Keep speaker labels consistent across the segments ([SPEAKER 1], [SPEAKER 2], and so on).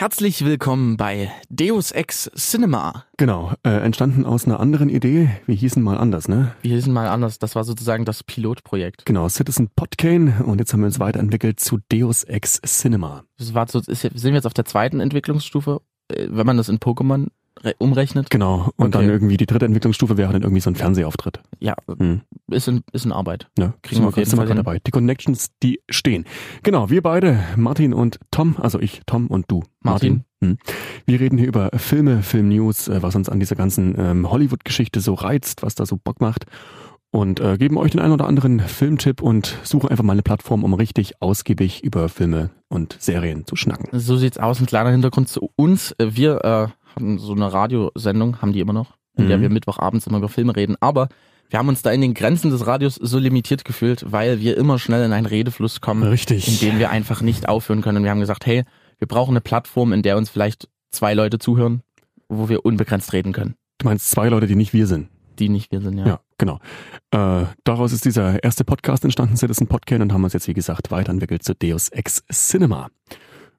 [SPEAKER 1] Herzlich willkommen bei Deus Ex Cinema.
[SPEAKER 2] Genau, äh, entstanden aus einer anderen Idee. Wir hießen mal anders, ne?
[SPEAKER 1] Wir hießen mal anders, das war sozusagen das Pilotprojekt.
[SPEAKER 2] Genau, Citizen Podcane und jetzt haben wir uns weiterentwickelt zu Deus Ex Cinema.
[SPEAKER 1] Das war so, ist, sind wir jetzt auf der zweiten Entwicklungsstufe, äh, wenn man das in Pokémon re- umrechnet?
[SPEAKER 2] Genau, und
[SPEAKER 1] Okay.
[SPEAKER 2] dann irgendwie die dritte Entwicklungsstufe wäre halt dann irgendwie so ein Fernsehauftritt.
[SPEAKER 1] Ja,
[SPEAKER 2] Hm.
[SPEAKER 1] ist in, ist in Arbeit.
[SPEAKER 2] Ja,
[SPEAKER 1] Kriegen wir auf jeden
[SPEAKER 2] sind
[SPEAKER 1] Fall hin.
[SPEAKER 2] gerade dabei. Die Connections, die stehen. Genau, wir beide, Martin und Tom, also ich, Tom und du.
[SPEAKER 1] Martin.
[SPEAKER 2] Hm. Wir reden hier über Filme, Filmnews, äh, was uns an dieser ganzen ähm, Hollywood-Geschichte so reizt, was da so Bock macht. Und äh, geben euch den einen oder anderen Filmtipp und suchen einfach mal eine Plattform, um richtig ausgiebig über Filme und Serien zu schnacken.
[SPEAKER 1] So sieht's aus, ein kleiner Hintergrund zu uns. Äh, Wir äh, haben so eine Radiosendung, haben die immer noch, in der
[SPEAKER 2] Mhm.
[SPEAKER 1] wir Mittwochabends immer über Filme reden, aber wir haben uns da in den Grenzen des Radios so limitiert gefühlt, weil wir immer schnell in einen Redefluss kommen. in
[SPEAKER 2] Richtig.
[SPEAKER 1] dem wir einfach nicht aufhören können. Und wir haben gesagt, hey, wir brauchen eine Plattform, in der uns vielleicht zwei Leute zuhören, wo wir unbegrenzt reden können,
[SPEAKER 2] Du meinst zwei Leute, die nicht wir sind.
[SPEAKER 1] die nicht wir sind, ja.
[SPEAKER 2] Ja, genau. Äh, daraus ist dieser erste Podcast entstanden, Citizen Podcast, und haben uns jetzt, wie gesagt, weiterentwickelt zu Deus Ex Cinema.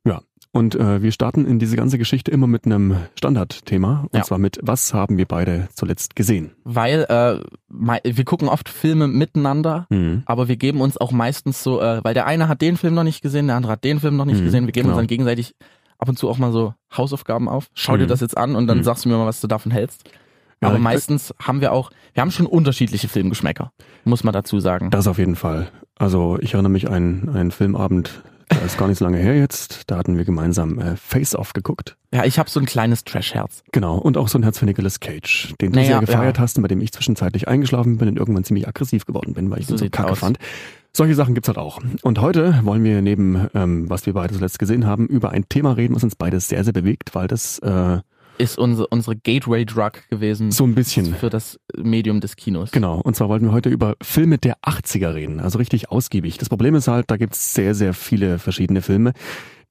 [SPEAKER 2] Ja, und äh, wir starten in diese ganze Geschichte immer mit einem Standardthema, und
[SPEAKER 1] Ja.
[SPEAKER 2] zwar mit, was haben wir beide zuletzt gesehen?
[SPEAKER 1] Weil äh, mei- wir gucken oft Filme miteinander, aber wir geben uns auch meistens so, äh, weil der eine hat den Film noch nicht gesehen, der andere hat den Film noch nicht
[SPEAKER 2] Mhm,
[SPEAKER 1] gesehen. Wir geben uns
[SPEAKER 2] genau.
[SPEAKER 1] dann gegenseitig ab und zu auch mal so Hausaufgaben auf. Schau dir
[SPEAKER 2] Mhm.
[SPEAKER 1] das jetzt an und dann
[SPEAKER 2] Mhm.
[SPEAKER 1] sagst du mir mal, was du davon hältst.
[SPEAKER 2] Ja,
[SPEAKER 1] aber
[SPEAKER 2] ich-
[SPEAKER 1] meistens haben wir auch, wir haben schon unterschiedliche Filmgeschmäcker, muss man dazu sagen.
[SPEAKER 2] Das auf jeden Fall. Also ich erinnere mich an einen Filmabend, da ist gar nicht so lange her jetzt, da hatten wir gemeinsam äh, Face Off geguckt.
[SPEAKER 1] Ja, ich habe so ein kleines Trash-Herz.
[SPEAKER 2] Genau, und auch so ein Herz für Nicolas Cage, den du
[SPEAKER 1] Naja,
[SPEAKER 2] sehr gefeiert
[SPEAKER 1] ja.
[SPEAKER 2] hast und bei dem ich zwischenzeitlich eingeschlafen bin und irgendwann ziemlich aggressiv geworden bin, weil ich
[SPEAKER 1] So
[SPEAKER 2] ihn so
[SPEAKER 1] sieht's
[SPEAKER 2] kacke
[SPEAKER 1] aus.
[SPEAKER 2] fand. Solche Sachen gibt's halt auch. Und heute wollen wir neben, ähm, was wir beide zuletzt gesehen haben, über ein Thema reden, was uns beides sehr, sehr bewegt, weil das äh,
[SPEAKER 1] ist unsere, unsere Gateway-Drug gewesen
[SPEAKER 2] so ein bisschen...
[SPEAKER 1] für das Medium des Kinos.
[SPEAKER 2] Genau, und zwar wollten wir heute über Filme der 80er reden, also richtig ausgiebig. Das Problem ist halt, da gibt's sehr, sehr viele verschiedene Filme,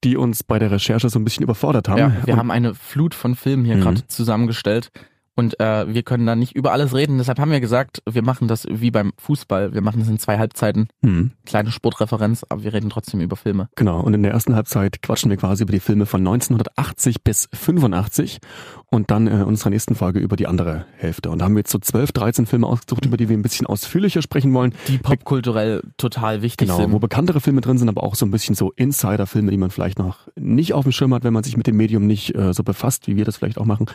[SPEAKER 2] die uns bei der Recherche so ein bisschen überfordert haben.
[SPEAKER 1] Ja, wir
[SPEAKER 2] Und-
[SPEAKER 1] haben eine Flut von Filmen hier
[SPEAKER 2] Mhm.
[SPEAKER 1] gerade zusammengestellt und äh, wir können da nicht über alles reden. Deshalb haben wir gesagt, wir machen das wie beim Fußball. Wir machen das in zwei Halbzeiten.
[SPEAKER 2] Hm.
[SPEAKER 1] Kleine Sportreferenz, aber wir reden trotzdem über Filme.
[SPEAKER 2] Genau, und in der ersten Halbzeit quatschen wir quasi über die Filme von 1980 bis 85 und dann äh, in unserer nächsten Folge über die andere Hälfte. Und da haben wir jetzt so 12, 13 Filme ausgesucht, über die wir ein bisschen ausführlicher sprechen wollen.
[SPEAKER 1] Die popkulturell total wichtig
[SPEAKER 2] Genau, wo
[SPEAKER 1] sind.
[SPEAKER 2] bekanntere Filme drin sind, aber auch so ein bisschen so Insider-Filme, die man vielleicht noch nicht auf dem Schirm hat, wenn man sich mit dem Medium nicht äh, so befasst, wie wir das vielleicht auch machen.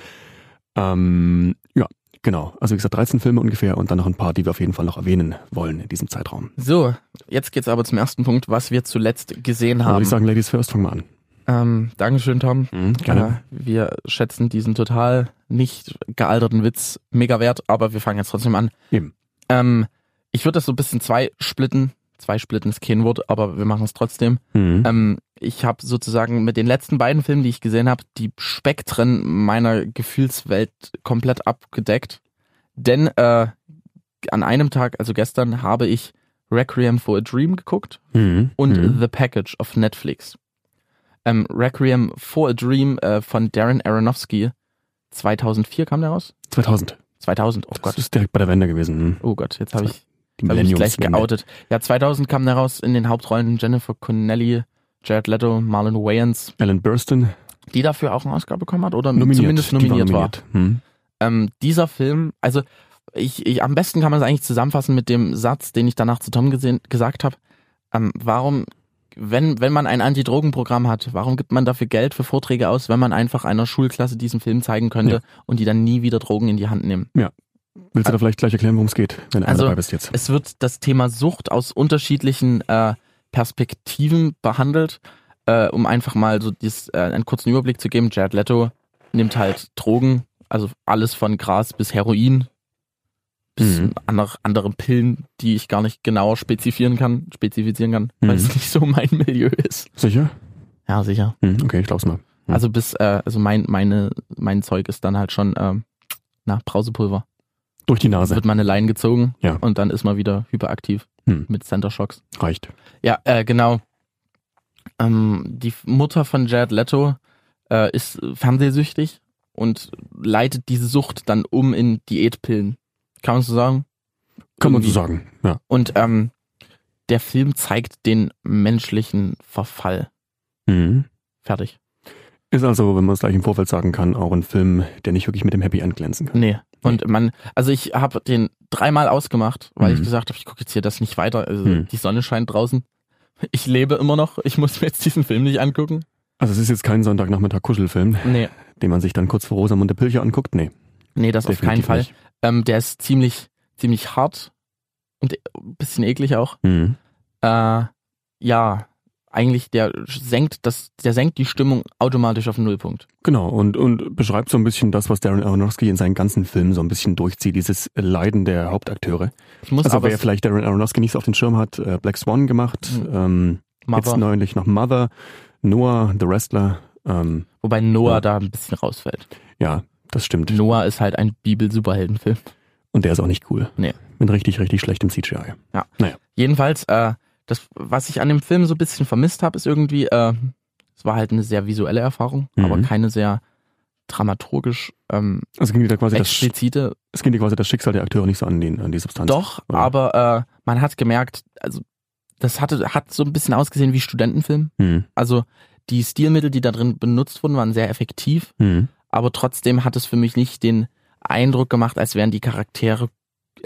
[SPEAKER 2] Ähm, ja, genau. Also wie gesagt, 13 Filme ungefähr und dann noch ein paar, die wir auf jeden Fall noch erwähnen wollen in diesem Zeitraum.
[SPEAKER 1] So, jetzt geht's aber zum ersten Punkt, was wir zuletzt gesehen
[SPEAKER 2] Dann würde
[SPEAKER 1] haben.
[SPEAKER 2] ich sagen, Ladies first, fangen wir an.
[SPEAKER 1] ähm, Dankeschön, Tom.
[SPEAKER 2] gerne.
[SPEAKER 1] Ja, wir schätzen diesen total nicht gealterten Witz mega wert, aber wir fangen jetzt trotzdem an.
[SPEAKER 2] Eben.
[SPEAKER 1] Ähm, ich würde das so ein bisschen zwei splitten. Zwei splitten ist kein Wort, aber wir machen es trotzdem.
[SPEAKER 2] Mhm.
[SPEAKER 1] Ähm, ich habe sozusagen mit den letzten beiden Filmen, die ich gesehen habe, die Spektren meiner Gefühlswelt komplett abgedeckt. Denn äh, an einem Tag, also gestern, habe ich Requiem for a Dream geguckt
[SPEAKER 2] Mhm.
[SPEAKER 1] und
[SPEAKER 2] Mhm.
[SPEAKER 1] The Package auf Netflix. Ähm, Requiem for a Dream äh, von Darren Aronofsky. 2004 kam der raus?
[SPEAKER 2] 2000.
[SPEAKER 1] 2000, oh
[SPEAKER 2] Das
[SPEAKER 1] Gott.
[SPEAKER 2] ist direkt bei der Wende gewesen. hm?
[SPEAKER 1] Oh Gott, jetzt habe ich
[SPEAKER 2] Die
[SPEAKER 1] habe ich mich gleich
[SPEAKER 2] Millenniumswende.
[SPEAKER 1] geoutet. Ja, 2000 kam daraus in den Hauptrollen Jennifer Connelly, Jared Leto, Marlon Wayans,
[SPEAKER 2] Alan Burstyn
[SPEAKER 1] die dafür auch einen Oscar bekommen hat oder
[SPEAKER 2] nominiert.
[SPEAKER 1] zumindest
[SPEAKER 2] die
[SPEAKER 1] nominiert war.
[SPEAKER 2] Hm.
[SPEAKER 1] Ähm, dieser Film, also ich, ich, am besten kann man es eigentlich zusammenfassen mit dem Satz, den ich danach zu Tom gesehen, gesagt habe. Ähm, warum, wenn, wenn man ein Antidrogenprogramm hat, warum gibt man dafür Geld für Vorträge aus, wenn man einfach einer Schulklasse diesen Film zeigen könnte
[SPEAKER 2] Ja.
[SPEAKER 1] und die dann nie wieder Drogen in die Hand nehmen?
[SPEAKER 2] Willst du da vielleicht gleich erklären, worum es geht, wenn du
[SPEAKER 1] Also,
[SPEAKER 2] dabei bist jetzt?
[SPEAKER 1] Es wird das Thema Sucht aus unterschiedlichen äh, Perspektiven behandelt. Äh, um einfach mal so dies, äh, einen kurzen Überblick zu geben, Jared Leto nimmt halt Drogen, also alles von Gras bis Heroin, bis
[SPEAKER 2] Mhm.
[SPEAKER 1] andere, andere Pillen, die ich gar nicht genauer spezifizieren kann, spezifizieren kann, weil
[SPEAKER 2] Mhm.
[SPEAKER 1] es nicht so mein Milieu ist.
[SPEAKER 2] Sicher?
[SPEAKER 1] Ja, sicher.
[SPEAKER 2] Hm, okay, ich glaub's mal. Mhm.
[SPEAKER 1] Also bis, äh, also mein, meine, mein Zeug ist dann halt schon, ähm, na, Brausepulver.
[SPEAKER 2] Durch die Nase.
[SPEAKER 1] Wird mal eine Line gezogen
[SPEAKER 2] Ja.
[SPEAKER 1] und dann ist man wieder hyperaktiv
[SPEAKER 2] Hm.
[SPEAKER 1] mit Center Shocks.
[SPEAKER 2] Reicht.
[SPEAKER 1] Ja, äh, genau. Ähm, die Mutter von Jared Leto äh, ist fernsehsüchtig und leitet diese Sucht dann um in Diätpillen. Kann man so sagen?
[SPEAKER 2] Kann man
[SPEAKER 1] Irgendwie.
[SPEAKER 2] so sagen. Ja.
[SPEAKER 1] Und ähm, der Film zeigt den menschlichen Verfall.
[SPEAKER 2] Mhm.
[SPEAKER 1] Fertig.
[SPEAKER 2] Ist also, wenn man es gleich im Vorfeld sagen kann, auch ein Film, der nicht wirklich mit dem Happy End glänzen kann.
[SPEAKER 1] Nee. Und man, also ich habe den dreimal ausgemacht, weil
[SPEAKER 2] Mhm.
[SPEAKER 1] ich gesagt habe, ich gucke jetzt hier das nicht weiter. Also
[SPEAKER 2] Mhm.
[SPEAKER 1] die Sonne scheint draußen. Ich lebe immer noch. Ich muss mir jetzt diesen Film nicht angucken.
[SPEAKER 2] Also es ist jetzt kein Sonntagnachmittag-Kuschelfilm,
[SPEAKER 1] Nee,
[SPEAKER 2] den man sich dann kurz vor Rosamunde Pilcher anguckt. Nee,
[SPEAKER 1] nee, das auf keinen
[SPEAKER 2] definitiv
[SPEAKER 1] Fall.
[SPEAKER 2] nicht.
[SPEAKER 1] Ähm, der ist ziemlich, ziemlich hart und e- ein bisschen eklig auch.
[SPEAKER 2] Mhm.
[SPEAKER 1] Äh, ja, eigentlich der senkt das, der senkt die Stimmung automatisch auf den Nullpunkt.
[SPEAKER 2] Genau, und, und beschreibt so ein bisschen das, was Darren Aronofsky in seinen ganzen Filmen so ein bisschen durchzieht, dieses Leiden der Hauptakteure.
[SPEAKER 1] Ich muss
[SPEAKER 2] Also
[SPEAKER 1] aber
[SPEAKER 2] wer vielleicht Darren Aronofsky nicht so auf den Schirm hat, äh, Black Swan gemacht,
[SPEAKER 1] Mhm.
[SPEAKER 2] ähm, jetzt
[SPEAKER 1] Mother,
[SPEAKER 2] neulich noch Mother, Noah, The Wrestler, ähm,
[SPEAKER 1] wobei Noah
[SPEAKER 2] Ja.
[SPEAKER 1] da ein bisschen rausfällt.
[SPEAKER 2] ja, das stimmt.
[SPEAKER 1] Noah ist halt ein Bibel-Superheldenfilm.
[SPEAKER 2] Und der ist auch nicht cool.
[SPEAKER 1] Nee.
[SPEAKER 2] Mit richtig, richtig schlechtem CGI.
[SPEAKER 1] Jedenfalls, äh, das, was ich an dem Film so ein bisschen vermisst habe, ist irgendwie, äh, es war halt eine sehr visuelle Erfahrung,
[SPEAKER 2] Mhm.
[SPEAKER 1] aber keine sehr dramaturgisch ähm,
[SPEAKER 2] Also ging dir da quasi das, Sch-
[SPEAKER 1] explizite.
[SPEAKER 2] es ging dir quasi das Schicksal der Akteure nicht so an, den, an die Substanz.
[SPEAKER 1] Doch,
[SPEAKER 2] Ja.
[SPEAKER 1] aber äh, man hat gemerkt, also das hatte, hat so ein bisschen ausgesehen wie Studentenfilm.
[SPEAKER 2] Hm.
[SPEAKER 1] Also die Stilmittel, die da drin benutzt wurden, waren sehr effektiv,
[SPEAKER 2] Hm.
[SPEAKER 1] aber trotzdem hat es für mich nicht den Eindruck gemacht, als wären die Charaktere,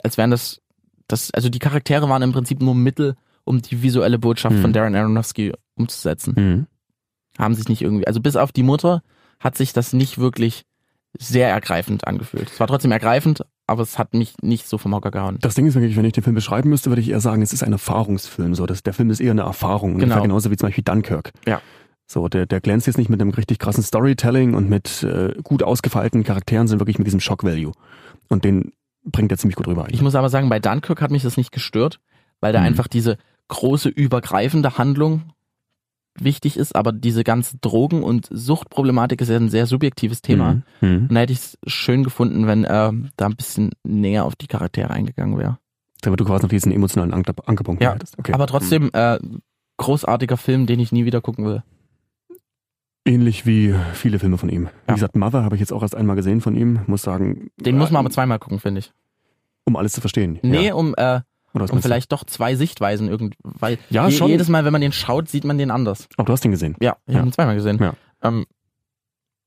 [SPEAKER 1] als wären das, das also die Charaktere waren im Prinzip nur Mittel, um die visuelle Botschaft
[SPEAKER 2] Mhm.
[SPEAKER 1] von Darren Aronofsky umzusetzen.
[SPEAKER 2] Hm.
[SPEAKER 1] haben sich nicht irgendwie, also bis auf die Mutter hat sich das nicht wirklich sehr ergreifend angefühlt. Es war trotzdem ergreifend, aber es hat mich nicht so vom Hocker gehauen.
[SPEAKER 2] Das Ding ist wirklich, wenn ich den Film beschreiben müsste, würde ich eher sagen, es ist ein Erfahrungsfilm. So, das, der Film ist eher eine Erfahrung.
[SPEAKER 1] Genau.
[SPEAKER 2] Ungefähr genauso wie zum Beispiel Dunkirk.
[SPEAKER 1] Ja.
[SPEAKER 2] So, der, der glänzt jetzt nicht mit einem richtig krassen Storytelling und mit äh, gut ausgefeilten Charakteren, sondern wirklich mit diesem Shock-Value. Und den bringt er ziemlich gut rüber.
[SPEAKER 1] Ich muss aber sagen, bei Dunkirk hat mich das nicht gestört, weil da
[SPEAKER 2] Mhm.
[SPEAKER 1] einfach diese große übergreifende Handlung wichtig ist, aber diese ganze Drogen- und Suchtproblematik ist ja ein sehr subjektives Thema.
[SPEAKER 2] Mhm.
[SPEAKER 1] Und da hätte ich es schön gefunden, wenn äh, da ein bisschen näher auf die Charaktere eingegangen wäre.
[SPEAKER 2] Damit du quasi noch diesen emotionalen Anker, Ankerpunkt
[SPEAKER 1] Ja,
[SPEAKER 2] hattest. Okay. Mhm.
[SPEAKER 1] Aber trotzdem, äh, großartiger Film, den ich nie wieder gucken will.
[SPEAKER 2] Ähnlich wie viele Filme von ihm. Wie
[SPEAKER 1] Ja.
[SPEAKER 2] gesagt, Mother habe ich jetzt auch erst einmal gesehen von ihm. Muss sagen,
[SPEAKER 1] Den muss man
[SPEAKER 2] äh,
[SPEAKER 1] aber zweimal gucken, finde ich.
[SPEAKER 2] um alles zu verstehen.
[SPEAKER 1] Nee,
[SPEAKER 2] Ja.
[SPEAKER 1] um äh,
[SPEAKER 2] Oder was
[SPEAKER 1] Und
[SPEAKER 2] meinst du?
[SPEAKER 1] vielleicht doch zwei Sichtweisen irgendwie, weil
[SPEAKER 2] Ja,
[SPEAKER 1] je,
[SPEAKER 2] schon.
[SPEAKER 1] jedes Mal, wenn man den schaut, sieht man den anders.
[SPEAKER 2] Aber du hast den gesehen.
[SPEAKER 1] Ja, ich
[SPEAKER 2] Ja.
[SPEAKER 1] habe ihn zweimal gesehen.
[SPEAKER 2] Ja.
[SPEAKER 1] Ähm,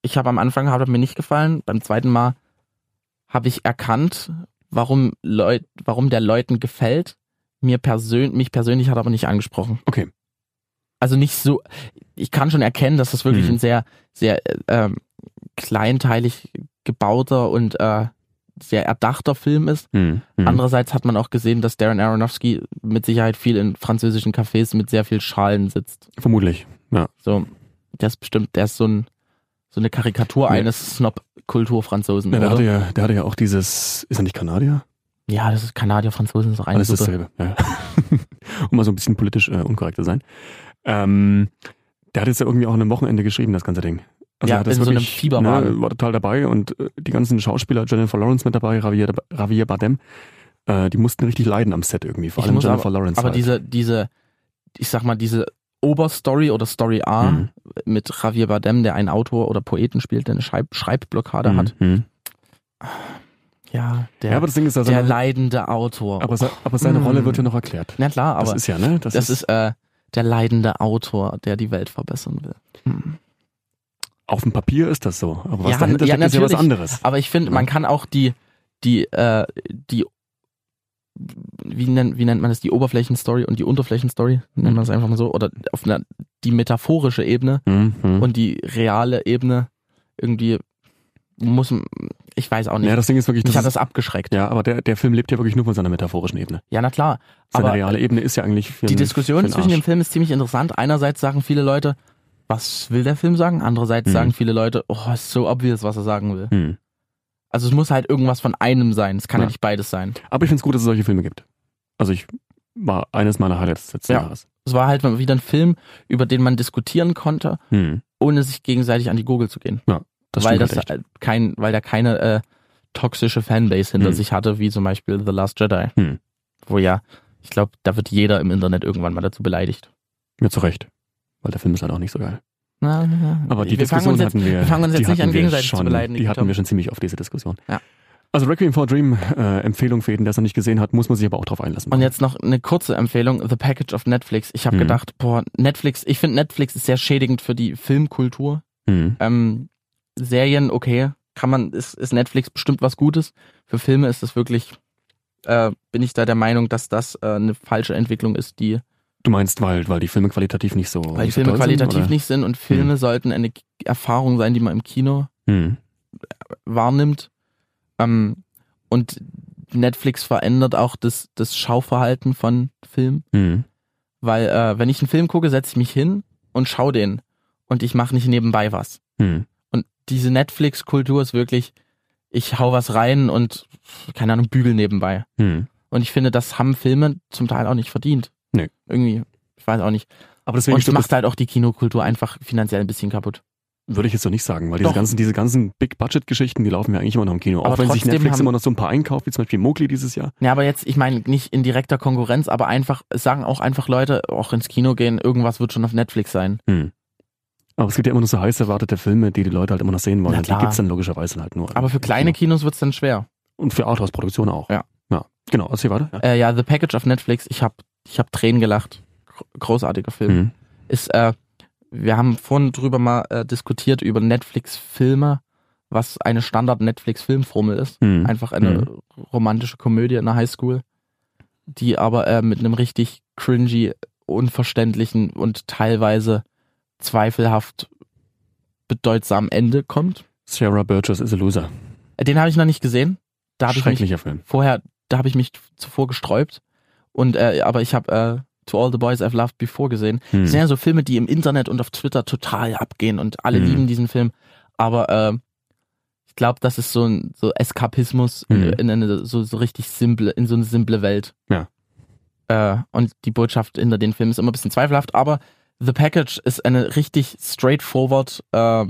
[SPEAKER 1] ich habe am Anfang hat er mir nicht gefallen, beim zweiten Mal habe ich erkannt, warum Leut, warum der Leuten gefällt. Mir persönlich, mich persönlich hat er aber nicht angesprochen.
[SPEAKER 2] Okay.
[SPEAKER 1] Also nicht so, ich kann schon erkennen, dass das wirklich
[SPEAKER 2] Mhm.
[SPEAKER 1] ein sehr, sehr äh, ähm, kleinteilig gebauter und äh, sehr erdachter Film ist.
[SPEAKER 2] Mhm. Mhm.
[SPEAKER 1] Andererseits hat man auch gesehen, dass Darren Aronofsky mit Sicherheit viel in französischen Cafés mit sehr viel Schalen sitzt.
[SPEAKER 2] Vermutlich.
[SPEAKER 1] So, der ist bestimmt, der ist so, ein, so eine Karikatur
[SPEAKER 2] Nee.
[SPEAKER 1] eines Snob-Kulturfranzosen.
[SPEAKER 2] Ja, der,
[SPEAKER 1] oder?
[SPEAKER 2] hatte ja, der hatte ja auch dieses, ist er nicht Kanadier?
[SPEAKER 1] ja, das ist Kanadier, Franzosen ist doch eine
[SPEAKER 2] Alles
[SPEAKER 1] Suppe.
[SPEAKER 2] dasselbe. Ja. um mal so ein bisschen politisch äh, unkorrekt zu sein. Ähm, der hat jetzt ja irgendwie auch an einem Wochenende geschrieben, das ganze Ding.
[SPEAKER 1] Ja,
[SPEAKER 2] er hat das
[SPEAKER 1] in so einem
[SPEAKER 2] wirklich,
[SPEAKER 1] Fieberwagen.
[SPEAKER 2] Ne, war total dabei und äh, die ganzen Schauspieler, Jennifer Lawrence mit dabei, Javier, Javier Bardem, äh, die mussten richtig leiden am Set irgendwie, vor
[SPEAKER 1] Ich
[SPEAKER 2] allem
[SPEAKER 1] muss
[SPEAKER 2] Jennifer Lawrence.
[SPEAKER 1] Aber
[SPEAKER 2] halt.
[SPEAKER 1] diese, diese, ich sag mal, diese Oberstory oder Story A
[SPEAKER 2] Mhm.
[SPEAKER 1] mit Javier Bardem, der einen Autor oder Poeten spielt, der eine Schreib Schreibblockade
[SPEAKER 2] Mhm.
[SPEAKER 1] hat.
[SPEAKER 2] Mhm.
[SPEAKER 1] Ja, der,
[SPEAKER 2] Ja, aber das Ding ist, also,
[SPEAKER 1] der leidende Autor.
[SPEAKER 2] aber, se- aber seine
[SPEAKER 1] Mhm.
[SPEAKER 2] Rolle wird ja noch erklärt.
[SPEAKER 1] Na klar, aber
[SPEAKER 2] das ist ja, ne? Das,
[SPEAKER 1] Das
[SPEAKER 2] ist,
[SPEAKER 1] ist äh, der leidende Autor, der die Welt verbessern will.
[SPEAKER 2] Mhm. auf dem Papier ist das so, aber was
[SPEAKER 1] Ja,
[SPEAKER 2] dahinter
[SPEAKER 1] ja,
[SPEAKER 2] steckt, ist ja was
[SPEAKER 1] natürlich.
[SPEAKER 2] anderes.
[SPEAKER 1] Aber ich finde,
[SPEAKER 2] Ja.
[SPEAKER 1] man kann auch die, die, äh, die, wie nennt, wie nennt man das, die Oberflächenstory und die Unterflächenstory, nennt man es einfach mal so, oder auf einer, die metaphorische Ebene
[SPEAKER 2] Mhm.
[SPEAKER 1] und die reale Ebene irgendwie muss, m- ich weiß auch nicht.
[SPEAKER 2] ja, das Ding ist wirklich,
[SPEAKER 1] Mich
[SPEAKER 2] das
[SPEAKER 1] hat
[SPEAKER 2] ist,
[SPEAKER 1] das abgeschreckt. Ja,
[SPEAKER 2] Ja, aber der, der Film lebt ja wirklich nur von seiner metaphorischen Ebene.
[SPEAKER 1] na klar.
[SPEAKER 2] Seine
[SPEAKER 1] Aber
[SPEAKER 2] reale Ebene ist ja eigentlich für
[SPEAKER 1] die
[SPEAKER 2] den- für
[SPEAKER 1] Diskussion
[SPEAKER 2] den
[SPEAKER 1] zwischen
[SPEAKER 2] Arsch.
[SPEAKER 1] dem Film ist ziemlich interessant. Einerseits sagen viele Leute, was will der Film sagen? Andererseits
[SPEAKER 2] Mhm.
[SPEAKER 1] sagen viele Leute, oh, ist so obvious, was er sagen will.
[SPEAKER 2] Hm.
[SPEAKER 1] Also es muss halt irgendwas von einem sein. Es kann ja,
[SPEAKER 2] Ja.
[SPEAKER 1] nicht beides sein.
[SPEAKER 2] Aber ich find's gut, dass es solche Filme gibt. Also ich war eines meiner Highlights des letzten
[SPEAKER 1] Ja.
[SPEAKER 2] Jahres.
[SPEAKER 1] Es war halt mal wieder ein Film, über den man diskutieren konnte,
[SPEAKER 2] Hm.
[SPEAKER 1] ohne sich gegenseitig an die Gurgel zu gehen.
[SPEAKER 2] Das
[SPEAKER 1] weil
[SPEAKER 2] stimmt
[SPEAKER 1] das
[SPEAKER 2] halt echt.
[SPEAKER 1] äh, kein, weil da keine äh, toxische Fanbase hinter
[SPEAKER 2] Hm.
[SPEAKER 1] sich hatte, wie zum Beispiel The Last Jedi.
[SPEAKER 2] Hm.
[SPEAKER 1] Wo ja, ich glaube, da wird jeder im Internet irgendwann mal dazu beleidigt.
[SPEAKER 2] Mir zu Recht. Weil der Film ist halt auch nicht so geil.
[SPEAKER 1] Na, na,
[SPEAKER 2] Aber die
[SPEAKER 1] wir fangen
[SPEAKER 2] Diskussion
[SPEAKER 1] uns jetzt,
[SPEAKER 2] hatten wir.
[SPEAKER 1] wir fangen uns
[SPEAKER 2] die
[SPEAKER 1] jetzt nicht
[SPEAKER 2] hatten
[SPEAKER 1] an,
[SPEAKER 2] wir
[SPEAKER 1] gegenseitig zu
[SPEAKER 2] schon,
[SPEAKER 1] beleidigen,
[SPEAKER 2] Die hatten
[SPEAKER 1] Tom.
[SPEAKER 2] wir schon ziemlich oft, diese Diskussion.
[SPEAKER 1] Ja.
[SPEAKER 2] Also Requiem for a Dream, äh, Empfehlung für jeden, der es noch nicht gesehen hat, muss man sich aber auch drauf einlassen.
[SPEAKER 1] Und jetzt noch eine kurze Empfehlung, The Package of Netflix. Ich habe
[SPEAKER 2] Hm.
[SPEAKER 1] gedacht, boah, Netflix, ich finde Netflix ist sehr schädigend für die Filmkultur.
[SPEAKER 2] Mhm.
[SPEAKER 1] Ähm, Serien, okay, kann man, ist, ist Netflix bestimmt was Gutes. Für Filme ist es wirklich, äh, bin ich da der Meinung, dass das äh, eine falsche Entwicklung ist, die,
[SPEAKER 2] Du meinst, weil, weil die Filme qualitativ nicht so
[SPEAKER 1] weil die
[SPEAKER 2] nicht so
[SPEAKER 1] Filme
[SPEAKER 2] toll
[SPEAKER 1] qualitativ
[SPEAKER 2] sind,
[SPEAKER 1] nicht sind und Filme sollten eine K- Erfahrung sein, die man im Kino
[SPEAKER 2] oder? Mhm.
[SPEAKER 1] wahrnimmt. Ähm, und Netflix verändert auch das, das Schauverhalten von Filmen.
[SPEAKER 2] Mhm.
[SPEAKER 1] Weil äh, wenn ich einen Film gucke, setze ich mich hin und schaue den. Und ich mache nicht nebenbei was.
[SPEAKER 2] Mhm.
[SPEAKER 1] Und diese Netflix-Kultur ist wirklich, ich hau was rein und, keine Ahnung, bügel nebenbei.
[SPEAKER 2] Mhm.
[SPEAKER 1] Und ich finde, das haben Filme zum Teil auch nicht verdient.
[SPEAKER 2] Nee.
[SPEAKER 1] Irgendwie, ich weiß auch nicht.
[SPEAKER 2] Aber deswegen
[SPEAKER 1] Und
[SPEAKER 2] stimmt das
[SPEAKER 1] macht halt auch die Kinokultur einfach finanziell ein bisschen kaputt.
[SPEAKER 2] Würde ich jetzt so nicht sagen, weil diese
[SPEAKER 1] Doch.
[SPEAKER 2] ganzen, diese ganzen Big-Budget-Geschichten, die laufen ja eigentlich immer noch im Kino.
[SPEAKER 1] Aber
[SPEAKER 2] auch wenn sich
[SPEAKER 1] trotzdem
[SPEAKER 2] Netflix
[SPEAKER 1] haben-
[SPEAKER 2] immer noch so ein paar einkauft, wie zum Beispiel Mowgli dieses Jahr.
[SPEAKER 1] Ja, aber jetzt, ich meine, nicht in direkter Konkurrenz, aber einfach, es sagen auch einfach Leute, auch ins Kino gehen, irgendwas wird schon auf Netflix sein.
[SPEAKER 2] Aber es gibt ja immer noch so heiß erwartete Filme, die die Leute halt immer noch sehen wollen.
[SPEAKER 1] Na
[SPEAKER 2] Und die
[SPEAKER 1] klar.
[SPEAKER 2] gibt's dann logischerweise halt nur.
[SPEAKER 1] Aber für
[SPEAKER 2] im
[SPEAKER 1] kleine
[SPEAKER 2] Kino.
[SPEAKER 1] Kinos wird's dann schwer.
[SPEAKER 2] Und für Arthouse-Produktionen auch.
[SPEAKER 1] Ja.
[SPEAKER 2] Ja, genau. Also hier weiter. Ja.
[SPEAKER 1] Äh, ja, The Package auf Netflix. Ich hab, ich hab Tränen gelacht. Gro- Großartiger Film.
[SPEAKER 2] Mhm.
[SPEAKER 1] Ist, äh, wir haben vorhin drüber mal äh, diskutiert über Netflix-Filme, was eine Standard-Netflix-Filmformel ist.
[SPEAKER 2] Mhm.
[SPEAKER 1] Einfach eine romantische Komödie in der Highschool, die aber äh, mit einem richtig cringy, unverständlichen und teilweise zweifelhaft bedeutsamen Ende kommt.
[SPEAKER 2] Sarah Burgess is a Loser.
[SPEAKER 1] Äh, Den habe ich noch nicht gesehen. Da habe ich mich
[SPEAKER 2] Schrecklicher Film.
[SPEAKER 1] vorher, da habe ich mich zuvor gesträubt. Und äh, aber ich habe äh, To All the Boys I've Loved Before gesehen.
[SPEAKER 2] Mhm.
[SPEAKER 1] Das sind ja so Filme, die im Internet und auf Twitter total abgehen und alle
[SPEAKER 2] Mhm.
[SPEAKER 1] lieben diesen Film. Aber äh, ich glaube, das ist so ein so Eskapismus in-
[SPEAKER 2] Mhm.
[SPEAKER 1] in eine so, so richtig simple, in so eine simple Welt.
[SPEAKER 2] Ja.
[SPEAKER 1] Äh, und die Botschaft hinter den Filmen ist immer ein bisschen zweifelhaft, aber The Package ist eine richtig straightforward äh,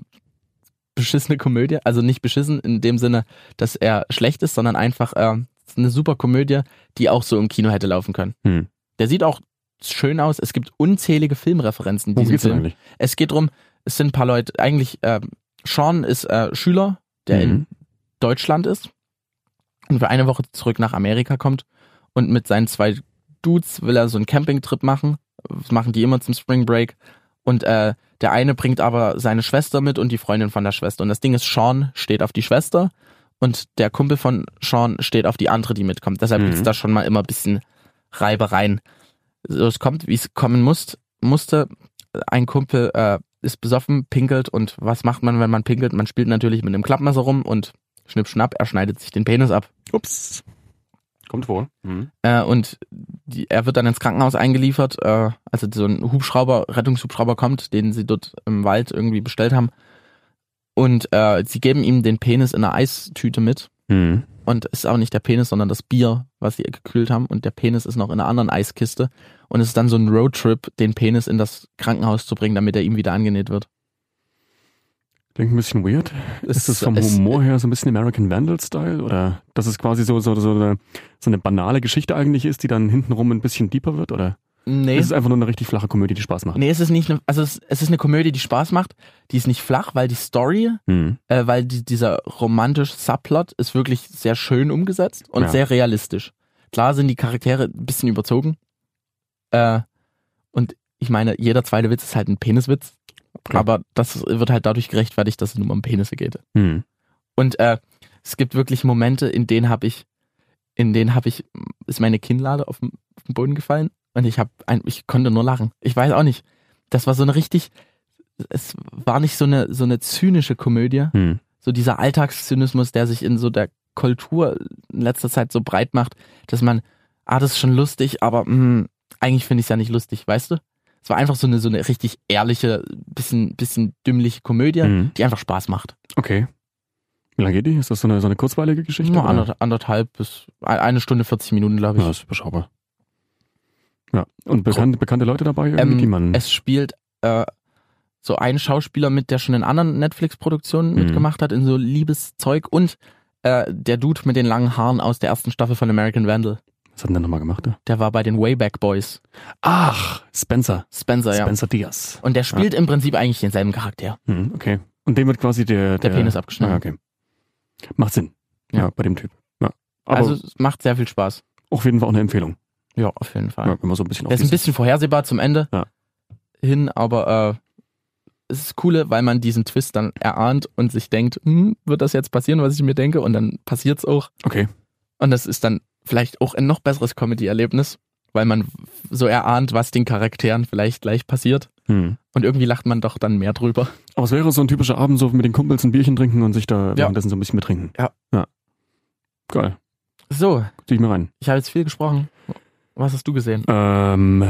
[SPEAKER 1] beschissene Komödie. Also nicht beschissen in dem Sinne, dass er schlecht ist, sondern einfach äh, eine super Komödie, die auch so im Kino hätte laufen können.
[SPEAKER 2] Hm.
[SPEAKER 1] Der sieht auch schön aus. Es gibt unzählige Filmreferenzen in
[SPEAKER 2] Worum
[SPEAKER 1] diesem
[SPEAKER 2] geht's denn
[SPEAKER 1] Film.
[SPEAKER 2] eigentlich?
[SPEAKER 1] Es geht drum, es sind ein paar Leute, eigentlich äh, Sean ist äh, Schüler, der in
[SPEAKER 2] Mhm.
[SPEAKER 1] Deutschland ist und für eine Woche zurück nach Amerika kommt und mit seinen zwei Dudes will er so einen Campingtrip machen. Das machen die immer zum Spring Break. Und äh, der eine bringt aber seine Schwester mit und die Freundin von der Schwester. Und das Ding ist, Sean steht auf die Schwester und der Kumpel von Sean steht auf die andere, die mitkommt. Deshalb
[SPEAKER 2] Mhm.
[SPEAKER 1] gibt's da schon mal immer ein bisschen Reibereien. So es kommt, wie es kommen muss, musste. Ein Kumpel äh, ist besoffen, pinkelt und was macht man, wenn man pinkelt? Man spielt natürlich mit einem Klappmesser rum und schnipp schnapp, er schneidet sich den Penis ab.
[SPEAKER 2] Ups. Kommt wohl. Mhm.
[SPEAKER 1] Äh, und die, er wird dann ins Krankenhaus eingeliefert. Äh, also so ein Hubschrauber, Rettungshubschrauber kommt, den sie dort im Wald irgendwie bestellt haben. Und äh, sie geben ihm den Penis in einer Eistüte mit.
[SPEAKER 2] Mhm.
[SPEAKER 1] Und es ist auch nicht der Penis, sondern das Bier, was sie gekühlt haben. Und der Penis ist noch in einer anderen Eiskiste. Und es ist dann so ein Roadtrip, den Penis in das Krankenhaus zu bringen, damit er ihm wieder angenäht wird.
[SPEAKER 2] Klingt ein bisschen weird. Ist es vom
[SPEAKER 1] es-
[SPEAKER 2] Humor her so ein bisschen American Vandal-Style? Oder dass es quasi so, so, so, eine, so eine banale Geschichte eigentlich ist, die dann hintenrum ein bisschen deeper wird? Oder
[SPEAKER 1] Nee.
[SPEAKER 2] ist es einfach nur eine richtig flache Komödie, die Spaß macht?
[SPEAKER 1] Nee, es ist nicht, eine, also es, es ist eine Komödie, die Spaß macht. Die ist nicht flach, weil die Story,
[SPEAKER 2] Mhm.
[SPEAKER 1] äh, weil die, dieser romantische Subplot ist wirklich sehr schön umgesetzt und
[SPEAKER 2] Ja.
[SPEAKER 1] sehr realistisch. Klar sind die Charaktere ein bisschen überzogen. Äh, und ich meine, jeder zweite Witz ist halt ein Peniswitz.
[SPEAKER 2] Ja.
[SPEAKER 1] Aber das wird halt dadurch gerechtfertigt, dass es nur um Penisse geht.
[SPEAKER 2] Mhm.
[SPEAKER 1] Und äh, es gibt wirklich Momente, in denen habe ich, in denen habe ich, ist meine Kinnlade auf den, auf den Boden gefallen und ich habe, ich konnte nur lachen. Ich weiß auch nicht. Das war so eine richtig, es war nicht so eine so eine zynische Komödie,
[SPEAKER 2] Mhm.
[SPEAKER 1] so dieser Alltagszynismus, der sich in so der Kultur in letzter Zeit so breit macht, dass man, ah, das ist schon lustig, aber mh, eigentlich finde ich es ja nicht lustig, weißt du? Es war einfach so eine so eine richtig ehrliche, bisschen bisschen dümmliche Komödie,
[SPEAKER 2] Mhm.
[SPEAKER 1] die einfach Spaß macht.
[SPEAKER 2] Okay. Wie lange geht die? Ist das so eine, so eine kurzweilige Geschichte?
[SPEAKER 1] Nur
[SPEAKER 2] oder?
[SPEAKER 1] ander, anderthalb bis ein- eine Stunde 40 Minuten, glaube ich.
[SPEAKER 2] Ja, ist überschaubar. Ja. Und bekan bekannte Leute dabei, irgendwie,
[SPEAKER 1] Ähm,
[SPEAKER 2] die man.
[SPEAKER 1] Es spielt äh, so ein Schauspieler mit, der schon in anderen Netflix-Produktionen
[SPEAKER 2] Mhm.
[SPEAKER 1] mitgemacht hat, in so Liebeszeug und äh, der Dude mit den langen Haaren aus der ersten Staffel von American Vandal.
[SPEAKER 2] was hat denn der nochmal gemacht? Ja?
[SPEAKER 1] Der war bei den Wayback Boys.
[SPEAKER 2] Ach, Spencer.
[SPEAKER 1] Spencer, ja.
[SPEAKER 2] Spencer Diaz.
[SPEAKER 1] Und der spielt im Prinzip eigentlich denselben Charakter.
[SPEAKER 2] Mhm, okay. Und dem wird quasi der.
[SPEAKER 1] Der Penis abgeschnitten.
[SPEAKER 2] Ah, okay. Macht Sinn. Ja,
[SPEAKER 1] Ja.
[SPEAKER 2] bei dem Typ. Ja. Aber
[SPEAKER 1] also es macht sehr viel Spaß.
[SPEAKER 2] auf jeden Fall auch eine Empfehlung.
[SPEAKER 1] Ja, auf jeden Fall.
[SPEAKER 2] Ja, wenn man so ein bisschen
[SPEAKER 1] Der
[SPEAKER 2] auf
[SPEAKER 1] ist ein
[SPEAKER 2] diese-
[SPEAKER 1] bisschen vorhersehbar zum Ende
[SPEAKER 2] Ja.
[SPEAKER 1] hin, aber äh, es ist das coole, weil man diesen Twist dann erahnt und sich denkt, hm, wird das jetzt passieren, was ich mir denke? Und dann passiert's auch.
[SPEAKER 2] Okay.
[SPEAKER 1] Und das ist dann vielleicht auch ein noch besseres Comedy-Erlebnis, weil man so erahnt, was den Charakteren vielleicht gleich passiert.
[SPEAKER 2] Hm.
[SPEAKER 1] Und irgendwie lacht man doch dann mehr drüber.
[SPEAKER 2] Aber es wäre so ein typischer Abend, so mit den Kumpels ein Bierchen trinken und sich da währenddessen so ein bisschen betrinken.
[SPEAKER 1] Ja.
[SPEAKER 2] Ja. Geil.
[SPEAKER 1] So,
[SPEAKER 2] Zieh ich mir rein.
[SPEAKER 1] ich habe jetzt viel gesprochen. Was hast du gesehen?
[SPEAKER 2] Ähm,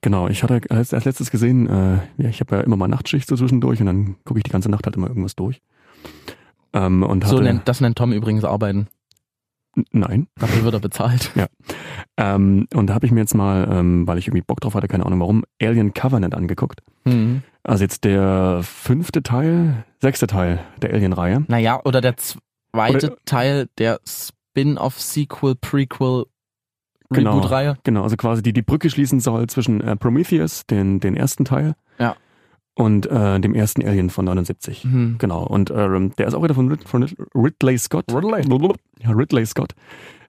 [SPEAKER 2] genau, ich hatte als, als letztes gesehen, äh, ja, ich habe ja immer mal Nachtschicht so zwischendurch und dann gucke ich die ganze Nacht halt immer irgendwas durch. Ähm, und hatte,
[SPEAKER 1] So nennt, das nennt Tom übrigens Arbeiten.
[SPEAKER 2] Nein.
[SPEAKER 1] Dafür wird er bezahlt.
[SPEAKER 2] Ähm, und da habe ich mir jetzt mal, ähm, weil ich irgendwie Bock drauf hatte, keine Ahnung warum, Alien Covenant angeguckt.
[SPEAKER 1] Hm.
[SPEAKER 2] Also jetzt der fünfte Teil, sechste Teil der Alien-Reihe.
[SPEAKER 1] Naja, oder der zweite
[SPEAKER 2] Oder-
[SPEAKER 1] Teil der Spin-off, Sequel, Prequel,
[SPEAKER 2] Genau.
[SPEAKER 1] Reboot-Reihe.
[SPEAKER 2] Genau, also quasi die die Brücke schließen soll zwischen äh, Prometheus, den, den ersten Teil,
[SPEAKER 1] Ja.
[SPEAKER 2] und äh, dem ersten Alien von 79.
[SPEAKER 1] Hm.
[SPEAKER 2] Genau, und ähm, der ist auch wieder von, Rid von Rid- Ridley Scott. Ridley. Ja, Ridley Scott,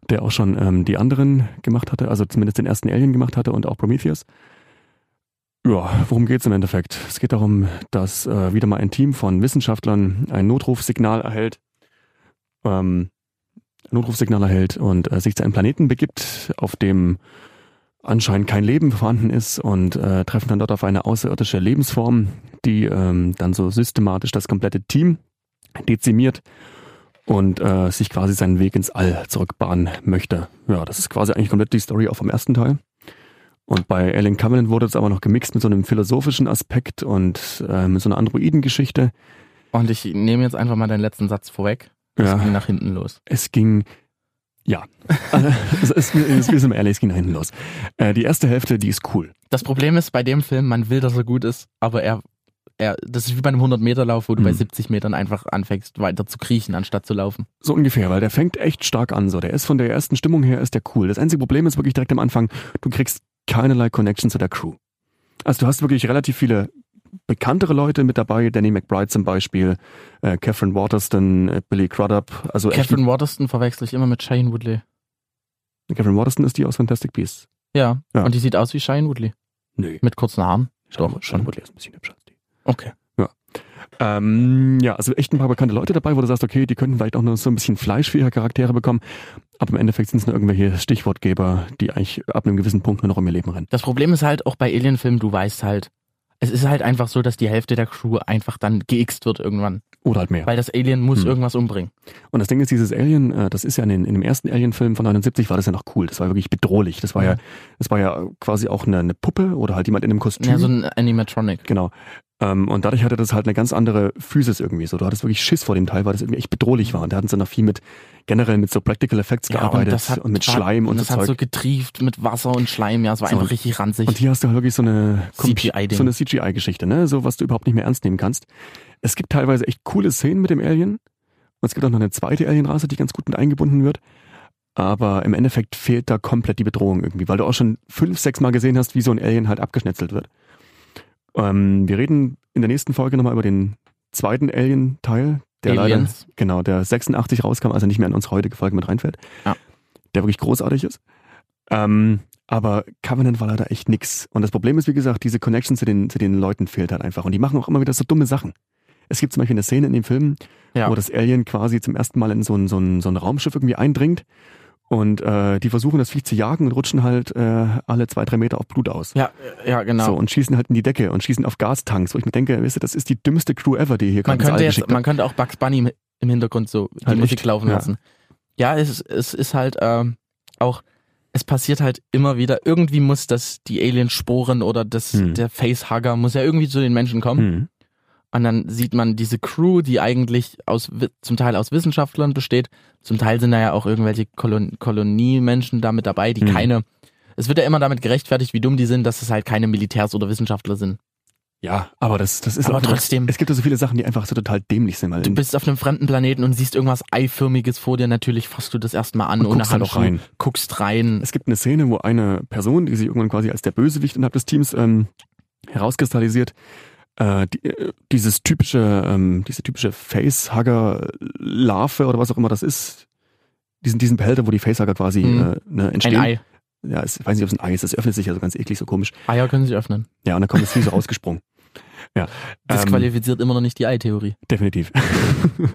[SPEAKER 2] der auch schon ähm, die anderen gemacht hatte, also zumindest den ersten Alien gemacht hatte und auch Prometheus. Ja, worum geht's im Endeffekt? Es geht darum, dass äh, wieder mal ein Team von Wissenschaftlern ein Notrufsignal erhält, ähm, ein Notrufsignal erhält und äh, sich zu einem Planeten begibt, auf dem anscheinend kein Leben vorhanden ist und äh, treffen dann dort auf eine außerirdische Lebensform, die ähm, dann so systematisch das komplette Team dezimiert und äh, sich quasi seinen Weg ins All zurückbahnen möchte. Ja, das ist quasi eigentlich komplett die Story auch vom ersten Teil. Und bei Alien Covenant wurde es aber noch gemixt mit so einem philosophischen Aspekt und äh, mit so einer Androidengeschichte.
[SPEAKER 1] Und ich nehme jetzt einfach mal deinen letzten Satz vorweg. Das
[SPEAKER 2] Ja.
[SPEAKER 1] ging nach hinten los.
[SPEAKER 2] Es ging, ja, also, es ist, es ist ehrlich, es ging nach hinten los. Äh, die erste Hälfte, die ist cool.
[SPEAKER 1] Das Problem ist bei dem Film, man will, dass er gut ist, aber er, er das ist wie bei einem 100-Meter-Lauf, wo du
[SPEAKER 2] Mhm.
[SPEAKER 1] bei 70 Metern einfach anfängst, weiter zu kriechen, anstatt zu laufen.
[SPEAKER 2] So ungefähr, weil der fängt echt stark an. So, der ist von der ersten Stimmung her ist der cool. Das einzige Problem ist wirklich direkt am Anfang, du kriegst keinerlei Connection zu der Crew. Also du hast wirklich relativ viele bekanntere Leute mit dabei, Danny McBride zum Beispiel, äh, Catherine Waterston, äh, Billy Crudup, also echt-
[SPEAKER 1] Catherine Waterston verwechsel ich immer mit Shane Woodley.
[SPEAKER 2] Catherine Waterston ist die aus Fantastic Beasts.
[SPEAKER 1] Ja.
[SPEAKER 2] Ja.
[SPEAKER 1] Und die sieht aus wie Shane Woodley.
[SPEAKER 2] Nö,
[SPEAKER 1] Mit kurzen Haaren.
[SPEAKER 2] schon,
[SPEAKER 1] Doch,
[SPEAKER 2] schon Woodley ist ein bisschen hübscher als die.
[SPEAKER 1] Okay.
[SPEAKER 2] Ähm, ja, also echt ein paar bekannte Leute dabei, wo du sagst, okay, die könnten vielleicht auch noch so ein bisschen Fleisch für ihre Charaktere bekommen, aber im Endeffekt sind es nur irgendwelche Stichwortgeber, die eigentlich ab einem gewissen Punkt nur noch um ihr Leben rennen.
[SPEAKER 1] Das Problem ist halt auch bei Alien-Filmen, du weißt halt, es ist halt einfach so, dass die Hälfte der Crew einfach dann geixt wird irgendwann.
[SPEAKER 2] Oder halt mehr.
[SPEAKER 1] Weil das Alien muss
[SPEAKER 2] Hm.
[SPEAKER 1] irgendwas umbringen.
[SPEAKER 2] Und das Ding ist, dieses Alien, äh, das ist ja in, den, in dem ersten Alien-Film von 79 war das ja noch cool. Das war wirklich bedrohlich. Das war ja, das war ja quasi auch eine, eine Puppe oder halt jemand in einem Kostüm.
[SPEAKER 1] Ja, so ein Animatronic.
[SPEAKER 2] genau. Ähm, und dadurch hatte das halt eine ganz andere Physis irgendwie. So, du hattest wirklich Schiss vor dem Teil, weil das irgendwie echt bedrohlich war. Und da hatten sie noch viel mit generell mit so Practical Effects gearbeitet mit
[SPEAKER 1] war-
[SPEAKER 2] Schleim und
[SPEAKER 1] das
[SPEAKER 2] so
[SPEAKER 1] hat
[SPEAKER 2] Zeug.
[SPEAKER 1] so getrieft mit Wasser und Schleim, ja, es war
[SPEAKER 2] So,
[SPEAKER 1] einfach richtig ranzig.
[SPEAKER 2] Und hier hast du halt wirklich so eine Kom-
[SPEAKER 1] CGI-Ding.
[SPEAKER 2] so eine CGI-Geschichte, ne? So was du überhaupt nicht mehr ernst nehmen kannst. Es gibt teilweise echt coole Szenen mit dem Alien. Und es gibt auch noch eine zweite Alienrasse, die ganz gut mit eingebunden wird. Aber im Endeffekt fehlt da komplett die Bedrohung irgendwie, weil du auch schon fünf, sechs Mal gesehen hast, wie so ein Alien halt abgeschnetzelt wird. Ähm, wir reden in der nächsten Folge nochmal über den zweiten Alien-Teil, der leider
[SPEAKER 1] Aliens.
[SPEAKER 2] Genau, der 86 rauskam, also nicht mehr in unsere heutige Folge mit reinfällt.
[SPEAKER 1] Ja.
[SPEAKER 2] Der wirklich großartig ist. Ähm, aber Covenant war leider echt nix. Und das Problem ist, wie gesagt, diese Connection zu den, zu den Leuten fehlt halt einfach. Und die machen auch immer wieder so dumme Sachen. Es gibt zum Beispiel eine Szene in dem Film,
[SPEAKER 1] Ja.
[SPEAKER 2] wo das Alien quasi zum ersten Mal in so ein, so ein, so ein Raumschiff irgendwie eindringt. Und äh, die versuchen, das Viech zu jagen und rutschen halt äh, alle zwei, drei Meter auf Blut aus.
[SPEAKER 1] ja, ja, genau.
[SPEAKER 2] So, und schießen halt in die Decke und schießen auf Gastanks, wo ich mir denke, wisst ihr, das ist die dümmste Crew ever, die ihr hier
[SPEAKER 1] man
[SPEAKER 2] gerade ins All
[SPEAKER 1] könnte jetzt,
[SPEAKER 2] geschickt habt.
[SPEAKER 1] man könnte auch Bugs Bunny im- im Hintergrund so die
[SPEAKER 2] Halt
[SPEAKER 1] Musik
[SPEAKER 2] echt,
[SPEAKER 1] laufen
[SPEAKER 2] ja.
[SPEAKER 1] lassen. Ja, es, es ist halt ähm, auch, es passiert halt immer wieder, irgendwie muss das, die Alien-Sporen oder das,
[SPEAKER 2] Hm.
[SPEAKER 1] der Facehugger muss ja irgendwie zu den Menschen kommen.
[SPEAKER 2] Hm.
[SPEAKER 1] Und dann sieht man diese Crew, die eigentlich aus, wi- zum Teil aus Wissenschaftlern besteht. Zum Teil sind da ja auch irgendwelche Kolon Koloniemenschen da mit dabei, die
[SPEAKER 2] Mhm.
[SPEAKER 1] keine, es wird ja immer damit gerechtfertigt, wie dumm die sind, dass es halt keine Militärs oder Wissenschaftler sind.
[SPEAKER 2] Ja, aber das, das ist
[SPEAKER 1] Aber
[SPEAKER 2] auch wieder-
[SPEAKER 1] trotzdem.
[SPEAKER 2] Es gibt ja so viele Sachen, die einfach so total dämlich sind. Weil
[SPEAKER 1] Du bist auf einem fremden Planeten und siehst irgendwas Eiförmiges vor dir. Natürlich fasst du das erstmal an
[SPEAKER 2] Und
[SPEAKER 1] ohne
[SPEAKER 2] guckst halt auch
[SPEAKER 1] Handschuhe,
[SPEAKER 2] rein.
[SPEAKER 1] guckst rein.
[SPEAKER 2] es gibt eine Szene, wo eine Person, die sich irgendwann quasi als der Bösewicht innerhalb des Teams ähm, herauskristallisiert, äh, die, äh, dieses typische, ähm, diese typische Facehugger-Larve oder was auch immer das ist, diesen, diesen Behälter, wo die Facehugger quasi
[SPEAKER 1] Mhm.
[SPEAKER 2] äh, ne,
[SPEAKER 1] Ein
[SPEAKER 2] entstehen.
[SPEAKER 1] Ei.
[SPEAKER 2] ja, es, ich weiß nicht, ob es ein Ei ist, es öffnet sich ja so ganz eklig, so komisch.
[SPEAKER 1] Eier können sich öffnen.
[SPEAKER 2] Ja, und dann kommt das Vieh so rausgesprungen. Ja.
[SPEAKER 1] Das
[SPEAKER 2] ähm,
[SPEAKER 1] qualifiziert immer noch nicht die Ei-Theorie.
[SPEAKER 2] Definitiv.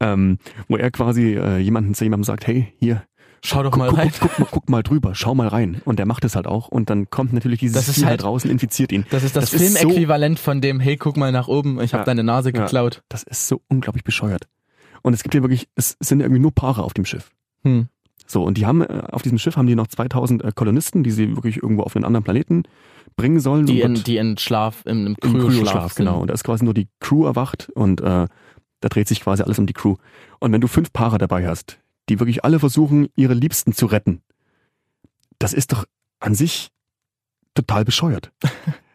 [SPEAKER 2] ähm, wo er quasi äh, jemanden zu jemandem sagt, hey, hier,
[SPEAKER 1] Schau doch
[SPEAKER 2] guck,
[SPEAKER 1] mal
[SPEAKER 2] guck,
[SPEAKER 1] rein.
[SPEAKER 2] Guck, guck, mal, guck mal drüber, schau mal rein. Und der macht es halt auch. Und dann kommt natürlich dieses
[SPEAKER 1] Das ist
[SPEAKER 2] Vieh
[SPEAKER 1] halt-
[SPEAKER 2] halt draußen, infiziert ihn.
[SPEAKER 1] Das ist das,
[SPEAKER 2] Das ist so-
[SPEAKER 1] Filmäquivalent von dem, hey, guck mal nach oben, ich habe
[SPEAKER 2] Ja.
[SPEAKER 1] deine Nase
[SPEAKER 2] Ja.
[SPEAKER 1] geklaut.
[SPEAKER 2] Das ist so unglaublich bescheuert. Und es gibt ja wirklich, es sind irgendwie nur Paare auf dem Schiff.
[SPEAKER 1] Hm.
[SPEAKER 2] So, und die haben, äh, auf diesem Schiff haben die noch 2000 äh, Kolonisten, die sie wirklich irgendwo auf einen anderen Planeten bringen sollen.
[SPEAKER 1] Die,
[SPEAKER 2] und
[SPEAKER 1] in,
[SPEAKER 2] dort
[SPEAKER 1] die in Schlaf, im, im
[SPEAKER 2] Oh im
[SPEAKER 1] Kryoschlaf, sind.
[SPEAKER 2] genau. Und da ist quasi nur die Crew erwacht und äh, da dreht sich quasi alles um die Crew. Und wenn du fünf Paare dabei hast, die wirklich alle versuchen, ihre Liebsten zu retten, das ist doch an sich total bescheuert.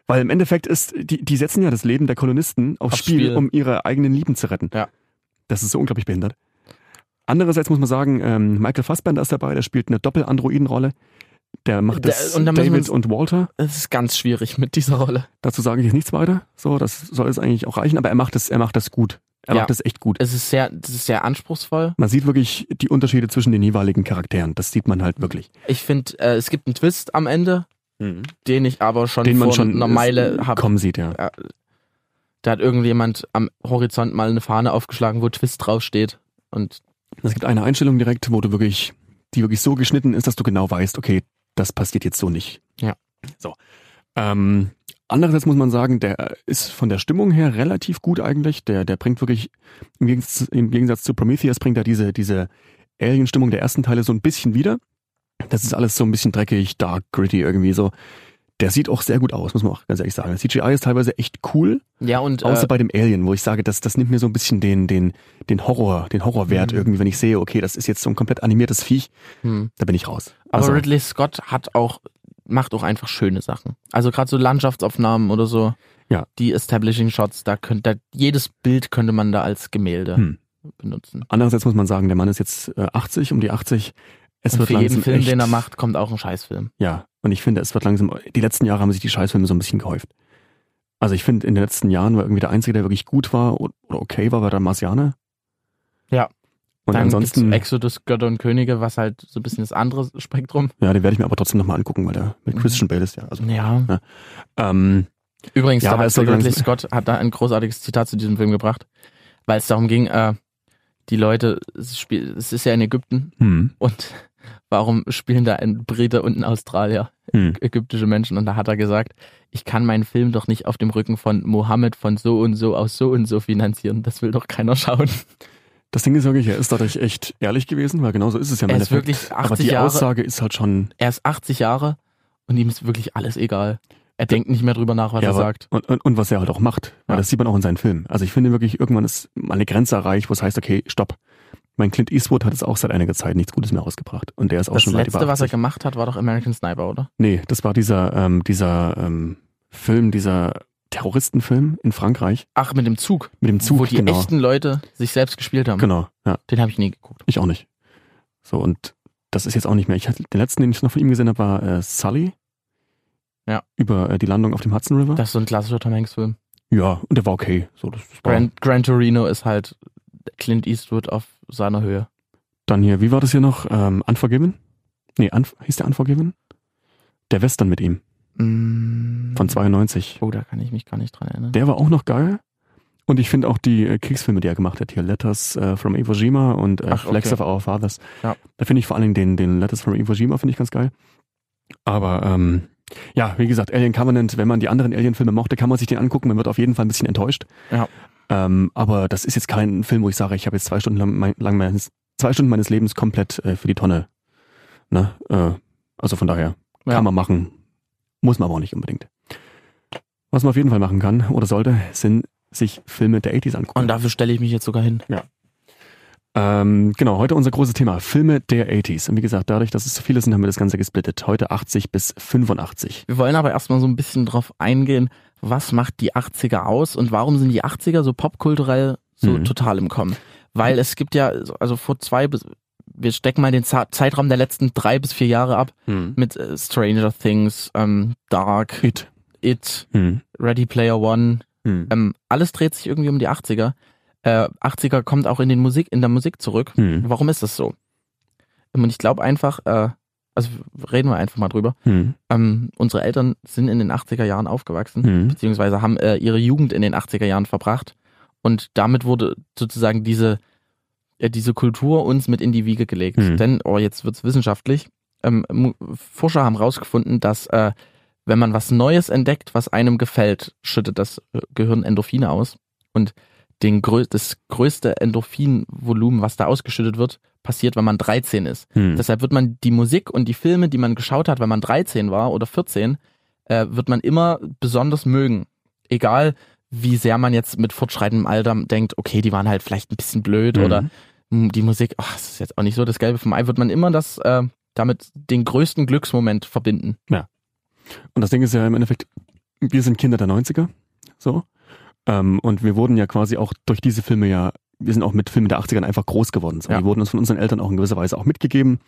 [SPEAKER 2] Weil im Endeffekt ist, die, die setzen ja das Leben der Kolonisten aufs,
[SPEAKER 1] Aufs
[SPEAKER 2] Spiel,
[SPEAKER 1] Spiel.
[SPEAKER 2] um ihre eigenen Lieben zu retten.
[SPEAKER 1] Ja.
[SPEAKER 2] Das ist so unglaublich behindert. Andererseits muss man sagen, ähm, Michael Fassbender ist dabei, der spielt eine Doppel-Androiden-Rolle. Der macht
[SPEAKER 1] Da-
[SPEAKER 2] das
[SPEAKER 1] und da müssen wir
[SPEAKER 2] David
[SPEAKER 1] uns-
[SPEAKER 2] und Walter.
[SPEAKER 1] Es ist ganz schwierig mit dieser Rolle.
[SPEAKER 2] Dazu sage ich jetzt nichts weiter. So, das soll es eigentlich auch reichen, aber er macht es, er macht das gut. Er
[SPEAKER 1] Ja.
[SPEAKER 2] macht das echt gut.
[SPEAKER 1] Es ist sehr, das ist sehr anspruchsvoll.
[SPEAKER 2] Man sieht wirklich die Unterschiede zwischen den jeweiligen Charakteren. Das sieht man halt wirklich.
[SPEAKER 1] Ich finde, äh, es gibt einen Twist am Ende, den ich aber schon
[SPEAKER 2] Den man
[SPEAKER 1] vor
[SPEAKER 2] schon
[SPEAKER 1] Mhm. einer
[SPEAKER 2] äh,
[SPEAKER 1] Meile habe.
[SPEAKER 2] kommen sieht, ja.
[SPEAKER 1] Da hat irgendjemand am Horizont mal eine Fahne aufgeschlagen, wo Twist draufsteht. Und
[SPEAKER 2] Es gibt eine Einstellung direkt, wo du wirklich, die wirklich so geschnitten ist, dass du genau weißt, okay, das passiert jetzt so nicht.
[SPEAKER 1] Ja.
[SPEAKER 2] So. Ähm, andererseits muss man sagen, der ist von der Stimmung her relativ gut eigentlich. Der, der bringt wirklich, im Gegensatz, im Gegensatz zu Prometheus, bringt er diese, diese Alien-Stimmung der ersten Teile so ein bisschen wieder. Das ist alles so ein bisschen dreckig, dark, gritty irgendwie so. Der sieht auch sehr gut aus, muss man auch ganz ehrlich sagen. CGI ist teilweise echt cool.
[SPEAKER 1] ja, und
[SPEAKER 2] Außer
[SPEAKER 1] äh,
[SPEAKER 2] bei dem Alien, wo ich sage, das, das nimmt mir so ein bisschen den, den, den Horror, den Horrorwert
[SPEAKER 1] Mhm.
[SPEAKER 2] irgendwie, wenn ich sehe, okay, das ist jetzt so ein komplett animiertes Viech,
[SPEAKER 1] hm.
[SPEAKER 2] da bin ich raus.
[SPEAKER 1] aber
[SPEAKER 2] Also,
[SPEAKER 1] Ridley Scott hat auch, macht auch einfach schöne Sachen. Also gerade so Landschaftsaufnahmen oder so.
[SPEAKER 2] Ja.
[SPEAKER 1] Die Establishing Shots, da könnte, da, jedes Bild könnte man da als Gemälde
[SPEAKER 2] Hm.
[SPEAKER 1] benutzen.
[SPEAKER 2] andererseits muss man sagen, der Mann ist jetzt äh, 80, um die 80. Es
[SPEAKER 1] Und
[SPEAKER 2] wird
[SPEAKER 1] für
[SPEAKER 2] langsam
[SPEAKER 1] jeden Film,
[SPEAKER 2] echt,
[SPEAKER 1] den er macht, kommt auch ein Scheißfilm.
[SPEAKER 2] Ja, und ich finde, es wird langsam, die letzten Jahre haben sich die Scheißfilme so ein bisschen gehäuft. Also ich finde, in den letzten Jahren war irgendwie der Einzige, der wirklich gut war o- oder okay war, war der Marsianer.
[SPEAKER 1] Ja.
[SPEAKER 2] Und
[SPEAKER 1] Dann
[SPEAKER 2] ansonsten,
[SPEAKER 1] gibt's Exodus, Götter und Könige, was halt so ein bisschen das andere Spektrum.
[SPEAKER 2] ja, den werde ich mir aber trotzdem nochmal angucken, weil der mit
[SPEAKER 1] Mhm.
[SPEAKER 2] Christian Bale ist ja. Also,
[SPEAKER 1] Ja.
[SPEAKER 2] ähm,
[SPEAKER 1] Übrigens,
[SPEAKER 2] Ja,
[SPEAKER 1] da
[SPEAKER 2] aber
[SPEAKER 1] hat
[SPEAKER 2] es soll
[SPEAKER 1] Ridley
[SPEAKER 2] langsam-
[SPEAKER 1] Scott hat da ein großartiges Zitat zu diesem Film gebracht, weil es darum ging, äh, die Leute, es, spiel, es ist ja in Ägypten
[SPEAKER 2] hm.
[SPEAKER 1] und warum spielen da ein Brite und ein Australier
[SPEAKER 2] Hm.
[SPEAKER 1] ägyptische Menschen? Und da hat er gesagt, ich kann meinen Film doch nicht auf dem Rücken von Mohammed von so und so aus so und so finanzieren. Das will doch keiner schauen.
[SPEAKER 2] Das Ding ist wirklich, er ist dadurch echt ehrlich gewesen, weil genau so ist es ja im
[SPEAKER 1] Er ist
[SPEAKER 2] Endeffekt.
[SPEAKER 1] wirklich
[SPEAKER 2] Aber
[SPEAKER 1] 80
[SPEAKER 2] die
[SPEAKER 1] Jahre-
[SPEAKER 2] Aussage ist halt schon.
[SPEAKER 1] Er ist 80 Jahre und ihm ist wirklich alles egal. Er denkt nicht mehr drüber nach, was
[SPEAKER 2] ja,
[SPEAKER 1] er
[SPEAKER 2] aber-
[SPEAKER 1] sagt.
[SPEAKER 2] Und, und, und was er halt auch macht. Weil
[SPEAKER 1] Ja.
[SPEAKER 2] das sieht man auch in seinen Filmen. Also ich finde wirklich, irgendwann ist mal eine Grenze erreicht, wo es heißt, okay, stopp. Mein Clint Eastwood hat es auch seit einiger Zeit nichts Gutes mehr rausgebracht. Und der ist auch
[SPEAKER 1] Das
[SPEAKER 2] schon weit
[SPEAKER 1] letzte,
[SPEAKER 2] über
[SPEAKER 1] was er
[SPEAKER 2] 80.
[SPEAKER 1] gemacht hat, war doch American Sniper, oder?
[SPEAKER 2] Nee, das war dieser, ähm, dieser ähm, Film, dieser Terroristenfilm in Frankreich
[SPEAKER 1] Ach, mit dem Zug.
[SPEAKER 2] mit dem Zug.
[SPEAKER 1] wo die
[SPEAKER 2] genau.
[SPEAKER 1] echten Leute sich selbst gespielt haben.
[SPEAKER 2] Genau, ja.
[SPEAKER 1] Den habe ich nie geguckt.
[SPEAKER 2] Ich auch nicht. So, und das ist jetzt auch nicht mehr. Ich hatte, den letzten, den ich noch von ihm gesehen habe, war äh, Sully.
[SPEAKER 1] Ja.
[SPEAKER 2] Über äh, die Landung auf dem Hudson River.
[SPEAKER 1] Das ist so ein klassischer Tom Hanks-Film.
[SPEAKER 2] ja, und der war okay. So, das, das war.
[SPEAKER 1] Gran, Gran Torino ist halt Clint Eastwood auf seiner Höhe.
[SPEAKER 2] Dann hier, wie war das hier noch? Ähm, Unforgiven? Nee, Unf hieß der Unforgiven? Der Western mit ihm
[SPEAKER 1] Mm.
[SPEAKER 2] von 92.
[SPEAKER 1] Oh, da kann ich mich gar nicht dran erinnern.
[SPEAKER 2] Der war auch noch geil. Und ich finde auch die äh, Kriegsfilme, die er gemacht hat, hier Letters äh, from Iwo Jima und äh,
[SPEAKER 1] Ach,
[SPEAKER 2] Flags
[SPEAKER 1] okay.
[SPEAKER 2] of Our Fathers.
[SPEAKER 1] Ja.
[SPEAKER 2] Da finde ich vor allen Dingen den, den Letters from Iwo Jima finde ich ganz geil. Aber ähm, ja, wie gesagt, Alien Covenant, wenn man die anderen Alien-Filme mochte, kann man sich den angucken. Man wird auf jeden Fall ein bisschen enttäuscht.
[SPEAKER 1] Ja.
[SPEAKER 2] Ähm, aber das ist jetzt kein Film, wo ich sage, ich habe jetzt zwei Stunden lang, mein, lang meines, zwei Stunden meines Lebens komplett äh, für die Tonne. Ne? Äh, also von daher,
[SPEAKER 1] Ja.
[SPEAKER 2] kann man machen. Muss man aber auch nicht unbedingt. Was man auf jeden Fall machen kann oder sollte, sind sich Filme der 80s angucken.
[SPEAKER 1] Und dafür stelle ich mich jetzt sogar hin.
[SPEAKER 2] Ähm, genau, heute unser großes Thema, Filme der 80s. Und wie gesagt, dadurch, dass es so viele sind, haben wir das Ganze gesplittet. Heute 80 bis 85.
[SPEAKER 1] Wir wollen aber erstmal so ein bisschen drauf eingehen, was macht die 80er aus und warum sind die 80er so popkulturell so
[SPEAKER 2] Mhm.
[SPEAKER 1] total im Kommen? Weil es gibt ja, so- also vor zwei bis, wir stecken mal den Za- Zeitraum der letzten drei bis vier Jahre ab mit äh, Stranger Things, ähm, Dark,
[SPEAKER 2] It.
[SPEAKER 1] It,
[SPEAKER 2] Hm.
[SPEAKER 1] Ready Player One, ähm, alles dreht sich irgendwie um die 80er. Äh, 80er kommt auch in den Musik, in der Musik zurück.
[SPEAKER 2] Mhm.
[SPEAKER 1] Warum ist das so? Und ich glaube einfach, äh, also reden wir einfach mal drüber.
[SPEAKER 2] Hm.
[SPEAKER 1] Ähm, unsere Eltern sind in den 80er Jahren aufgewachsen,
[SPEAKER 2] Mhm.
[SPEAKER 1] beziehungsweise haben äh, ihre Jugend in den 80er Jahren verbracht. Und damit wurde sozusagen diese, äh, diese Kultur uns mit in die Wiege gelegt.
[SPEAKER 2] Mhm.
[SPEAKER 1] Denn, oh, jetzt wird's wissenschaftlich. Ähm, Mu- Forscher haben rausgefunden, dass äh, wenn man was Neues entdeckt, was einem gefällt, schüttet das äh, Gehirn Endorphine aus. Und den grö das größte Endorphinvolumen, was da ausgeschüttet wird, passiert, wenn man 13 ist.
[SPEAKER 2] Hm.
[SPEAKER 1] Deshalb wird man die Musik und die Filme, die man geschaut hat, wenn man 13 war oder 14, äh, wird man immer besonders mögen. Egal, wie sehr man jetzt mit fortschreitendem Alter denkt, okay, die waren halt vielleicht ein bisschen blöd
[SPEAKER 2] Mhm.
[SPEAKER 1] oder hm, die Musik, ach, das ist jetzt auch nicht so das Gelbe vom Ei, wird man immer das äh, damit den größten Glücksmoment verbinden.
[SPEAKER 2] Und das Ding ist ja im Endeffekt, wir sind Kinder der 90er. So. Ähm, und wir wurden ja quasi auch durch diese Filme ja, wir sind auch mit Filmen der 80ern einfach groß geworden. So.
[SPEAKER 1] Ja.
[SPEAKER 2] Die wurden uns von unseren Eltern auch in gewisser Weise auch mitgegeben.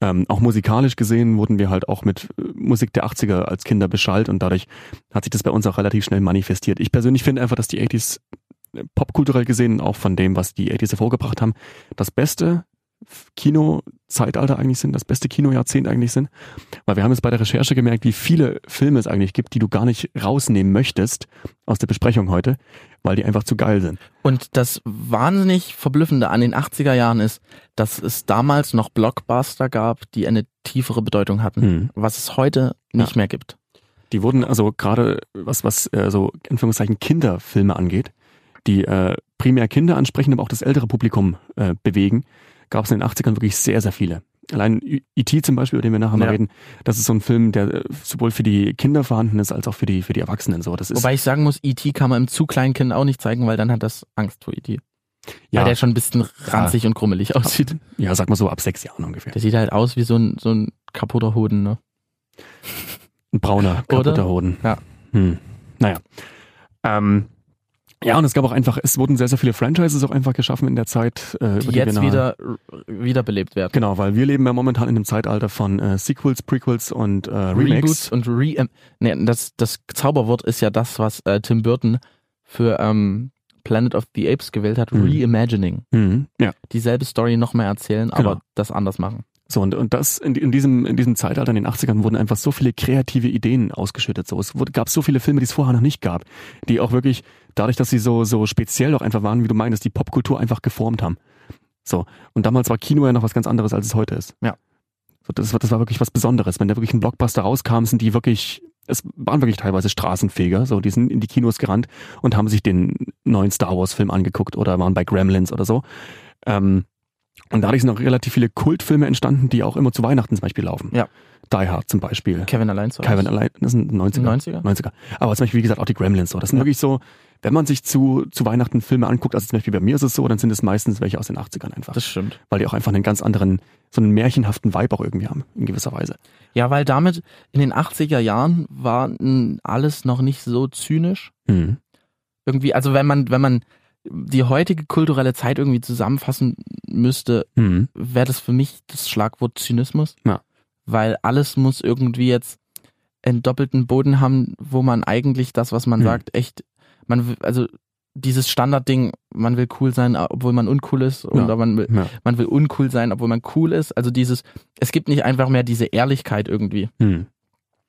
[SPEAKER 2] Ähm, auch musikalisch gesehen wurden wir halt auch mit äh, Musik der 80er als Kinder beschallt und dadurch hat sich das bei uns auch relativ schnell manifestiert. Ich persönlich finde einfach, dass die 80s äh, popkulturell gesehen, auch von dem, was die 80s hervorgebracht haben, das beste Kino-Zeitalter eigentlich sind, das beste Kinojahrzehnt eigentlich sind. Weil wir haben jetzt bei der Recherche gemerkt, wie viele Filme es eigentlich gibt, die du gar nicht rausnehmen möchtest aus der Besprechung heute, weil die einfach zu geil sind.
[SPEAKER 1] Und das wahnsinnig Verblüffende an den 80er Jahren ist, dass es damals noch Blockbuster gab, die eine tiefere Bedeutung hatten,
[SPEAKER 2] Mhm.
[SPEAKER 1] was es heute nicht mehr gibt.
[SPEAKER 2] Die wurden also gerade, was, was äh, so in Anführungszeichen Kinderfilme angeht, die äh, primär Kinder ansprechen, aber auch das ältere Publikum äh, bewegen, gab es in den 80ern wirklich sehr, sehr viele. Allein I- E.T. zum Beispiel, über den wir nachher mal
[SPEAKER 1] Ja.
[SPEAKER 2] reden, das ist so ein Film, der äh, sowohl für die Kinder vorhanden ist, als auch für die, für die Erwachsenen. So, das ist,
[SPEAKER 1] Wobei ich sagen muss, E.T. kann man im zu kleinen Kind auch nicht zeigen, weil dann hat das Angst vor E.T.
[SPEAKER 2] ja,
[SPEAKER 1] Weil der schon ein bisschen ranzig und krummelig aussieht.
[SPEAKER 2] ja, sag mal so ab sechs Jahren ungefähr.
[SPEAKER 1] Der sieht halt aus wie so ein, so ein kaputter Hoden, ne?
[SPEAKER 2] Ein brauner,
[SPEAKER 1] Oder?
[SPEAKER 2] kaputter Hoden.
[SPEAKER 1] Ja.
[SPEAKER 2] Hm. Naja. Ähm, ja, und es gab auch einfach, es wurden sehr, sehr viele Franchises auch einfach geschaffen in der Zeit. Äh, über
[SPEAKER 1] Die jetzt
[SPEAKER 2] nachher-
[SPEAKER 1] wieder, wiederbelebt werden.
[SPEAKER 2] Genau, weil wir leben ja momentan in einem Zeitalter von äh, Sequels, Prequels und äh, Remakes.
[SPEAKER 1] Reboots und Re... Ähm, nee, das, das Zauberwort ist ja das, was äh, Tim Burton für ähm, Planet of the Apes gewählt hat.
[SPEAKER 2] Mhm.
[SPEAKER 1] Reimagining.
[SPEAKER 2] Mhm. Ja.
[SPEAKER 1] Dieselbe Story nochmal erzählen,
[SPEAKER 2] Genau.
[SPEAKER 1] aber das anders machen.
[SPEAKER 2] So, und, und das in, in, diesem, in diesem Zeitalter in den 80ern wurden einfach so viele kreative Ideen ausgeschüttet. So, es wurde, gab so viele Filme, die es vorher noch nicht gab, die auch wirklich, dadurch, dass sie so, so speziell auch einfach waren, wie du meinst, die Popkultur einfach geformt haben. So, und damals war Kino ja noch was ganz anderes, als es heute ist.
[SPEAKER 1] Ja.
[SPEAKER 2] So, das, war- das war wirklich was Besonderes. Wenn da wirklich ein Blockbuster rauskam, sind die wirklich, es waren wirklich teilweise Straßenfeger, so, die sind in die Kinos gerannt und haben sich den neuen Star Wars-Film angeguckt oder waren bei Gremlins oder so. Ähm, und dadurch sind auch relativ viele Kultfilme entstanden, die auch immer zu Weihnachten zum Beispiel laufen.
[SPEAKER 1] Ja.
[SPEAKER 2] Die Hard zum Beispiel.
[SPEAKER 1] Kevin allein zu
[SPEAKER 2] Calvin allein, das sind 90er.
[SPEAKER 1] 90er?
[SPEAKER 2] 90er. Aber zum Beispiel, wie gesagt, auch die Gremlins so. Das sind
[SPEAKER 1] Ja.
[SPEAKER 2] wirklich so, wenn man sich zu, zu Weihnachten Filme anguckt, also zum Beispiel bei mir ist es so, dann sind es meistens welche aus den 80ern einfach.
[SPEAKER 1] Das stimmt.
[SPEAKER 2] weil die auch einfach einen ganz anderen, so einen märchenhaften Vibe auch irgendwie haben, in gewisser Weise.
[SPEAKER 1] Ja, weil damit in den 80er Jahren war n, alles noch nicht so zynisch.
[SPEAKER 2] Mhm.
[SPEAKER 1] Irgendwie, also wenn man, wenn man die heutige kulturelle Zeit irgendwie zusammenfassen müsste,
[SPEAKER 2] Mhm.
[SPEAKER 1] wäre das für mich das Schlagwort Zynismus.
[SPEAKER 2] Ja.
[SPEAKER 1] Weil alles muss irgendwie jetzt einen doppelten Boden haben, wo man eigentlich das, was man
[SPEAKER 2] Mhm.
[SPEAKER 1] sagt, echt, man will, also dieses Standardding, man will cool sein, obwohl man uncool ist, oder man will,
[SPEAKER 2] Ja.
[SPEAKER 1] man will uncool sein, obwohl man cool ist. Also dieses, es gibt nicht einfach mehr diese Ehrlichkeit irgendwie.
[SPEAKER 2] Mhm.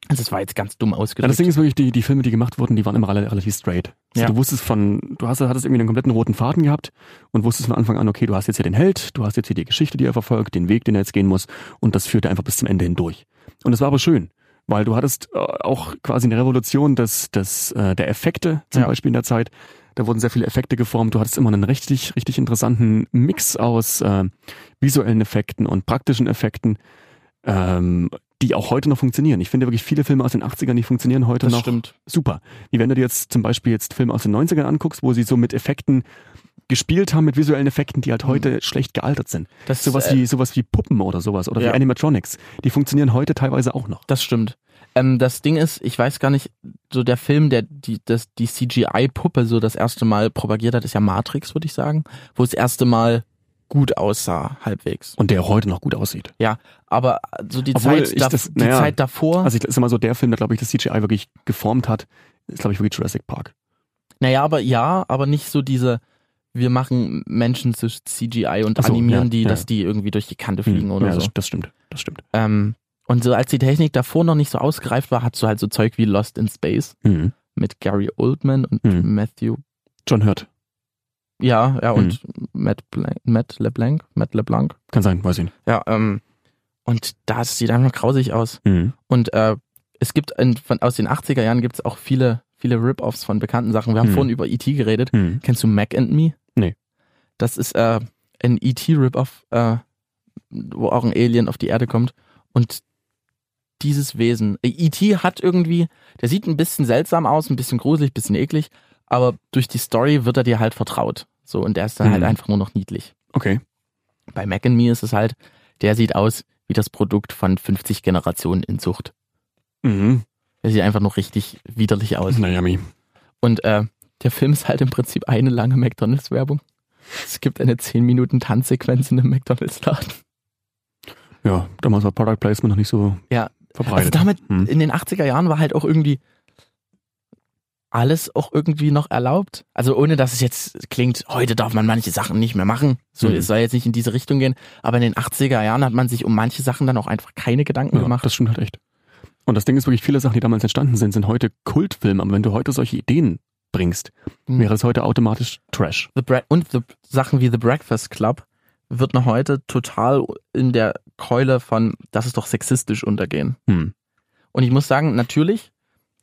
[SPEAKER 1] Also das war jetzt ganz dumm
[SPEAKER 2] Ja, das
[SPEAKER 1] ausgedrückt.
[SPEAKER 2] Ding ist wirklich, die, die Filme, die gemacht wurden, die waren immer alle relativ straight. So,
[SPEAKER 1] Ja.
[SPEAKER 2] Du wusstest von, du hast, hattest irgendwie einen kompletten roten Faden gehabt und wusstest von Anfang an, okay, du hast jetzt hier den Held, du hast jetzt hier die Geschichte, die er verfolgt, den Weg, den er jetzt gehen muss und das führte einfach bis zum Ende hindurch. Und das war aber schön, weil du hattest äh, auch quasi eine Revolution des, des, äh, der Effekte zum
[SPEAKER 1] Ja.
[SPEAKER 2] Beispiel in der Zeit. Da wurden sehr viele Effekte geformt. Du hattest immer einen richtig, richtig interessanten Mix aus äh, visuellen Effekten und praktischen Effekten. Ähm, die auch heute noch funktionieren. Ich finde wirklich viele Filme aus den 80ern, die funktionieren heute
[SPEAKER 1] das
[SPEAKER 2] noch
[SPEAKER 1] stimmt.
[SPEAKER 2] super. Wie wenn du dir jetzt zum Beispiel jetzt Filme aus den 90ern anguckst, wo sie so mit Effekten gespielt haben, mit visuellen Effekten, die halt heute schlecht gealtert sind.
[SPEAKER 1] Mhm. Das,
[SPEAKER 2] Sowas
[SPEAKER 1] äh,
[SPEAKER 2] wie, sowas wie Puppen oder sowas oder
[SPEAKER 1] ja.
[SPEAKER 2] wie Animatronics. Die funktionieren heute teilweise auch noch.
[SPEAKER 1] das stimmt. Ähm, das Ding ist, ich weiß gar nicht, so der Film, der die, das, die CGI-Puppe so das erste Mal propagiert hat, ist ja Matrix, würde ich sagen, wo es das erste Mal gut aussah, halbwegs.
[SPEAKER 2] Und der heute noch gut aussieht.
[SPEAKER 1] Aber äh, so die,
[SPEAKER 2] Obwohl ich
[SPEAKER 1] Zeit, da,
[SPEAKER 2] das-
[SPEAKER 1] die
[SPEAKER 2] naja.
[SPEAKER 1] Zeit davor,
[SPEAKER 2] Also ich ist immer so der Film, der glaube ich das CGI wirklich geformt hat, ist glaube ich wirklich Jurassic Park.
[SPEAKER 1] naja, aber ja, aber nicht so diese, wir machen Menschen zu CGI und
[SPEAKER 2] Ach so,
[SPEAKER 1] animieren
[SPEAKER 2] ja,
[SPEAKER 1] die,
[SPEAKER 2] ja.
[SPEAKER 1] dass die irgendwie durch die Kante fliegen
[SPEAKER 2] Hm.
[SPEAKER 1] oder
[SPEAKER 2] ja,
[SPEAKER 1] so.
[SPEAKER 2] das, das stimmt, das stimmt.
[SPEAKER 1] Ähm, Und so als die Technik davor noch nicht so ausgereift war, hast du halt so Zeug wie Lost in Space
[SPEAKER 2] Mhm.
[SPEAKER 1] mit Gary Oldman und
[SPEAKER 2] Mhm.
[SPEAKER 1] Matthew.
[SPEAKER 2] John Hurt.
[SPEAKER 1] Ja, ja, und Matt, Blank, Matt LeBlanc. Matt LeBlanc.
[SPEAKER 2] Kann sein, weiß ich nicht.
[SPEAKER 1] Ja, ähm, und das sieht einfach grausig aus.
[SPEAKER 2] Mhm.
[SPEAKER 1] Und äh, es gibt in, von, aus den 80er Jahren gibt es auch viele, viele Rip-Offs von bekannten Sachen. Wir haben
[SPEAKER 2] Mhm.
[SPEAKER 1] vorhin über E.T. geredet.
[SPEAKER 2] Mhm.
[SPEAKER 1] Kennst du Mac and Me?
[SPEAKER 2] Nee.
[SPEAKER 1] Das ist äh, ein E.T.-Rip-Off, äh, wo auch ein Alien auf die Erde kommt. Und dieses Wesen, äh, E.T. hat irgendwie, der sieht ein bisschen seltsam aus, ein bisschen gruselig, ein bisschen eklig, aber durch die Story wird er dir halt vertraut. So, und der ist dann
[SPEAKER 2] Mhm.
[SPEAKER 1] halt einfach nur noch niedlich.
[SPEAKER 2] Okay.
[SPEAKER 1] Bei Mac and Me ist es halt, der sieht aus wie das Produkt von 50 Generationen in Zucht.
[SPEAKER 2] Mhm.
[SPEAKER 1] Der sieht einfach nur richtig widerlich aus.
[SPEAKER 2] Na, yummy.
[SPEAKER 1] Und äh, der Film ist halt im Prinzip eine lange McDonalds-Werbung. Es gibt eine 10 Minuten Tanzsequenz in einem McDonalds-Laden.
[SPEAKER 2] Ja, damals war Product Placement noch nicht so
[SPEAKER 1] Ja. Also
[SPEAKER 2] verbreitet.
[SPEAKER 1] damit,
[SPEAKER 2] Mhm.
[SPEAKER 1] in den 80er Jahren war halt auch irgendwie alles auch irgendwie noch erlaubt. Also ohne, dass es jetzt klingt, heute darf man manche Sachen nicht mehr machen. So,
[SPEAKER 2] Mhm.
[SPEAKER 1] es soll jetzt nicht in diese Richtung gehen. Aber in den 80er Jahren hat man sich um manche Sachen dann auch einfach keine Gedanken
[SPEAKER 2] Ja,
[SPEAKER 1] gemacht.
[SPEAKER 2] Das stimmt halt echt. Und das Ding ist wirklich, viele Sachen, die damals entstanden sind, sind heute Kultfilme. Aber wenn du heute solche Ideen bringst,
[SPEAKER 1] Mhm.
[SPEAKER 2] wäre es heute automatisch Trash.
[SPEAKER 1] The Bre und the Sachen wie The Breakfast Club wird noch heute total in der Keule von, das ist doch sexistisch untergehen.
[SPEAKER 2] Hm.
[SPEAKER 1] Und ich muss sagen, natürlich,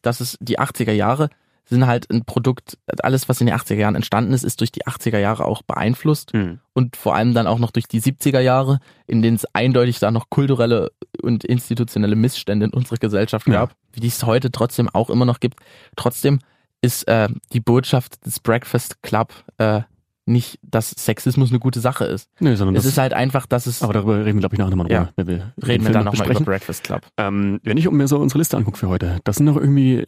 [SPEAKER 1] dass es die 80er Jahre sind halt ein Produkt, alles, was in den 80er Jahren entstanden ist, ist durch die 80er Jahre auch beeinflusst
[SPEAKER 2] Mhm.
[SPEAKER 1] und vor allem dann auch noch durch die 70er Jahre, in denen es eindeutig da noch kulturelle und institutionelle Missstände in unserer Gesellschaft
[SPEAKER 2] Ja.
[SPEAKER 1] gab, wie die es heute trotzdem auch immer noch gibt. Trotzdem ist äh, die Botschaft des Breakfast Club äh, nicht, dass Sexismus eine gute Sache ist.
[SPEAKER 2] Nee, sondern
[SPEAKER 1] Es
[SPEAKER 2] das,
[SPEAKER 1] ist halt einfach, dass es.
[SPEAKER 2] aber darüber reden wir, glaube ich, nachher nochmal
[SPEAKER 1] Ja.
[SPEAKER 2] drüber. wenn wir den
[SPEAKER 1] reden wir
[SPEAKER 2] Film
[SPEAKER 1] dann nochmal über
[SPEAKER 2] besprechen.
[SPEAKER 1] Breakfast Club.
[SPEAKER 2] Ähm, wenn ich mir so unsere Liste angucke für heute, das sind noch irgendwie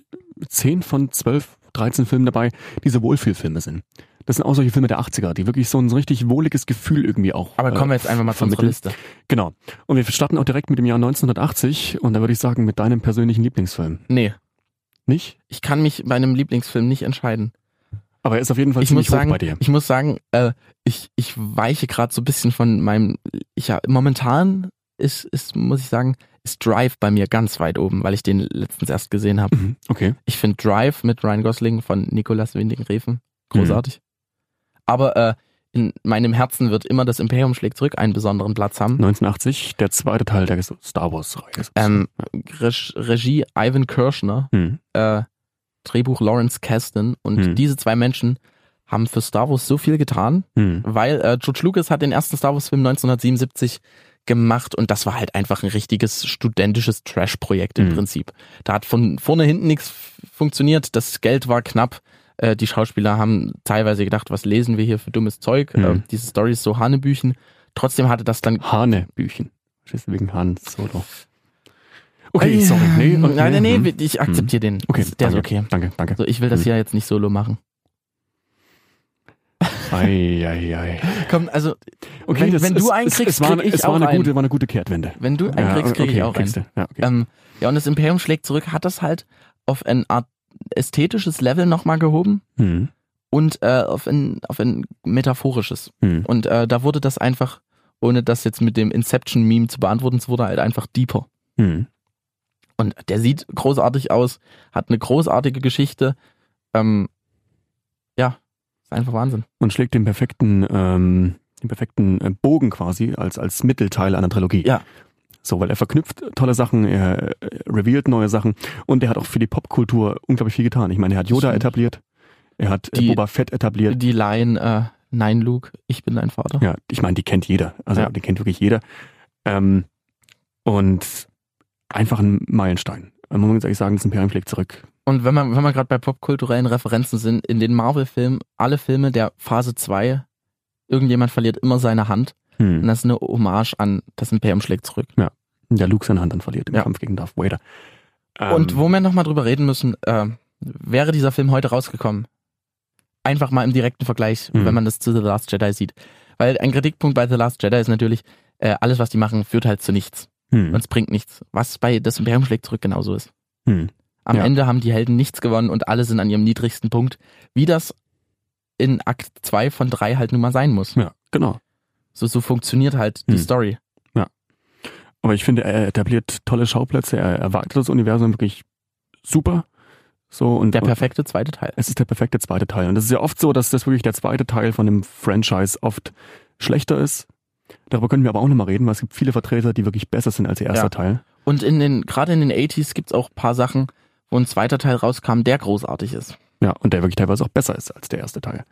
[SPEAKER 2] 10 von 12, 13 Filmen dabei, die so Wohlfühlfilme sind. Das sind auch solche Filme der 80er, die wirklich so ein richtig wohliges Gefühl irgendwie auch.
[SPEAKER 1] Aber kommen wir jetzt einfach mal zu unserer
[SPEAKER 2] äh, vermitteln.
[SPEAKER 1] Liste.
[SPEAKER 2] Genau. Und wir starten auch direkt mit dem Jahr 1980 und da würde ich sagen, mit deinem persönlichen Lieblingsfilm.
[SPEAKER 1] Nee.
[SPEAKER 2] Nicht?
[SPEAKER 1] Ich kann mich bei einem Lieblingsfilm nicht entscheiden.
[SPEAKER 2] Aber er ist auf jeden Fall
[SPEAKER 1] Ich muss
[SPEAKER 2] ziemlich
[SPEAKER 1] sagen,
[SPEAKER 2] hoch bei dir.
[SPEAKER 1] ich muss sagen, äh, ich, ich weiche gerade so ein bisschen von meinem. Ich ja, momentan ist, ist, muss ich sagen, ist Drive bei mir ganz weit oben, weil ich den letztens erst gesehen habe.
[SPEAKER 2] Mhm, Okay.
[SPEAKER 1] Ich finde Drive mit Ryan Gosling von Nicolas Winding Refn großartig. Aber äh, in meinem Herzen wird immer das Imperium schlägt zurück einen besonderen Platz haben.
[SPEAKER 2] 1980, der zweite Teil der Star Wars-Reihe. sozusagen.
[SPEAKER 1] Ähm, Reg- Regie Ivan Kirschner,
[SPEAKER 2] Hm.
[SPEAKER 1] äh, Drehbuch Lawrence Kasdan und
[SPEAKER 2] Hm.
[SPEAKER 1] diese zwei Menschen haben für Star Wars so viel getan,
[SPEAKER 2] Hm.
[SPEAKER 1] weil äh, George Lucas hat den ersten Star Wars Film 1977 gemacht und das war halt einfach ein richtiges studentisches Trash-Projekt im
[SPEAKER 2] Hm.
[SPEAKER 1] Prinzip. Da hat von vorne hinten nichts f- funktioniert, das Geld war knapp, äh, die Schauspieler haben teilweise gedacht, was lesen wir hier für dummes Zeug,
[SPEAKER 2] Hm.
[SPEAKER 1] äh, diese Story ist so Hanebüchen. Trotzdem hatte das dann
[SPEAKER 2] Hanebüchen. Verstehst du, wegen Han Solo. Okay,
[SPEAKER 1] Äh,
[SPEAKER 2] sorry. Nee, okay.
[SPEAKER 1] nein, nee,
[SPEAKER 2] hm.
[SPEAKER 1] nee, ich akzeptiere den. der
[SPEAKER 2] Okay,
[SPEAKER 1] ist
[SPEAKER 2] danke,
[SPEAKER 1] okay. also Mhm.
[SPEAKER 2] Danke, danke.
[SPEAKER 1] So, ich will das
[SPEAKER 2] Hm.
[SPEAKER 1] hier jetzt nicht solo machen.
[SPEAKER 2] Ei, ei, ei.
[SPEAKER 1] Komm, also Wenn- wenn du einen kriegst,
[SPEAKER 2] es war,
[SPEAKER 1] krieg ich
[SPEAKER 2] es war
[SPEAKER 1] auch
[SPEAKER 2] eine
[SPEAKER 1] einen.
[SPEAKER 2] gute, war eine gute Kehrtwende.
[SPEAKER 1] Wenn du einen kriegst, krieg ich
[SPEAKER 2] okay,
[SPEAKER 1] auch einen.
[SPEAKER 2] kriegst Du. Ja, okay.
[SPEAKER 1] Ähm, ja, und das Imperium schlägt zurück, hat das halt auf ein Art ästhetisches Level nochmal gehoben
[SPEAKER 2] Hm,
[SPEAKER 1] und äh, auf, ein, auf ein metaphorisches.
[SPEAKER 2] hm.
[SPEAKER 1] Und äh, da wurde das einfach, ohne das jetzt mit dem Inception-Meme zu beantworten, es wurde halt einfach deeper.
[SPEAKER 2] Hm.
[SPEAKER 1] Und der sieht großartig aus, hat eine großartige Geschichte. Ähm, ja, ist einfach Wahnsinn.
[SPEAKER 2] Und schlägt den perfekten, ähm, den perfekten äh, Bogen quasi als, als Mittelteil einer Trilogie.
[SPEAKER 1] Ja.
[SPEAKER 2] So, weil er verknüpft tolle Sachen, er äh, revealed neue Sachen und er hat auch für die Popkultur unglaublich viel getan. Ich meine, er hat Yoda
[SPEAKER 1] Stimmt.
[SPEAKER 2] etabliert, er hat äh,
[SPEAKER 1] Die-
[SPEAKER 2] Boba Fett etabliert.
[SPEAKER 1] Die Line, äh, nein, Luke, ich bin dein Vater.
[SPEAKER 2] Ja, ich meine, die kennt jeder. Also
[SPEAKER 1] Ja.
[SPEAKER 2] die kennt wirklich jeder. Ähm, und einfach ein Meilenstein. Man muss ehrlich sagen, das Imperium schlägt zurück.
[SPEAKER 1] Und wenn man, wenn man gerade bei popkulturellen Referenzen sind, in den Marvel-Filmen, alle Filme der Phase 2, irgendjemand verliert immer seine Hand. Und
[SPEAKER 2] Hm.
[SPEAKER 1] das ist eine Hommage an das Imperium schlägt zurück.
[SPEAKER 2] Der Luke seine Hand dann verliert im
[SPEAKER 1] Ja.
[SPEAKER 2] Kampf gegen Darth Vader. Ähm,
[SPEAKER 1] Und wo wir nochmal drüber reden müssen, äh, wäre dieser Film heute rausgekommen? Einfach mal im direkten Vergleich,
[SPEAKER 2] Mhm.
[SPEAKER 1] wenn man das zu The Last Jedi sieht. Weil ein Kritikpunkt bei The Last Jedi ist natürlich, äh, alles, was die machen, führt halt zu nichts.
[SPEAKER 2] Hm.
[SPEAKER 1] Und es bringt nichts. Was bei Das Imperium schlägt zurück genauso ist.
[SPEAKER 2] Hm.
[SPEAKER 1] Am
[SPEAKER 2] Ja.
[SPEAKER 1] Ende haben die Helden nichts gewonnen und alle sind an ihrem niedrigsten Punkt, wie das in Akt 2 von 3 halt nun mal sein muss.
[SPEAKER 2] Ja, genau.
[SPEAKER 1] So, so funktioniert halt die
[SPEAKER 2] Hm.
[SPEAKER 1] Story.
[SPEAKER 2] Aber ich finde, er etabliert tolle Schauplätze, er erwartet das Universum wirklich super. So und
[SPEAKER 1] Der
[SPEAKER 2] und
[SPEAKER 1] perfekte zweite Teil.
[SPEAKER 2] es ist der perfekte zweite Teil. Und das ist ja oft so, dass das wirklich der zweite Teil von einem Franchise oft schlechter ist. Darüber können wir aber auch nochmal reden, weil es gibt viele Vertreter, die wirklich besser sind als ihr erster
[SPEAKER 1] Ja.
[SPEAKER 2] Teil.
[SPEAKER 1] Und in den, gerade in den 80s gibt's auch paar Sachen, wo ein zweiter Teil rauskam, der großartig ist.
[SPEAKER 2] Ja, und der wirklich teilweise auch besser ist als der erste Teil.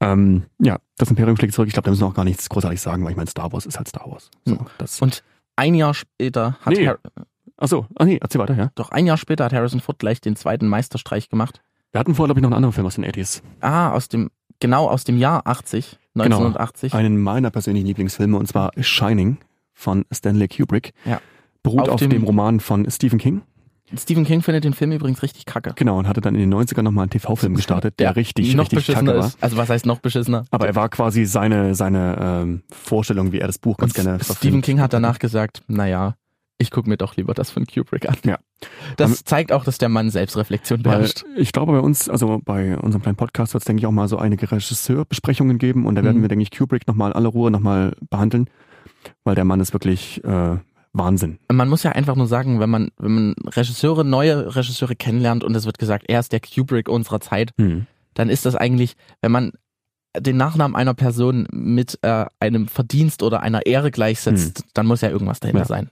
[SPEAKER 2] Ähm, ja, das Imperium schlägt zurück. Ich glaube, da müssen wir auch gar nichts großartig sagen, weil ich meine, Star Wars ist halt Star Wars. So,
[SPEAKER 1] Hm.
[SPEAKER 2] das,
[SPEAKER 1] Und ein Jahr später hat
[SPEAKER 2] Nee.
[SPEAKER 1] Har
[SPEAKER 2] ach so, ach nee, erzähl weiter, ja.
[SPEAKER 1] doch ein Jahr später hat Harrison Ford gleich den zweiten Meisterstreich gemacht.
[SPEAKER 2] Wir hatten vorher, glaube ich, noch einen anderen Film aus den 80s.
[SPEAKER 1] Ah, aus dem genau aus dem Jahr 80,
[SPEAKER 2] Genau.
[SPEAKER 1] 1980.
[SPEAKER 2] Einen meiner persönlichen Lieblingsfilme, und zwar Shining von Stanley Kubrick.
[SPEAKER 1] Ja.
[SPEAKER 2] Beruht auf,
[SPEAKER 1] Auf
[SPEAKER 2] dem,
[SPEAKER 1] dem-
[SPEAKER 2] Roman von Stephen King.
[SPEAKER 1] Stephen King findet den Film übrigens richtig kacke.
[SPEAKER 2] Genau, und hatte dann in den 90ern nochmal einen TV-Film gestartet, der richtig,
[SPEAKER 1] noch
[SPEAKER 2] richtig
[SPEAKER 1] beschissener
[SPEAKER 2] kacke war.
[SPEAKER 1] ist. Also was heißt noch beschissener?
[SPEAKER 2] Aber er war quasi seine, seine ähm, Vorstellung, wie er das Buch ganz
[SPEAKER 1] Und
[SPEAKER 2] gerne
[SPEAKER 1] Stephen
[SPEAKER 2] verfilmt.
[SPEAKER 1] King hat danach gesagt, naja, ich gucke mir doch lieber das von Kubrick an.
[SPEAKER 2] Ja. Ähm,
[SPEAKER 1] Das zeigt auch, dass der Mann Selbstreflexion
[SPEAKER 2] Weil
[SPEAKER 1] beherrscht.
[SPEAKER 2] ich glaube, bei uns, also bei unserem kleinen Podcast wird es, denke ich, auch mal so einige Regisseurbesprechungen geben und da werden
[SPEAKER 1] Mhm.
[SPEAKER 2] wir, denke ich, Kubrick nochmal in aller Ruhe nochmal behandeln, weil der Mann ist wirklich äh, Wahnsinn.
[SPEAKER 1] Man muss ja einfach nur sagen, wenn man, wenn man Regisseure, neue Regisseure kennenlernt und es wird gesagt, er ist der Kubrick unserer Zeit, dann ist das eigentlich, wenn man den Nachnamen einer Person mit äh, einem Verdienst oder einer Ehre gleichsetzt, dann muss ja irgendwas dahinter
[SPEAKER 2] Hm. Ja.
[SPEAKER 1] sein.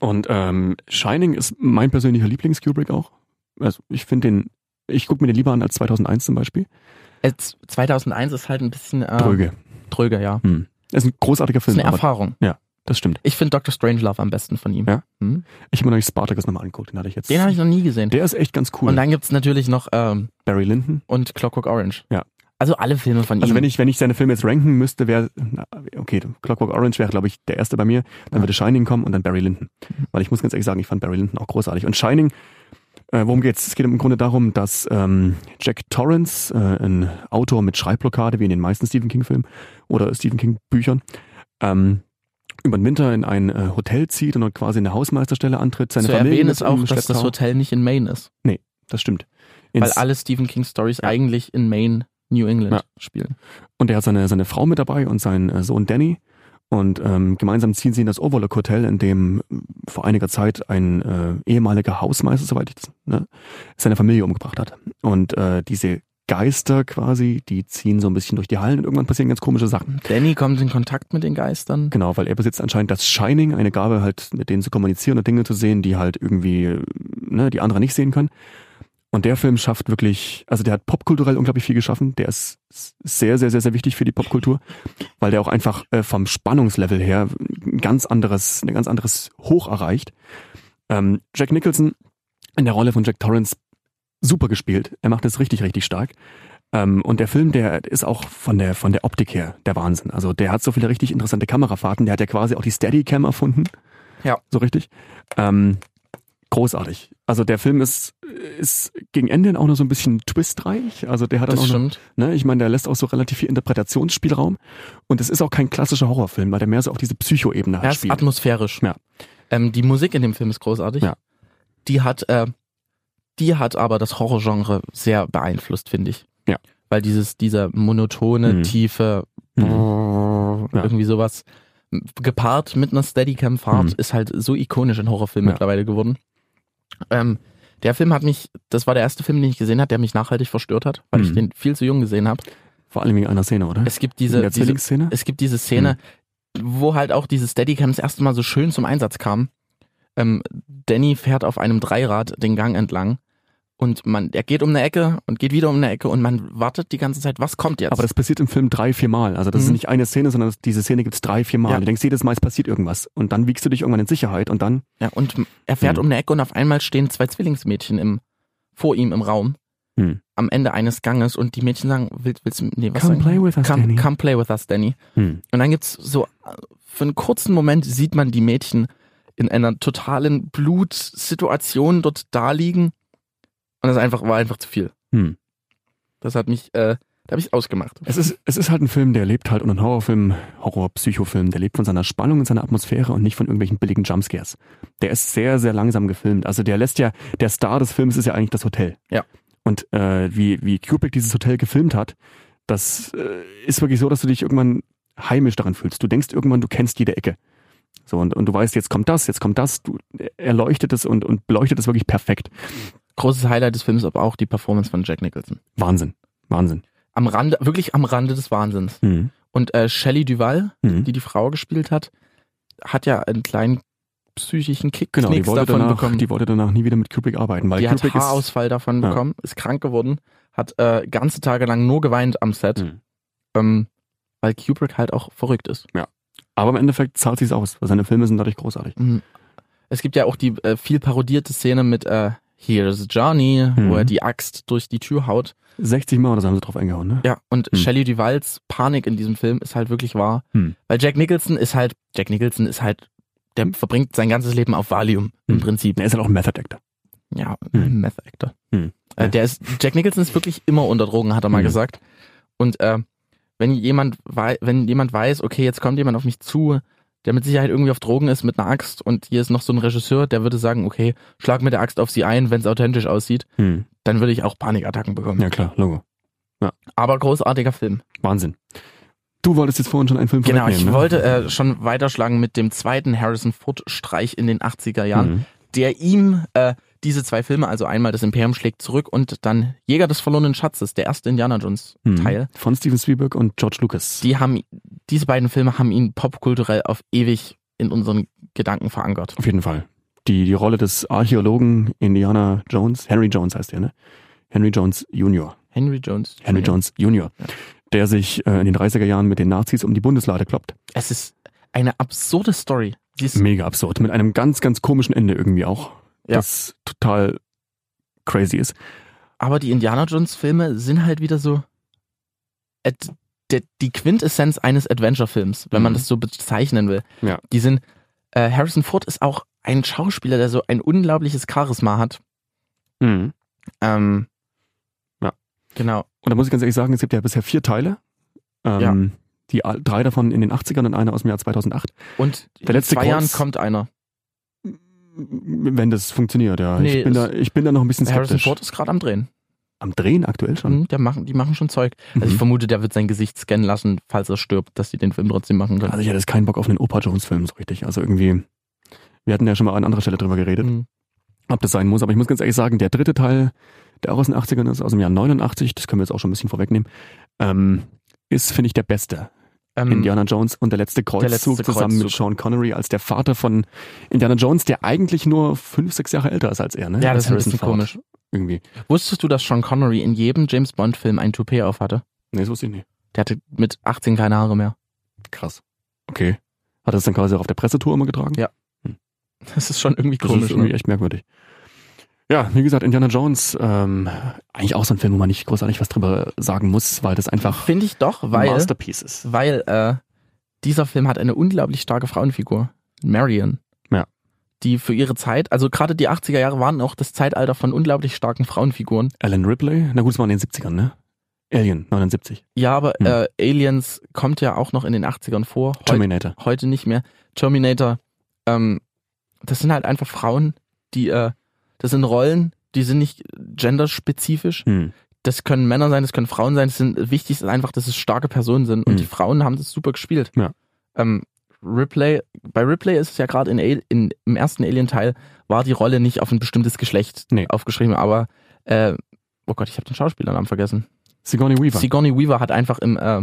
[SPEAKER 2] Und ähm, Shining ist mein persönlicher Lieblings-Kubrick auch. Also ich finde den, ich gucke mir den lieber an als 2001 zum Beispiel.
[SPEAKER 1] Äh, 2001 ist halt ein bisschen äh,
[SPEAKER 2] Dröge.
[SPEAKER 1] dröge, ja.
[SPEAKER 2] Hm. Ist ein großartiger
[SPEAKER 1] Das
[SPEAKER 2] Film,
[SPEAKER 1] ist eine
[SPEAKER 2] aber
[SPEAKER 1] Erfahrung.
[SPEAKER 2] das stimmt. Ich
[SPEAKER 1] Ich finde Dr. Strangelove am besten von ihm.
[SPEAKER 2] Ja?
[SPEAKER 1] Hm?
[SPEAKER 2] habe mir noch nicht Spartacus nochmal angeguckt, den hatte ich jetzt.
[SPEAKER 1] Den habe ich noch nie gesehen.
[SPEAKER 2] der ist echt ganz cool.
[SPEAKER 1] Und dann gibt's natürlich noch ähm,
[SPEAKER 2] Barry Lyndon.
[SPEAKER 1] und Clockwork Orange.
[SPEAKER 2] Ja.
[SPEAKER 1] Also alle Filme von
[SPEAKER 2] Also
[SPEAKER 1] ihm.
[SPEAKER 2] wenn ich, wenn ich seine Filme jetzt ranken müsste, wäre, na, okay, Clockwork Orange wäre, glaube ich, der erste bei mir. Dann würde Shining kommen und dann Barry Lyndon.
[SPEAKER 1] Mhm.
[SPEAKER 2] Weil ich muss ganz ehrlich sagen, ich fand Barry Lyndon auch großartig. Und Shining, äh, worum geht's? Es geht im Grunde darum, dass ähm, Jack Torrance, äh, ein Autor mit Schreibblockade, wie in den meisten Stephen King-Filmen oder Stephen King-Büchern, ähm, über den Winter in ein äh, Hotel zieht und dort quasi eine Hausmeisterstelle antritt. Seine
[SPEAKER 1] zu
[SPEAKER 2] Familie
[SPEAKER 1] erwähnen
[SPEAKER 2] ist
[SPEAKER 1] ist auch,
[SPEAKER 2] im
[SPEAKER 1] dass das
[SPEAKER 2] Schlepptau.
[SPEAKER 1] Hotel nicht in Maine ist,
[SPEAKER 2] Das stimmt.
[SPEAKER 1] weil
[SPEAKER 2] Ins-
[SPEAKER 1] alle Stephen King Stories eigentlich in Maine, New England
[SPEAKER 2] Ja.
[SPEAKER 1] spielen.
[SPEAKER 2] Und er hat seine, seine Frau mit dabei und seinen äh, Sohn Danny. Und ähm, gemeinsam ziehen sie in das Overlook Hotel, in dem äh, vor einiger Zeit ein äh, ehemaliger Hausmeister, soweit ich das, ne, seine Familie umgebracht hat. Und äh, diese Geister quasi, die ziehen so ein bisschen durch die Hallen und irgendwann passieren ganz komische Sachen.
[SPEAKER 1] Danny kommt in Kontakt mit den Geistern.
[SPEAKER 2] Genau, weil er besitzt anscheinend das Shining, eine Gabe halt, mit denen zu kommunizieren und Dinge zu sehen, die halt irgendwie, äh, ne, die andere nicht sehen können. Und der Film schafft wirklich, also der hat popkulturell unglaublich viel geschaffen. Der ist sehr, sehr, sehr, sehr wichtig für die Popkultur, weil der auch einfach äh, vom Spannungslevel her ein ganz anderes, ein ganz anderes Hoch erreicht. Ähm, Jack Nicholson in der Rolle von Jack Torrance super gespielt. Er macht es richtig, richtig stark. Ähm, und der Film, der ist auch von der, von der Optik her der Wahnsinn. Also der hat so viele richtig interessante Kamerafahrten. Der hat ja quasi auch die Steadicam erfunden.
[SPEAKER 1] Ja.
[SPEAKER 2] So richtig. Ähm, großartig. Also der Film ist, ist gegen Ende auch noch so ein bisschen twistreich. Also der hat dann
[SPEAKER 1] Das
[SPEAKER 2] auch noch,
[SPEAKER 1] stimmt.
[SPEAKER 2] Ne? Ich meine, der lässt auch so relativ viel Interpretationsspielraum. Und es ist auch kein klassischer Horrorfilm, weil der mehr so auch diese Psycho-Ebene halt
[SPEAKER 1] Er
[SPEAKER 2] hat.
[SPEAKER 1] ist atmosphärisch.
[SPEAKER 2] Ja.
[SPEAKER 1] Ähm, die Musik in dem Film ist großartig.
[SPEAKER 2] Ja.
[SPEAKER 1] Die hat, äh, die hat aber das Horrorgenre sehr beeinflusst, finde ich.
[SPEAKER 2] Ja.
[SPEAKER 1] Weil dieses, dieser monotone,
[SPEAKER 2] Mhm.
[SPEAKER 1] tiefe,
[SPEAKER 2] Mhm. Ja.
[SPEAKER 1] Äh, irgendwie sowas, m- gepaart mit einer Steadicam-Fahrt,
[SPEAKER 2] Mhm.
[SPEAKER 1] ist halt so ikonisch in Horrorfilmen
[SPEAKER 2] Ja.
[SPEAKER 1] mittlerweile geworden. Ähm, der Film hat mich, das war der erste Film, den ich gesehen habe, der mich nachhaltig verstört hat, weil ich
[SPEAKER 2] Mhm.
[SPEAKER 1] den viel zu jung gesehen habe.
[SPEAKER 2] Vor allem wegen einer Szene, oder?
[SPEAKER 1] Es gibt
[SPEAKER 2] In
[SPEAKER 1] diese,
[SPEAKER 2] der Mhm.
[SPEAKER 1] diese
[SPEAKER 2] Zwillingsszene?
[SPEAKER 1] es gibt diese Szene, wo halt auch diese Steadicam das erste Mal so schön zum Einsatz kam. Ähm, Danny fährt auf einem Dreirad den Gang entlang und man, er geht um eine Ecke und geht wieder um eine Ecke und man wartet die ganze Zeit, was kommt jetzt?
[SPEAKER 2] Aber das passiert im Film drei, vier Mal. Also das ist
[SPEAKER 1] Mhm.
[SPEAKER 2] nicht eine Szene, sondern das, diese Szene gibt's drei, vier Mal.
[SPEAKER 1] Ja.
[SPEAKER 2] Du denkst jedes Mal, es passiert irgendwas. Und dann wiegst du dich irgendwann in Sicherheit und dann,
[SPEAKER 1] ja, und m- er fährt
[SPEAKER 2] Mhm.
[SPEAKER 1] um eine Ecke und auf einmal stehen zwei Zwillingsmädchen im, vor ihm im Raum
[SPEAKER 2] Mhm. am
[SPEAKER 1] am Ende eines Ganges und die Mädchen sagen, willst, willst du, nee, was
[SPEAKER 2] Come
[SPEAKER 1] sagen?
[SPEAKER 2] play with us,
[SPEAKER 1] come,
[SPEAKER 2] Danny.
[SPEAKER 1] come play with us, Danny.
[SPEAKER 2] Hm.
[SPEAKER 1] Und dann gibt's so, äh, für einen kurzen Moment sieht man die Mädchen in einer totalen Blutsituation dort daliegen. Und das einfach, war einfach zu viel.
[SPEAKER 2] Hm.
[SPEAKER 1] Das hat mich, äh, da habe ich ausgemacht.
[SPEAKER 2] Es ist, es ist halt ein Film, der lebt halt unter einem Horrorfilm, Horror-Psychofilm, der lebt von seiner Spannung und seiner Atmosphäre und nicht von irgendwelchen billigen Jumpscares. Der ist sehr, sehr langsam gefilmt. Also der lässt ja, der Star des Films ist ja eigentlich das Hotel.
[SPEAKER 1] Ja.
[SPEAKER 2] Und äh, wie, wie Kubrick dieses Hotel gefilmt hat, das äh, ist wirklich so, dass du dich irgendwann heimisch daran fühlst. Du denkst irgendwann, du kennst jede Ecke. So, und, und du weißt, jetzt kommt das, jetzt kommt das, du, er leuchtet es und, und beleuchtet es wirklich perfekt.
[SPEAKER 1] Großes Highlight des Films, aber auch die Performance von Jack Nicholson.
[SPEAKER 2] Wahnsinn. Wahnsinn.
[SPEAKER 1] Am Rande, wirklich am Rande des Wahnsinns.
[SPEAKER 2] Mhm.
[SPEAKER 1] Und äh, Shelley Duval,
[SPEAKER 2] Mhm.
[SPEAKER 1] die die Frau gespielt hat, hat ja einen kleinen psychischen Kick
[SPEAKER 2] Genau, die wollte,
[SPEAKER 1] davon
[SPEAKER 2] danach,
[SPEAKER 1] bekommen.
[SPEAKER 2] die wollte danach nie wieder mit Kubrick arbeiten, weil
[SPEAKER 1] die hat
[SPEAKER 2] Kubrick ist.
[SPEAKER 1] Haarausfall davon
[SPEAKER 2] Ja.
[SPEAKER 1] bekommen, ist krank geworden, hat äh, ganze Tage lang nur geweint am Set,
[SPEAKER 2] Mhm.
[SPEAKER 1] ähm, weil Kubrick halt auch verrückt ist.
[SPEAKER 2] Aber im Endeffekt zahlt sie es aus, weil seine Filme sind dadurch großartig.
[SPEAKER 1] Mhm. Es gibt ja auch die äh, viel parodierte Szene mit äh, Here's Johnny,
[SPEAKER 2] Mhm.
[SPEAKER 1] wo er die Axt durch die Tür haut.
[SPEAKER 2] 60 Mal oder so haben sie drauf eingehauen, ne?
[SPEAKER 1] Ja, und
[SPEAKER 2] Mhm.
[SPEAKER 1] Shelley Duvals Panik in diesem Film ist halt wirklich wahr,
[SPEAKER 2] Mhm.
[SPEAKER 1] weil Jack Nicholson ist halt, Jack Nicholson ist halt, der verbringt sein ganzes Leben auf Valium im
[SPEAKER 2] Mhm.
[SPEAKER 1] Prinzip.
[SPEAKER 2] Er ist halt auch ein Method Actor.
[SPEAKER 1] Ja,
[SPEAKER 2] Mhm.
[SPEAKER 1] Meth Actor.
[SPEAKER 2] Mhm.
[SPEAKER 1] Äh, der ist, Jack Nicholson ist wirklich immer unter Drogen, hat er mal
[SPEAKER 2] Mhm.
[SPEAKER 1] gesagt. Und äh, wenn jemand wei- wenn jemand weiß, okay, jetzt kommt jemand auf mich zu, der mit Sicherheit irgendwie auf Drogen ist mit einer Axt und hier ist noch so ein Regisseur, der würde sagen, okay, schlag mit der Axt auf sie ein, wenn es authentisch aussieht,
[SPEAKER 2] Mhm.
[SPEAKER 1] dann würde ich auch Panikattacken bekommen.
[SPEAKER 2] Ja, klar, Logo.
[SPEAKER 1] Aber großartiger Film.
[SPEAKER 2] Wahnsinn. Du wolltest jetzt vorhin schon einen Film
[SPEAKER 1] Genau, ich
[SPEAKER 2] vorwegnehmen, ne?
[SPEAKER 1] wollte äh, schon weiterschlagen mit dem zweiten Harrison Ford Streich in den 80er Jahren.
[SPEAKER 2] Mhm.
[SPEAKER 1] der ihm äh, diese zwei Filme, also einmal das Imperium schlägt zurück und dann Jäger des verlorenen Schatzes, der erste Indiana Jones
[SPEAKER 2] Mhm.
[SPEAKER 1] Teil,
[SPEAKER 2] Von Steven Spielberg und George Lucas.
[SPEAKER 1] die haben, diese beiden Filme haben ihn popkulturell auf ewig in unseren Gedanken verankert.
[SPEAKER 2] Auf jeden Fall. Die, die Rolle des Archäologen Indiana Jones, Henry Jones heißt er, ne? Henry Jones Jr.
[SPEAKER 1] Henry Jones.
[SPEAKER 2] Henry
[SPEAKER 1] Jr.
[SPEAKER 2] Jones Jr.,
[SPEAKER 1] Ja.
[SPEAKER 2] der sich äh, in den 30er Jahren mit den Nazis um die Bundeslade kloppt.
[SPEAKER 1] Es ist eine absurde Story. Sie ist,
[SPEAKER 2] Mega absurd. Mit einem ganz, ganz komischen Ende irgendwie auch.
[SPEAKER 1] Ja.
[SPEAKER 2] Das total crazy ist.
[SPEAKER 1] aber die Indiana Jones Filme sind halt wieder so ad, de, die Quintessenz eines Adventure Films, wenn man
[SPEAKER 2] Mhm.
[SPEAKER 1] das so bezeichnen will.
[SPEAKER 2] Ja.
[SPEAKER 1] Die sind äh, Harrison Ford ist auch ein Schauspieler, der so ein unglaubliches Charisma hat. Mhm. Ähm,
[SPEAKER 2] Ja.
[SPEAKER 1] Genau.
[SPEAKER 2] Und da muss ich ganz ehrlich sagen, es gibt ja bisher vier Teile. Ähm,
[SPEAKER 1] Ja.
[SPEAKER 2] Die all- drei davon in den 80ern und einer aus dem Jahr 2008.
[SPEAKER 1] Und
[SPEAKER 2] Der letzte
[SPEAKER 1] in zwei
[SPEAKER 2] Kreuz-
[SPEAKER 1] Jahren kommt einer.
[SPEAKER 2] Wenn das funktioniert, ja.
[SPEAKER 1] Nee,
[SPEAKER 2] ich, bin
[SPEAKER 1] es-
[SPEAKER 2] da, ich bin da noch ein bisschen
[SPEAKER 1] Harrison
[SPEAKER 2] skeptisch.
[SPEAKER 1] Ford ist gerade am Drehen.
[SPEAKER 2] Am Drehen aktuell schon.
[SPEAKER 1] Mhm, der machen, die machen schon Zeug. Also ich
[SPEAKER 2] Mhm.
[SPEAKER 1] vermute, der wird sein Gesicht scannen lassen, falls er stirbt, dass sie den Film trotzdem machen können.
[SPEAKER 2] Also ich hätte jetzt keinen Bock auf einen Opa Jones Film so richtig. Also irgendwie, wir hatten ja schon mal an anderer Stelle drüber geredet,
[SPEAKER 1] Mhm.
[SPEAKER 2] ob das sein muss. Aber ich muss ganz ehrlich sagen, der dritte Teil, der auch aus den 80ern ist, aus dem Jahr 89, das können wir jetzt auch schon ein bisschen vorwegnehmen, ähm, ist, finde ich, der beste.
[SPEAKER 1] Ähm,
[SPEAKER 2] Indiana Jones und der letzte Kreuzzug
[SPEAKER 1] letzte
[SPEAKER 2] zusammen mit
[SPEAKER 1] Kreuzzug.
[SPEAKER 2] Sean Connery als der Vater von Indiana Jones, der eigentlich nur fünf, sechs Jahre älter ist als er, ne?
[SPEAKER 1] Ähm, Ja, das
[SPEAKER 2] als
[SPEAKER 1] ist ein bisschen
[SPEAKER 2] Ford.
[SPEAKER 1] komisch.
[SPEAKER 2] Irgendwie.
[SPEAKER 1] Wusstest du, dass Sean Connery in jedem James Bond Film ein Toupet auf hatte?
[SPEAKER 2] Nee, das wusste ich nicht.
[SPEAKER 1] Der hatte mit 18 keine Haare mehr.
[SPEAKER 2] Krass. Okay. Hat er das dann quasi auch auf der Pressetour immer getragen?
[SPEAKER 1] Ja, Das ist schon irgendwie
[SPEAKER 2] Das
[SPEAKER 1] komisch.
[SPEAKER 2] ist irgendwie
[SPEAKER 1] ne?
[SPEAKER 2] echt merkwürdig. Ja, wie gesagt, Indiana Jones, ähm, eigentlich auch so ein Film, wo man nicht großartig was drüber sagen muss, weil das einfach
[SPEAKER 1] Finde ich doch,
[SPEAKER 2] ein
[SPEAKER 1] weil,
[SPEAKER 2] Masterpiece ist.
[SPEAKER 1] weil äh, dieser Film hat eine unglaublich starke Frauenfigur, Marion.
[SPEAKER 2] Ja.
[SPEAKER 1] Die für ihre Zeit, also gerade die 80er Jahre waren auch das Zeitalter von unglaublich starken Frauenfiguren.
[SPEAKER 2] Alan Ripley, na gut, das war in den 70ern, ne? Alien, 79.
[SPEAKER 1] Ja, aber
[SPEAKER 2] Hm.
[SPEAKER 1] äh, Aliens kommt ja auch noch in den 80ern vor. Heu
[SPEAKER 2] Terminator.
[SPEAKER 1] heute nicht mehr. Terminator. Ähm, das sind halt einfach Frauen, die, äh, das sind Rollen, die sind nicht genderspezifisch.
[SPEAKER 2] Hm.
[SPEAKER 1] Das können Männer sein, das können Frauen sein. Das sind, wichtig ist einfach, dass es starke Personen sind. Und
[SPEAKER 2] Hm.
[SPEAKER 1] die Frauen haben das super gespielt.
[SPEAKER 2] Ja.
[SPEAKER 1] Ähm, Ripley, bei Ripley ist es ja gerade in, Al- in, im ersten Alien-Teil, war die Rolle nicht auf ein bestimmtes Geschlecht
[SPEAKER 2] Nee.
[SPEAKER 1] aufgeschrieben, aber, äh, oh Gott, ich habe den Schauspielernamen vergessen.
[SPEAKER 2] Sigourney Weaver.
[SPEAKER 1] Sigourney Weaver hat einfach im äh,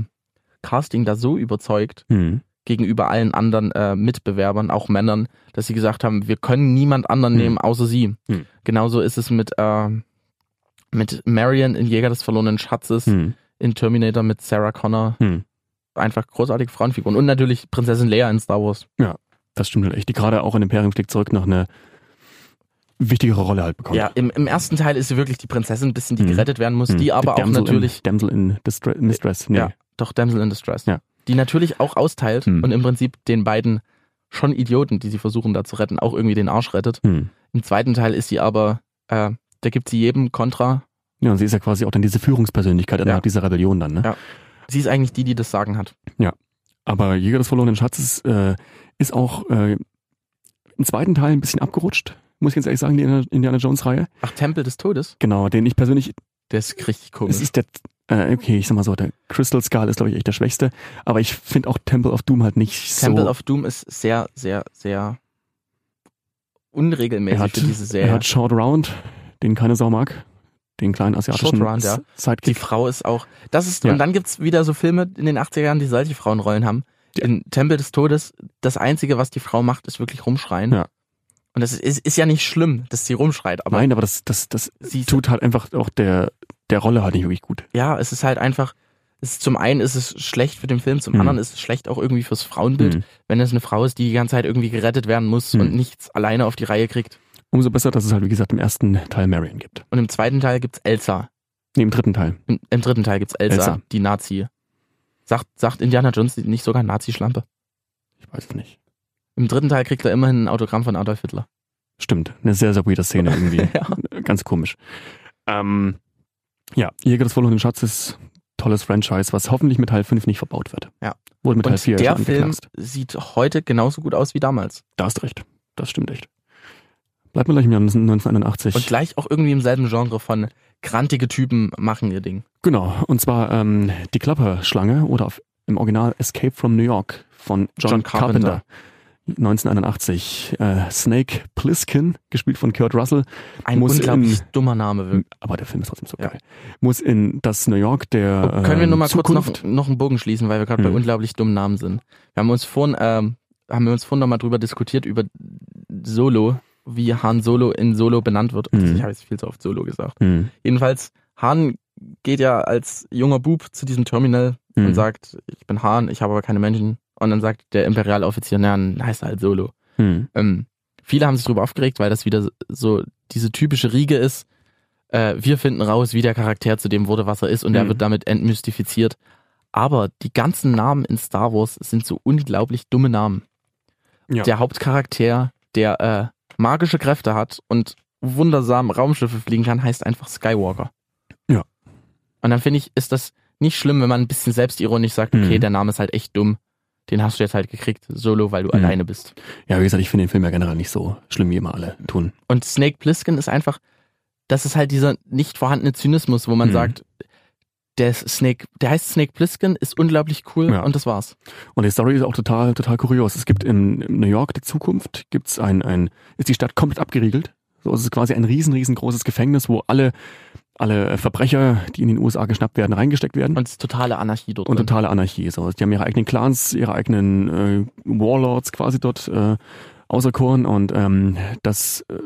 [SPEAKER 1] Casting da so überzeugt
[SPEAKER 2] hm.
[SPEAKER 1] gegenüber allen anderen äh, Mitbewerbern, auch Männern, dass sie gesagt haben, wir können niemand anderen
[SPEAKER 2] Hm.
[SPEAKER 1] nehmen außer sie.
[SPEAKER 2] Hm.
[SPEAKER 1] Genauso ist es mit, äh, mit Marion in Jäger des verlorenen Schatzes,
[SPEAKER 2] Hm.
[SPEAKER 1] in Terminator mit Sarah Connor.
[SPEAKER 2] Hm.
[SPEAKER 1] Einfach großartige Frauenfiguren. Und natürlich Prinzessin Leia in Star Wars.
[SPEAKER 2] Das stimmt halt echt. Die gerade auch in Imperium schlägt zurück noch eine wichtigere Rolle halt bekommt.
[SPEAKER 1] Ja, im, im ersten Teil ist sie wirklich die Prinzessin, ein bisschen die
[SPEAKER 2] Hm.
[SPEAKER 1] gerettet werden muss,
[SPEAKER 2] Hm.
[SPEAKER 1] die aber auch
[SPEAKER 2] Damsel
[SPEAKER 1] natürlich,
[SPEAKER 2] In, Damsel in Distre in Distress. Nee.
[SPEAKER 1] Ja. doch Damsel in Distress,
[SPEAKER 2] Ja.
[SPEAKER 1] die natürlich auch austeilt
[SPEAKER 2] Hm.
[SPEAKER 1] und im Prinzip den beiden schon Idioten, die sie versuchen da zu retten, auch irgendwie den Arsch rettet.
[SPEAKER 2] Hm.
[SPEAKER 1] Im zweiten Teil ist sie aber, äh, da gibt sie jedem Kontra.
[SPEAKER 2] ja, und sie ist ja quasi auch dann diese Führungspersönlichkeit innerhalb dieser Rebellion dann. Ne?
[SPEAKER 1] Ja. Sie ist eigentlich die, die das Sagen hat.
[SPEAKER 2] Aber Jäger des verlorenen Schatzes äh, ist auch äh, im zweiten Teil ein bisschen abgerutscht, muss ich ganz ehrlich sagen, die Indiana Jones-Reihe.
[SPEAKER 1] Ach, Tempel des Todes?
[SPEAKER 2] Genau, den ich persönlich,
[SPEAKER 1] Der ist richtig
[SPEAKER 2] es
[SPEAKER 1] komisch.
[SPEAKER 2] ist der Äh, okay, ich sag mal so, der Crystal Skull ist, glaube ich, echt der schwächste. Aber ich finde auch Temple of Doom halt nicht
[SPEAKER 1] Temple
[SPEAKER 2] so.
[SPEAKER 1] of Doom ist sehr, sehr, sehr unregelmäßig
[SPEAKER 2] er hat,
[SPEAKER 1] für diese
[SPEAKER 2] er
[SPEAKER 1] Serie.
[SPEAKER 2] hat Short Round, den keine Sau mag. Den kleinen asiatischen
[SPEAKER 1] Short Round, ja. die
[SPEAKER 2] Sidekick.
[SPEAKER 1] Frau ist auch. Das ist,
[SPEAKER 2] Ja.
[SPEAKER 1] und dann gibt's wieder so Filme in den 80er Jahren, die solche Frauenrollen haben.
[SPEAKER 2] Ja.
[SPEAKER 1] In Tempel des Todes, das Einzige, was die Frau macht, ist wirklich rumschreien.
[SPEAKER 2] Ja.
[SPEAKER 1] Und das ist, ist ja nicht schlimm, dass sie rumschreit, aber
[SPEAKER 2] Nein, aber das, das, das
[SPEAKER 1] sie
[SPEAKER 2] tut halt einfach auch der, der Rolle halt nicht wirklich gut.
[SPEAKER 1] ja, es ist halt einfach, es ist, zum einen ist es schlecht für den Film, zum
[SPEAKER 2] Hm.
[SPEAKER 1] anderen ist es schlecht auch irgendwie fürs Frauenbild,
[SPEAKER 2] Mhm.
[SPEAKER 1] wenn es eine Frau ist, die die ganze Zeit irgendwie gerettet werden muss
[SPEAKER 2] Hm.
[SPEAKER 1] und nichts alleine auf die Reihe kriegt.
[SPEAKER 2] Umso besser, dass es halt, wie gesagt, im ersten Teil Marion gibt.
[SPEAKER 1] Und im zweiten Teil gibt's Elsa.
[SPEAKER 2] Nee, im dritten Teil.
[SPEAKER 1] Im, im dritten Teil gibt's Elsa,
[SPEAKER 2] Elsa.
[SPEAKER 1] die Nazi. Sagt, sagt Indiana Jones nicht sogar Nazi-Schlampe?
[SPEAKER 2] Ich weiß es nicht.
[SPEAKER 1] Im dritten Teil kriegt er immerhin ein Autogramm von Adolf Hitler.
[SPEAKER 2] Stimmt. Eine sehr, sehr weirde Szene irgendwie.
[SPEAKER 1] Ja.
[SPEAKER 2] Ganz komisch. Ähm, ja, Jäger des verlorenen Schatzes, tolles Franchise, was hoffentlich mit Teil 5 nicht verbaut wird.
[SPEAKER 1] Ja.
[SPEAKER 2] Wurde mit Teil
[SPEAKER 1] Und
[SPEAKER 2] 4
[SPEAKER 1] der
[SPEAKER 2] schon
[SPEAKER 1] Film
[SPEAKER 2] angeknackst.
[SPEAKER 1] sieht heute genauso gut aus wie damals.
[SPEAKER 2] Da hast du recht. Das stimmt echt. Bleibt mir gleich im Jahr 1981.
[SPEAKER 1] Und gleich auch irgendwie im selben Genre von grantige Typen machen ihr Ding.
[SPEAKER 2] Genau, und zwar ähm, die Klapperschlange oder auf, im Original Escape from New York von John,
[SPEAKER 1] John
[SPEAKER 2] Carpenter.
[SPEAKER 1] Carpenter.
[SPEAKER 2] 1981. Äh, Snake Plissken, gespielt von Kurt Russell,
[SPEAKER 1] Ein
[SPEAKER 2] Muss
[SPEAKER 1] unglaublich dummer Name. wirklich.
[SPEAKER 2] aber der Film ist trotzdem so
[SPEAKER 1] Mhm. Ja.
[SPEAKER 2] geil. Muss in das New York der
[SPEAKER 1] Oh, Können wir
[SPEAKER 2] ähm,
[SPEAKER 1] nur mal
[SPEAKER 2] Zukunft,
[SPEAKER 1] kurz noch, noch einen Bogen schließen, weil wir gerade
[SPEAKER 2] Hm.
[SPEAKER 1] bei unglaublich dummen Namen sind. Wir haben uns vorhin, ähm, haben wir uns vorhin nochmal drüber diskutiert, über Solo, wie Han Solo in Solo benannt wird.
[SPEAKER 2] Hm.
[SPEAKER 1] Ich habe jetzt viel zu oft Solo gesagt.
[SPEAKER 2] Hm,
[SPEAKER 1] Jedenfalls, Han geht ja als junger Bub zu diesem Terminal
[SPEAKER 2] hm.
[SPEAKER 1] und sagt, ich bin Hahn, ich habe aber keine Menschen. Und dann sagt der Imperialoffizier, na, dann heißt er halt Solo.
[SPEAKER 2] Hm.
[SPEAKER 1] Ähm, viele haben sich darüber aufgeregt, weil das wieder so diese typische Riege ist. Äh, wir finden raus, wie der Charakter zu dem wurde, was er ist, und
[SPEAKER 2] Mhm.
[SPEAKER 1] er wird damit entmystifiziert. Aber die ganzen Namen in Star Wars sind so unglaublich dumme Namen.
[SPEAKER 2] Ja.
[SPEAKER 1] Der Hauptcharakter, der äh, magische Kräfte hat und wundersam Raumschiffe fliegen kann, heißt einfach Skywalker.
[SPEAKER 2] Ja.
[SPEAKER 1] Und dann finde ich, ist das nicht schlimm, wenn man ein bisschen selbstironisch sagt, okay,
[SPEAKER 2] Mhm.
[SPEAKER 1] der Name ist halt echt dumm. Den hast du jetzt halt gekriegt, solo, weil du
[SPEAKER 2] Mhm.
[SPEAKER 1] alleine bist.
[SPEAKER 2] Ja, wie gesagt, ich finde den Film ja generell nicht so schlimm, wie immer alle tun.
[SPEAKER 1] Und Snake Plissken ist einfach, das ist halt dieser nicht vorhandene Zynismus, wo man
[SPEAKER 2] Mhm.
[SPEAKER 1] sagt, der ist Snake, der heißt Snake Plissken, ist unglaublich cool
[SPEAKER 2] Ja.
[SPEAKER 1] und das war's.
[SPEAKER 2] Und die Story ist auch total, total kurios. Es gibt in, in New York, der Zukunft, gibt's ein, ein, ist die Stadt komplett abgeriegelt. So, es ist quasi ein riesen, riesengroßes Gefängnis, wo alle, alle Verbrecher, die in den USA geschnappt werden, reingesteckt werden. Und,
[SPEAKER 1] Und es ist totale Anarchie dort. drin.
[SPEAKER 2] totale Anarchie. So, die haben ihre eigenen Clans, ihre eigenen äh, Warlords quasi dort äh, auserkoren. Und ähm, das äh,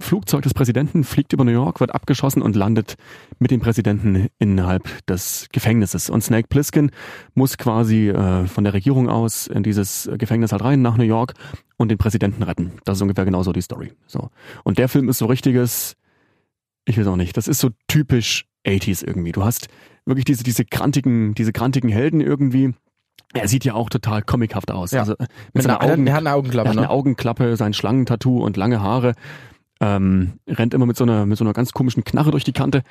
[SPEAKER 2] Flugzeug des Präsidenten fliegt über New York, wird abgeschossen und landet mit dem Präsidenten innerhalb des Gefängnisses. Und Snake Plissken muss quasi äh, von der Regierung aus in dieses Gefängnis halt rein nach New York und den Präsidenten retten. Das ist ungefähr genauso die Story. So. Und der Film ist so richtiges, ich weiß auch nicht, das ist so typisch 80s irgendwie. Du hast wirklich diese, diese krantigen, diese krantigen Helden irgendwie. Er sieht ja auch total comichaft aus.
[SPEAKER 1] Ja.
[SPEAKER 2] Also mit,
[SPEAKER 1] mit
[SPEAKER 2] seiner
[SPEAKER 1] einer
[SPEAKER 2] Augen,
[SPEAKER 1] Augen, der hat eine Augenklappe,
[SPEAKER 2] er hat eine
[SPEAKER 1] ne?
[SPEAKER 2] Augenklappe, sein Schlangentattoo und lange Haare. Ähm, rennt immer mit so, einer, mit so einer ganz komischen Knarre durch die Kante.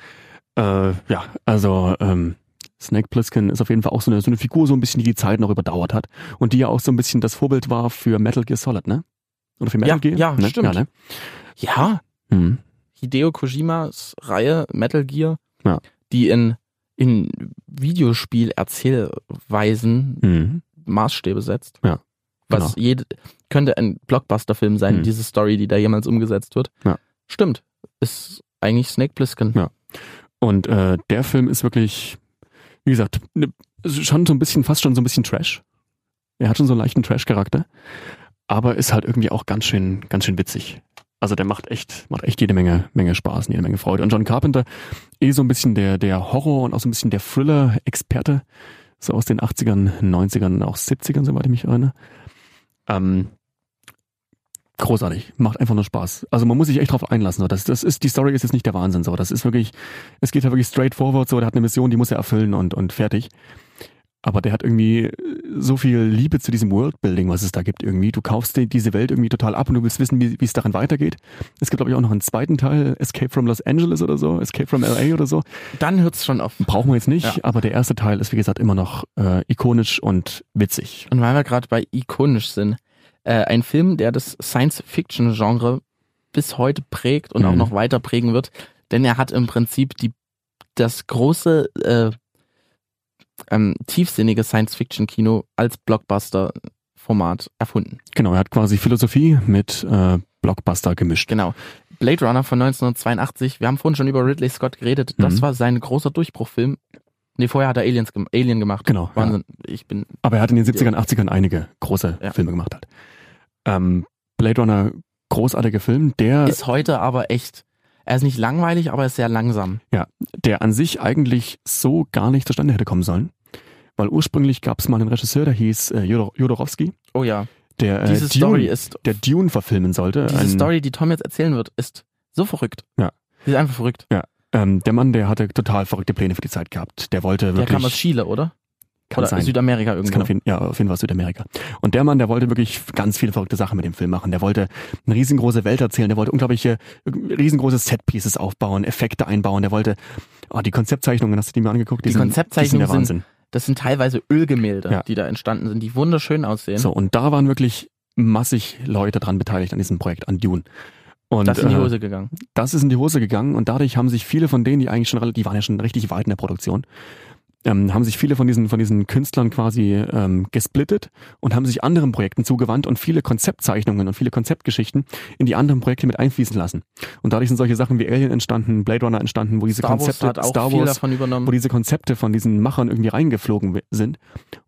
[SPEAKER 2] Äh, ja, also ähm, Snake Plissken ist auf jeden Fall auch so eine, so eine Figur, so ein bisschen, die die Zeit noch überdauert hat. Und die ja auch so ein bisschen das Vorbild war für Metal Gear Solid, ne? Oder für Metal
[SPEAKER 1] Ja,
[SPEAKER 2] Gear?
[SPEAKER 1] ja,
[SPEAKER 2] ne?
[SPEAKER 1] stimmt.
[SPEAKER 2] Ja, ne?
[SPEAKER 1] Ja,
[SPEAKER 2] Mhm.
[SPEAKER 1] Hideo Kojimas Reihe Metal Gear,
[SPEAKER 2] Ja.
[SPEAKER 1] die in, in Videospiel-Erzählweisen
[SPEAKER 2] Mhm.
[SPEAKER 1] Maßstäbe setzt.
[SPEAKER 2] Ja, genau.
[SPEAKER 1] Was jede, könnte ein Blockbuster-Film sein,
[SPEAKER 2] Mhm.
[SPEAKER 1] diese Story, die da jemals umgesetzt wird.
[SPEAKER 2] Ja.
[SPEAKER 1] Stimmt. Ist eigentlich Snake Plissken.
[SPEAKER 2] Ja. Und äh, der Film ist wirklich, wie gesagt, ne, schon so ein bisschen, fast schon so ein bisschen Trash. Er hat schon so einen leichten Trash-Charakter, aber ist halt irgendwie auch ganz schön, ganz schön witzig. Also der macht echt, macht echt jede Menge, Menge Spaß und jede Menge Freude. Und John Carpenter, eh so ein bisschen der, der Horror und auch so ein bisschen der Thriller-Experte, so aus den 80ern, 90ern, auch 70ern, soweit ich mich erinnere. Ähm, großartig, macht einfach nur Spaß. Also man muss sich echt drauf einlassen. So. Das, das ist, die Story ist jetzt nicht der Wahnsinn. So. Das ist wirklich, es geht halt wirklich straight forward, so, der hat eine Mission, die muss er erfüllen und, und fertig. Aber der hat irgendwie äh, so viel Liebe zu diesem Worldbuilding, was es da gibt irgendwie. Du kaufst dir diese Welt irgendwie total ab und du willst wissen, wie wie es darin weitergeht. Es gibt, glaube ich, auch noch einen zweiten Teil, Escape from Los Angeles oder so, Escape from LA oder so.
[SPEAKER 1] Dann hört es schon auf.
[SPEAKER 2] Brauchen wir jetzt nicht,
[SPEAKER 1] Ja.
[SPEAKER 2] aber der erste Teil ist, wie gesagt, immer noch äh, ikonisch und witzig.
[SPEAKER 1] Und weil wir gerade bei ikonisch sind, äh, ein Film, der das Science-Fiction-Genre bis heute prägt und auch
[SPEAKER 2] Mhm.
[SPEAKER 1] noch weiter prägen wird, denn er hat im Prinzip die, das große äh, ähm, tiefsinnige Science-Fiction-Kino als Blockbuster-Format erfunden.
[SPEAKER 2] Genau, er hat quasi Philosophie mit äh, Blockbuster gemischt.
[SPEAKER 1] Genau. Blade Runner von 1982, wir haben vorhin schon über Ridley Scott geredet, das
[SPEAKER 2] Mhm.
[SPEAKER 1] war sein großer Durchbruchfilm. Nee, vorher hat er Aliens gem Alien gemacht.
[SPEAKER 2] Genau. Ja.
[SPEAKER 1] Wahnsinn. Ich bin
[SPEAKER 2] Aber er hat in den 70ern, 80ern einige große
[SPEAKER 1] Ja.
[SPEAKER 2] Filme gemacht. Halt. Ähm, Blade Runner, großartiger Film, der,
[SPEAKER 1] ist heute aber echt. Er ist nicht langweilig, aber er ist sehr langsam.
[SPEAKER 2] der an sich eigentlich so gar nicht zustande hätte kommen sollen. Weil ursprünglich gab es mal einen Regisseur, der hieß äh, Jodor- Jodorowski,
[SPEAKER 1] Oh ja.
[SPEAKER 2] der äh,
[SPEAKER 1] Diese
[SPEAKER 2] Dune,
[SPEAKER 1] Story ist
[SPEAKER 2] der Dune verfilmen sollte.
[SPEAKER 1] diese
[SPEAKER 2] Ein-
[SPEAKER 1] Story, die Tom jetzt erzählen wird, ist so verrückt.
[SPEAKER 2] Ja.
[SPEAKER 1] Die ist einfach verrückt.
[SPEAKER 2] Ähm, der Mann, der hatte total verrückte Pläne für die Zeit gehabt. Der wollte
[SPEAKER 1] Der
[SPEAKER 2] wirklich.
[SPEAKER 1] kam aus Chile, oder?
[SPEAKER 2] kann
[SPEAKER 1] oder
[SPEAKER 2] sein.
[SPEAKER 1] Südamerika
[SPEAKER 2] Das kann
[SPEAKER 1] irgendwo.
[SPEAKER 2] auf jeden, ja, auf jeden Fall Südamerika. Und der Mann, der wollte wirklich ganz viele verrückte Sachen mit dem Film machen. Der wollte eine riesengroße Welt erzählen, der wollte unglaubliche, riesengroße Set-Pieces aufbauen, Effekte einbauen, der wollte, oh, die Konzeptzeichnungen, hast du die mir angeguckt?
[SPEAKER 1] Die Konzeptzeichnungen
[SPEAKER 2] sind der
[SPEAKER 1] sind
[SPEAKER 2] Wahnsinn.
[SPEAKER 1] Das sind teilweise Ölgemälde,
[SPEAKER 2] Ja.
[SPEAKER 1] die da entstanden sind, die wunderschön aussehen.
[SPEAKER 2] So, und da waren wirklich massig Leute dran beteiligt an diesem Projekt, an Dune. Und,
[SPEAKER 1] das ist in die
[SPEAKER 2] äh,
[SPEAKER 1] Hose gegangen.
[SPEAKER 2] das ist in die Hose gegangen und dadurch haben sich viele von denen, die eigentlich schon relativ, die waren ja schon richtig weit in der Produktion, ähm, haben sich viele von diesen, von diesen Künstlern quasi ähm, gesplittet und haben sich anderen Projekten zugewandt und viele Konzeptzeichnungen und viele Konzeptgeschichten in die anderen Projekte mit einfließen lassen. Und dadurch sind solche Sachen wie Alien entstanden, Blade Runner entstanden, wo diese
[SPEAKER 1] Star Wars
[SPEAKER 2] Konzepte,
[SPEAKER 1] hat auch
[SPEAKER 2] Star
[SPEAKER 1] viel
[SPEAKER 2] Wars,
[SPEAKER 1] davon
[SPEAKER 2] wo
[SPEAKER 1] übernommen.
[SPEAKER 2] diese Konzepte von diesen Machern irgendwie reingeflogen we- sind.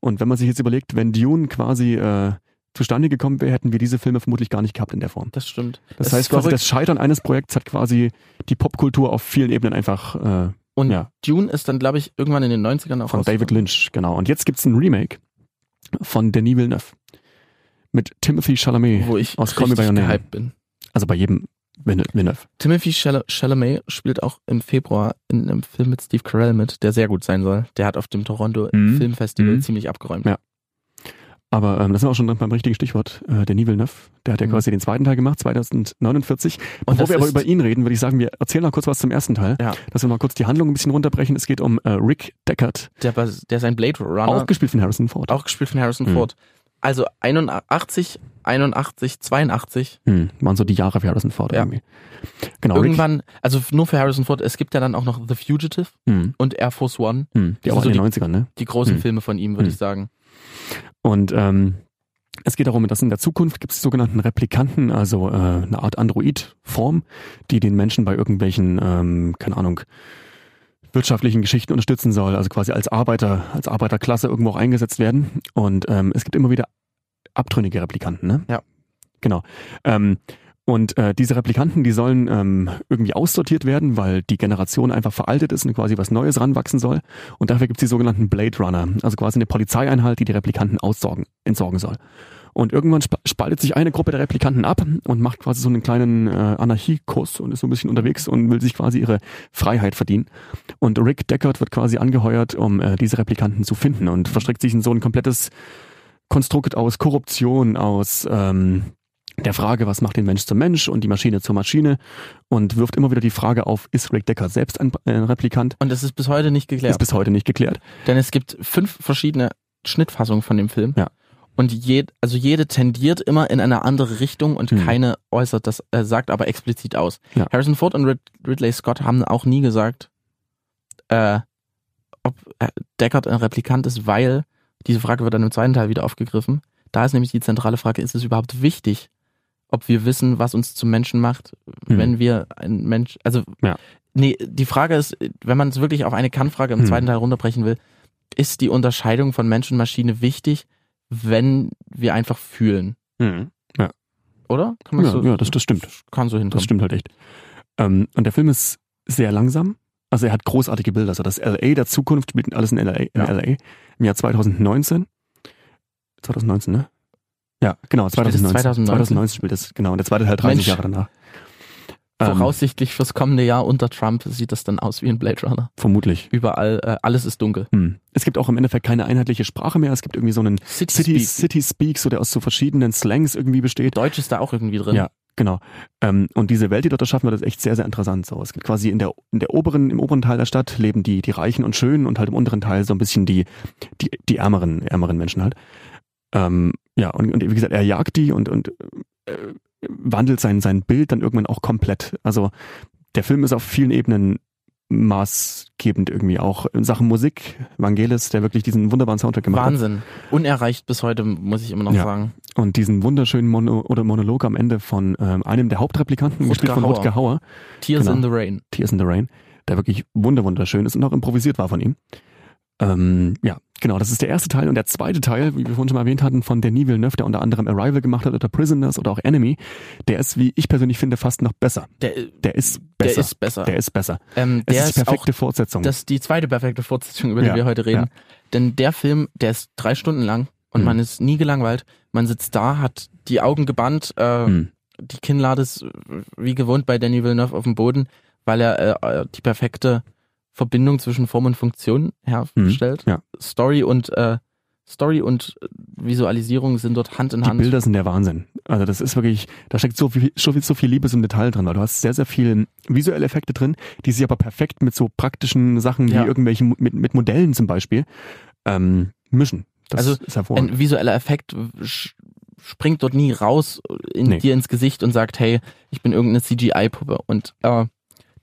[SPEAKER 2] Und wenn man sich jetzt überlegt, wenn Dune quasi äh, zustande gekommen wäre, hätten wir diese Filme vermutlich gar nicht gehabt in der Form.
[SPEAKER 1] Das stimmt.
[SPEAKER 2] Das
[SPEAKER 1] Es
[SPEAKER 2] heißt
[SPEAKER 1] ist
[SPEAKER 2] quasi,
[SPEAKER 1] verrückt.
[SPEAKER 2] das Scheitern eines Projekts hat quasi die Popkultur auf vielen Ebenen einfach äh,
[SPEAKER 1] Und
[SPEAKER 2] ja,
[SPEAKER 1] Dune ist dann, glaube ich, irgendwann in den 90ern auch
[SPEAKER 2] von
[SPEAKER 1] rausgekommen.
[SPEAKER 2] David Lynch, genau. Und jetzt gibt's ein Remake von Denis Villeneuve mit Timothy Chalamet.
[SPEAKER 1] wo ich
[SPEAKER 2] aus Call Me
[SPEAKER 1] richtig
[SPEAKER 2] By Your Name.
[SPEAKER 1] gehypt bin.
[SPEAKER 2] Also bei jedem Villeneu- Villeneuve.
[SPEAKER 1] Timothy Chal- Chalamet spielt auch im Februar in einem Film mit Steve Carell mit, der sehr gut sein soll. Der hat auf dem Toronto
[SPEAKER 2] Mhm.
[SPEAKER 1] Filmfestival
[SPEAKER 2] Mhm.
[SPEAKER 1] ziemlich abgeräumt.
[SPEAKER 2] Ja. Aber ähm, das sind wir auch schon beim richtigen Stichwort. Äh, Denis Villeneuve, der hat ja
[SPEAKER 1] Mhm.
[SPEAKER 2] quasi den zweiten Teil gemacht, 2049.
[SPEAKER 1] Und
[SPEAKER 2] Bevor
[SPEAKER 1] das
[SPEAKER 2] wir aber
[SPEAKER 1] ist-
[SPEAKER 2] über ihn reden, würde ich sagen, wir erzählen noch kurz was zum ersten Teil.
[SPEAKER 1] Ja.
[SPEAKER 2] Dass wir mal kurz die Handlung ein bisschen runterbrechen. Es geht um äh, Rick Deckard,
[SPEAKER 1] Der, Bas- der sein Blade Runner,
[SPEAKER 2] auch
[SPEAKER 1] auch,
[SPEAKER 2] gespielt von Harrison Ford.
[SPEAKER 1] gespielt von Harrison
[SPEAKER 2] Mhm.
[SPEAKER 1] Ford. Also 81, 81, 82.
[SPEAKER 2] Hm, waren so die Jahre für Harrison Ford
[SPEAKER 1] Ja.
[SPEAKER 2] irgendwie. Genau, Rick-
[SPEAKER 1] Irgendwann, also nur für Harrison Ford, es gibt ja dann auch noch The Fugitive
[SPEAKER 2] Hm.
[SPEAKER 1] und Air Force One,
[SPEAKER 2] Hm, die
[SPEAKER 1] Das
[SPEAKER 2] auch
[SPEAKER 1] sind
[SPEAKER 2] in den
[SPEAKER 1] so
[SPEAKER 2] 90ern, ne?
[SPEAKER 1] die großen
[SPEAKER 2] Mhm.
[SPEAKER 1] Filme von ihm, würde
[SPEAKER 2] Mhm.
[SPEAKER 1] ich sagen.
[SPEAKER 2] Und ähm, es geht darum, dass in der Zukunft gibt es sogenannten Replikanten, also äh, eine Art Android-Form, die den Menschen bei irgendwelchen, ähm, keine Ahnung, wirtschaftlichen Geschichten unterstützen soll, also quasi als Arbeiter, als Arbeiterklasse irgendwo auch eingesetzt werden. Und ähm, es gibt immer wieder abtrünnige Replikanten, ne?
[SPEAKER 1] Ja.
[SPEAKER 2] Genau. Ähm, und äh, diese Replikanten, die sollen ähm, irgendwie aussortiert werden, weil die Generation einfach veraltet ist und quasi was Neues ranwachsen soll. Und dafür gibt es die sogenannten Blade Runner, also quasi eine Polizeieinheit, die die Replikanten aussorgen, entsorgen soll. Und irgendwann spa- spaltet sich eine Gruppe der Replikanten ab und macht quasi so einen kleinen äh, Anarchiekurs und ist so ein bisschen unterwegs und will sich quasi ihre Freiheit verdienen. Und Rick Deckard wird quasi angeheuert, um äh, diese Replikanten zu finden und verstrickt sich in so ein komplettes Konstrukt aus Korruption, aus ähm, der Frage, was macht den Mensch zum Mensch und die Maschine zur Maschine und wirft immer wieder die Frage auf, ist Rick Deckard selbst ein äh, Replikant?
[SPEAKER 1] Und das ist bis heute nicht geklärt.
[SPEAKER 2] Ist bis heute nicht geklärt.
[SPEAKER 1] Denn es gibt fünf verschiedene Schnittfassungen von dem Film.
[SPEAKER 2] Ja.
[SPEAKER 1] Und jed, also jede tendiert immer in eine andere Richtung und
[SPEAKER 2] Mhm.
[SPEAKER 1] keine äußert das, äh, sagt aber explizit aus.
[SPEAKER 2] Ja.
[SPEAKER 1] Harrison Ford und Rid Ridley Scott haben auch nie gesagt, äh, ob äh, Deckard ein Replikant ist, weil diese Frage wird dann im zweiten Teil wieder aufgegriffen. Da ist nämlich die zentrale Frage, ist es überhaupt wichtig, ob wir wissen, was uns zum Menschen macht,
[SPEAKER 2] Mhm.
[SPEAKER 1] wenn wir ein Mensch, also
[SPEAKER 2] Ja.
[SPEAKER 1] nee, die Frage ist, wenn man es wirklich auf eine Kernfrage im
[SPEAKER 2] Mhm.
[SPEAKER 1] zweiten Teil runterbrechen will, ist die Unterscheidung von Mensch und Maschine wichtig, wenn wir einfach fühlen, oder? Kann man
[SPEAKER 2] Mhm. Ja,
[SPEAKER 1] so,
[SPEAKER 2] ja das, das stimmt.
[SPEAKER 1] kann so
[SPEAKER 2] Das
[SPEAKER 1] hinkommen.
[SPEAKER 2] stimmt halt echt. Ähm, und der Film ist sehr langsam. Also er hat großartige Bilder. Also das LA der Zukunft spielt alles in LA, in
[SPEAKER 1] Ja.
[SPEAKER 2] LA im Jahr 2019. 2019, ne? Ja, genau,
[SPEAKER 1] Spielt es
[SPEAKER 2] 2019.
[SPEAKER 1] 2019?
[SPEAKER 2] 2019 spielt es, genau. Und der zweite Teil 30
[SPEAKER 1] Mensch.
[SPEAKER 2] Jahre danach. Ähm,
[SPEAKER 1] Voraussichtlich fürs kommende Jahr unter Trump sieht das dann aus wie ein Blade Runner.
[SPEAKER 2] Vermutlich.
[SPEAKER 1] Überall, äh, alles ist dunkel.
[SPEAKER 2] Hm. Es gibt auch im Endeffekt keine einheitliche Sprache mehr. Es gibt irgendwie so einen
[SPEAKER 1] City,
[SPEAKER 2] City,
[SPEAKER 1] Speak.
[SPEAKER 2] City Speak, so der aus so verschiedenen Slangs irgendwie besteht.
[SPEAKER 1] Deutsch ist da auch irgendwie drin.
[SPEAKER 2] Ja, genau. Ähm, und diese Welt, die dort erschaffen wird, ist echt sehr, sehr interessant. So, es gibt quasi in der, in der oberen, im oberen Teil der Stadt leben die, die Reichen und Schönen und halt im unteren Teil so ein bisschen die, die, die ärmeren, ärmeren Menschen halt. Ähm, ja, und, und wie gesagt, er jagt die und, und äh, wandelt sein, sein Bild dann irgendwann auch komplett. Also der Film ist auf vielen Ebenen maßgebend irgendwie auch in Sachen Musik. Vangelis, der wirklich diesen wunderbaren Soundtrack gemacht hat.
[SPEAKER 1] Wahnsinn. Unerreicht bis heute, muss ich immer noch
[SPEAKER 2] Ja.
[SPEAKER 1] sagen.
[SPEAKER 2] Und diesen wunderschönen Mono oder Monolog am Ende von ähm, einem der Hauptreplikanten, gespielt von
[SPEAKER 1] Rutger
[SPEAKER 2] Rutger Hauer,
[SPEAKER 1] Tears
[SPEAKER 2] Genau.
[SPEAKER 1] in the Rain.
[SPEAKER 2] Tears in the Rain, der wirklich wunderwunderschön ist und auch improvisiert war von ihm. Ähm, ja, genau, das ist der erste Teil. Und der zweite Teil, wie wir vorhin schon mal erwähnt hatten, von Denis Villeneuve, der unter anderem Arrival gemacht hat oder Prisoners oder auch Enemy, der ist, wie ich persönlich finde, fast noch besser.
[SPEAKER 1] Der,
[SPEAKER 2] Der ist besser.
[SPEAKER 1] der ist besser.
[SPEAKER 2] Der ist besser.
[SPEAKER 1] ähm,
[SPEAKER 2] Es
[SPEAKER 1] der
[SPEAKER 2] ist
[SPEAKER 1] ist, auch
[SPEAKER 2] perfekte Fortsetzung.
[SPEAKER 1] das ist die zweite perfekte Fortsetzung, über die
[SPEAKER 2] Ja,
[SPEAKER 1] wir heute reden.
[SPEAKER 2] ja.
[SPEAKER 1] Denn der Film, der ist drei Stunden lang und
[SPEAKER 2] Mhm.
[SPEAKER 1] man ist nie gelangweilt. Man sitzt da, hat die Augen gebannt, äh,
[SPEAKER 2] Hm.
[SPEAKER 1] die Kinnlade ist äh, wie gewohnt bei Danny Villeneuve auf dem Boden, weil er äh, äh, die perfekte Verbindung zwischen Form und Funktion herstellt.
[SPEAKER 2] Mhm, ja.
[SPEAKER 1] Story und äh, Story und äh, Visualisierung sind dort Hand in
[SPEAKER 2] Die
[SPEAKER 1] Hand.
[SPEAKER 2] Bilder sind der Wahnsinn. Also das ist wirklich, da steckt so viel, so viel, so viel Liebe im Detail drin, weil du hast sehr, sehr viele visuelle Effekte drin, die sich aber perfekt mit so praktischen Sachen wie
[SPEAKER 1] Ja.
[SPEAKER 2] irgendwelchen, mit, mit Modellen zum Beispiel, ähm, mischen. Das
[SPEAKER 1] Also,
[SPEAKER 2] ist hervorragend.
[SPEAKER 1] Ein visueller Effekt sch- springt dort nie raus äh, in
[SPEAKER 2] Nee.
[SPEAKER 1] dir ins Gesicht und sagt, hey, ich bin irgendeine CGI-Puppe. Und äh,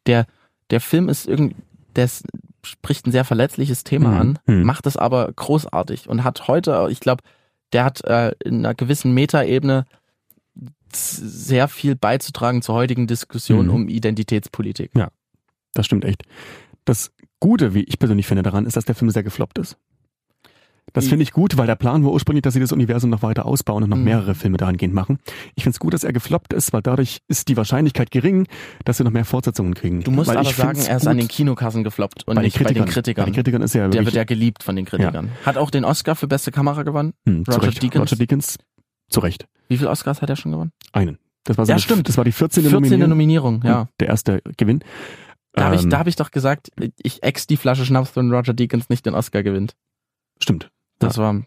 [SPEAKER 1] der, der Film ist irgendwie, der ist, spricht ein sehr verletzliches Thema
[SPEAKER 2] Mhm.
[SPEAKER 1] an,
[SPEAKER 2] Mhm.
[SPEAKER 1] macht es aber großartig und hat heute, äh, ich glaube, der hat äh, in einer gewissen Metaebene s- sehr viel beizutragen zur heutigen Diskussion
[SPEAKER 2] Mhm.
[SPEAKER 1] um Identitätspolitik.
[SPEAKER 2] Das stimmt echt. Das Gute, wie ich persönlich finde, daran ist, dass der Film sehr gefloppt ist. Das
[SPEAKER 1] Mhm.
[SPEAKER 2] finde ich gut, weil der Plan war ursprünglich, dass sie das Universum noch weiter ausbauen und noch
[SPEAKER 1] Mhm.
[SPEAKER 2] mehrere Filme dahingehend machen. Ich finde es gut, dass er gefloppt ist, weil dadurch ist die Wahrscheinlichkeit gering, dass wir noch mehr Fortsetzungen kriegen.
[SPEAKER 1] Du musst
[SPEAKER 2] weil
[SPEAKER 1] aber
[SPEAKER 2] ich
[SPEAKER 1] sagen,
[SPEAKER 2] find's
[SPEAKER 1] er ist
[SPEAKER 2] gut
[SPEAKER 1] an den Kinokassen gefloppt und
[SPEAKER 2] bei den
[SPEAKER 1] nicht bei
[SPEAKER 2] Kritikern.
[SPEAKER 1] den Kritikern.
[SPEAKER 2] Bei den Kritikern ist er
[SPEAKER 1] der wird
[SPEAKER 2] wirklich,
[SPEAKER 1] ja geliebt von den Kritikern. Hat auch den Oscar für beste Kamera gewonnen.
[SPEAKER 2] hm, zu
[SPEAKER 1] Roger
[SPEAKER 2] Recht.
[SPEAKER 1] Deakins.
[SPEAKER 2] Roger Deakins, zu Recht.
[SPEAKER 1] Wie viele Oscars hat er schon gewonnen?
[SPEAKER 2] Einen. Das war so
[SPEAKER 1] Ja,
[SPEAKER 2] eine-
[SPEAKER 1] stimmt.
[SPEAKER 2] Das war die 14.
[SPEAKER 1] 14. Nominierung,
[SPEAKER 2] Nominierung.
[SPEAKER 1] ja.
[SPEAKER 2] Der erste Gewinn.
[SPEAKER 1] Da habe ich,
[SPEAKER 2] Ähm,
[SPEAKER 1] da hab ich doch gesagt, ich ex die Flasche Schnaps, wenn Roger Deakins nicht den Oscar gewinnt.
[SPEAKER 2] Stimmt.
[SPEAKER 1] Das war,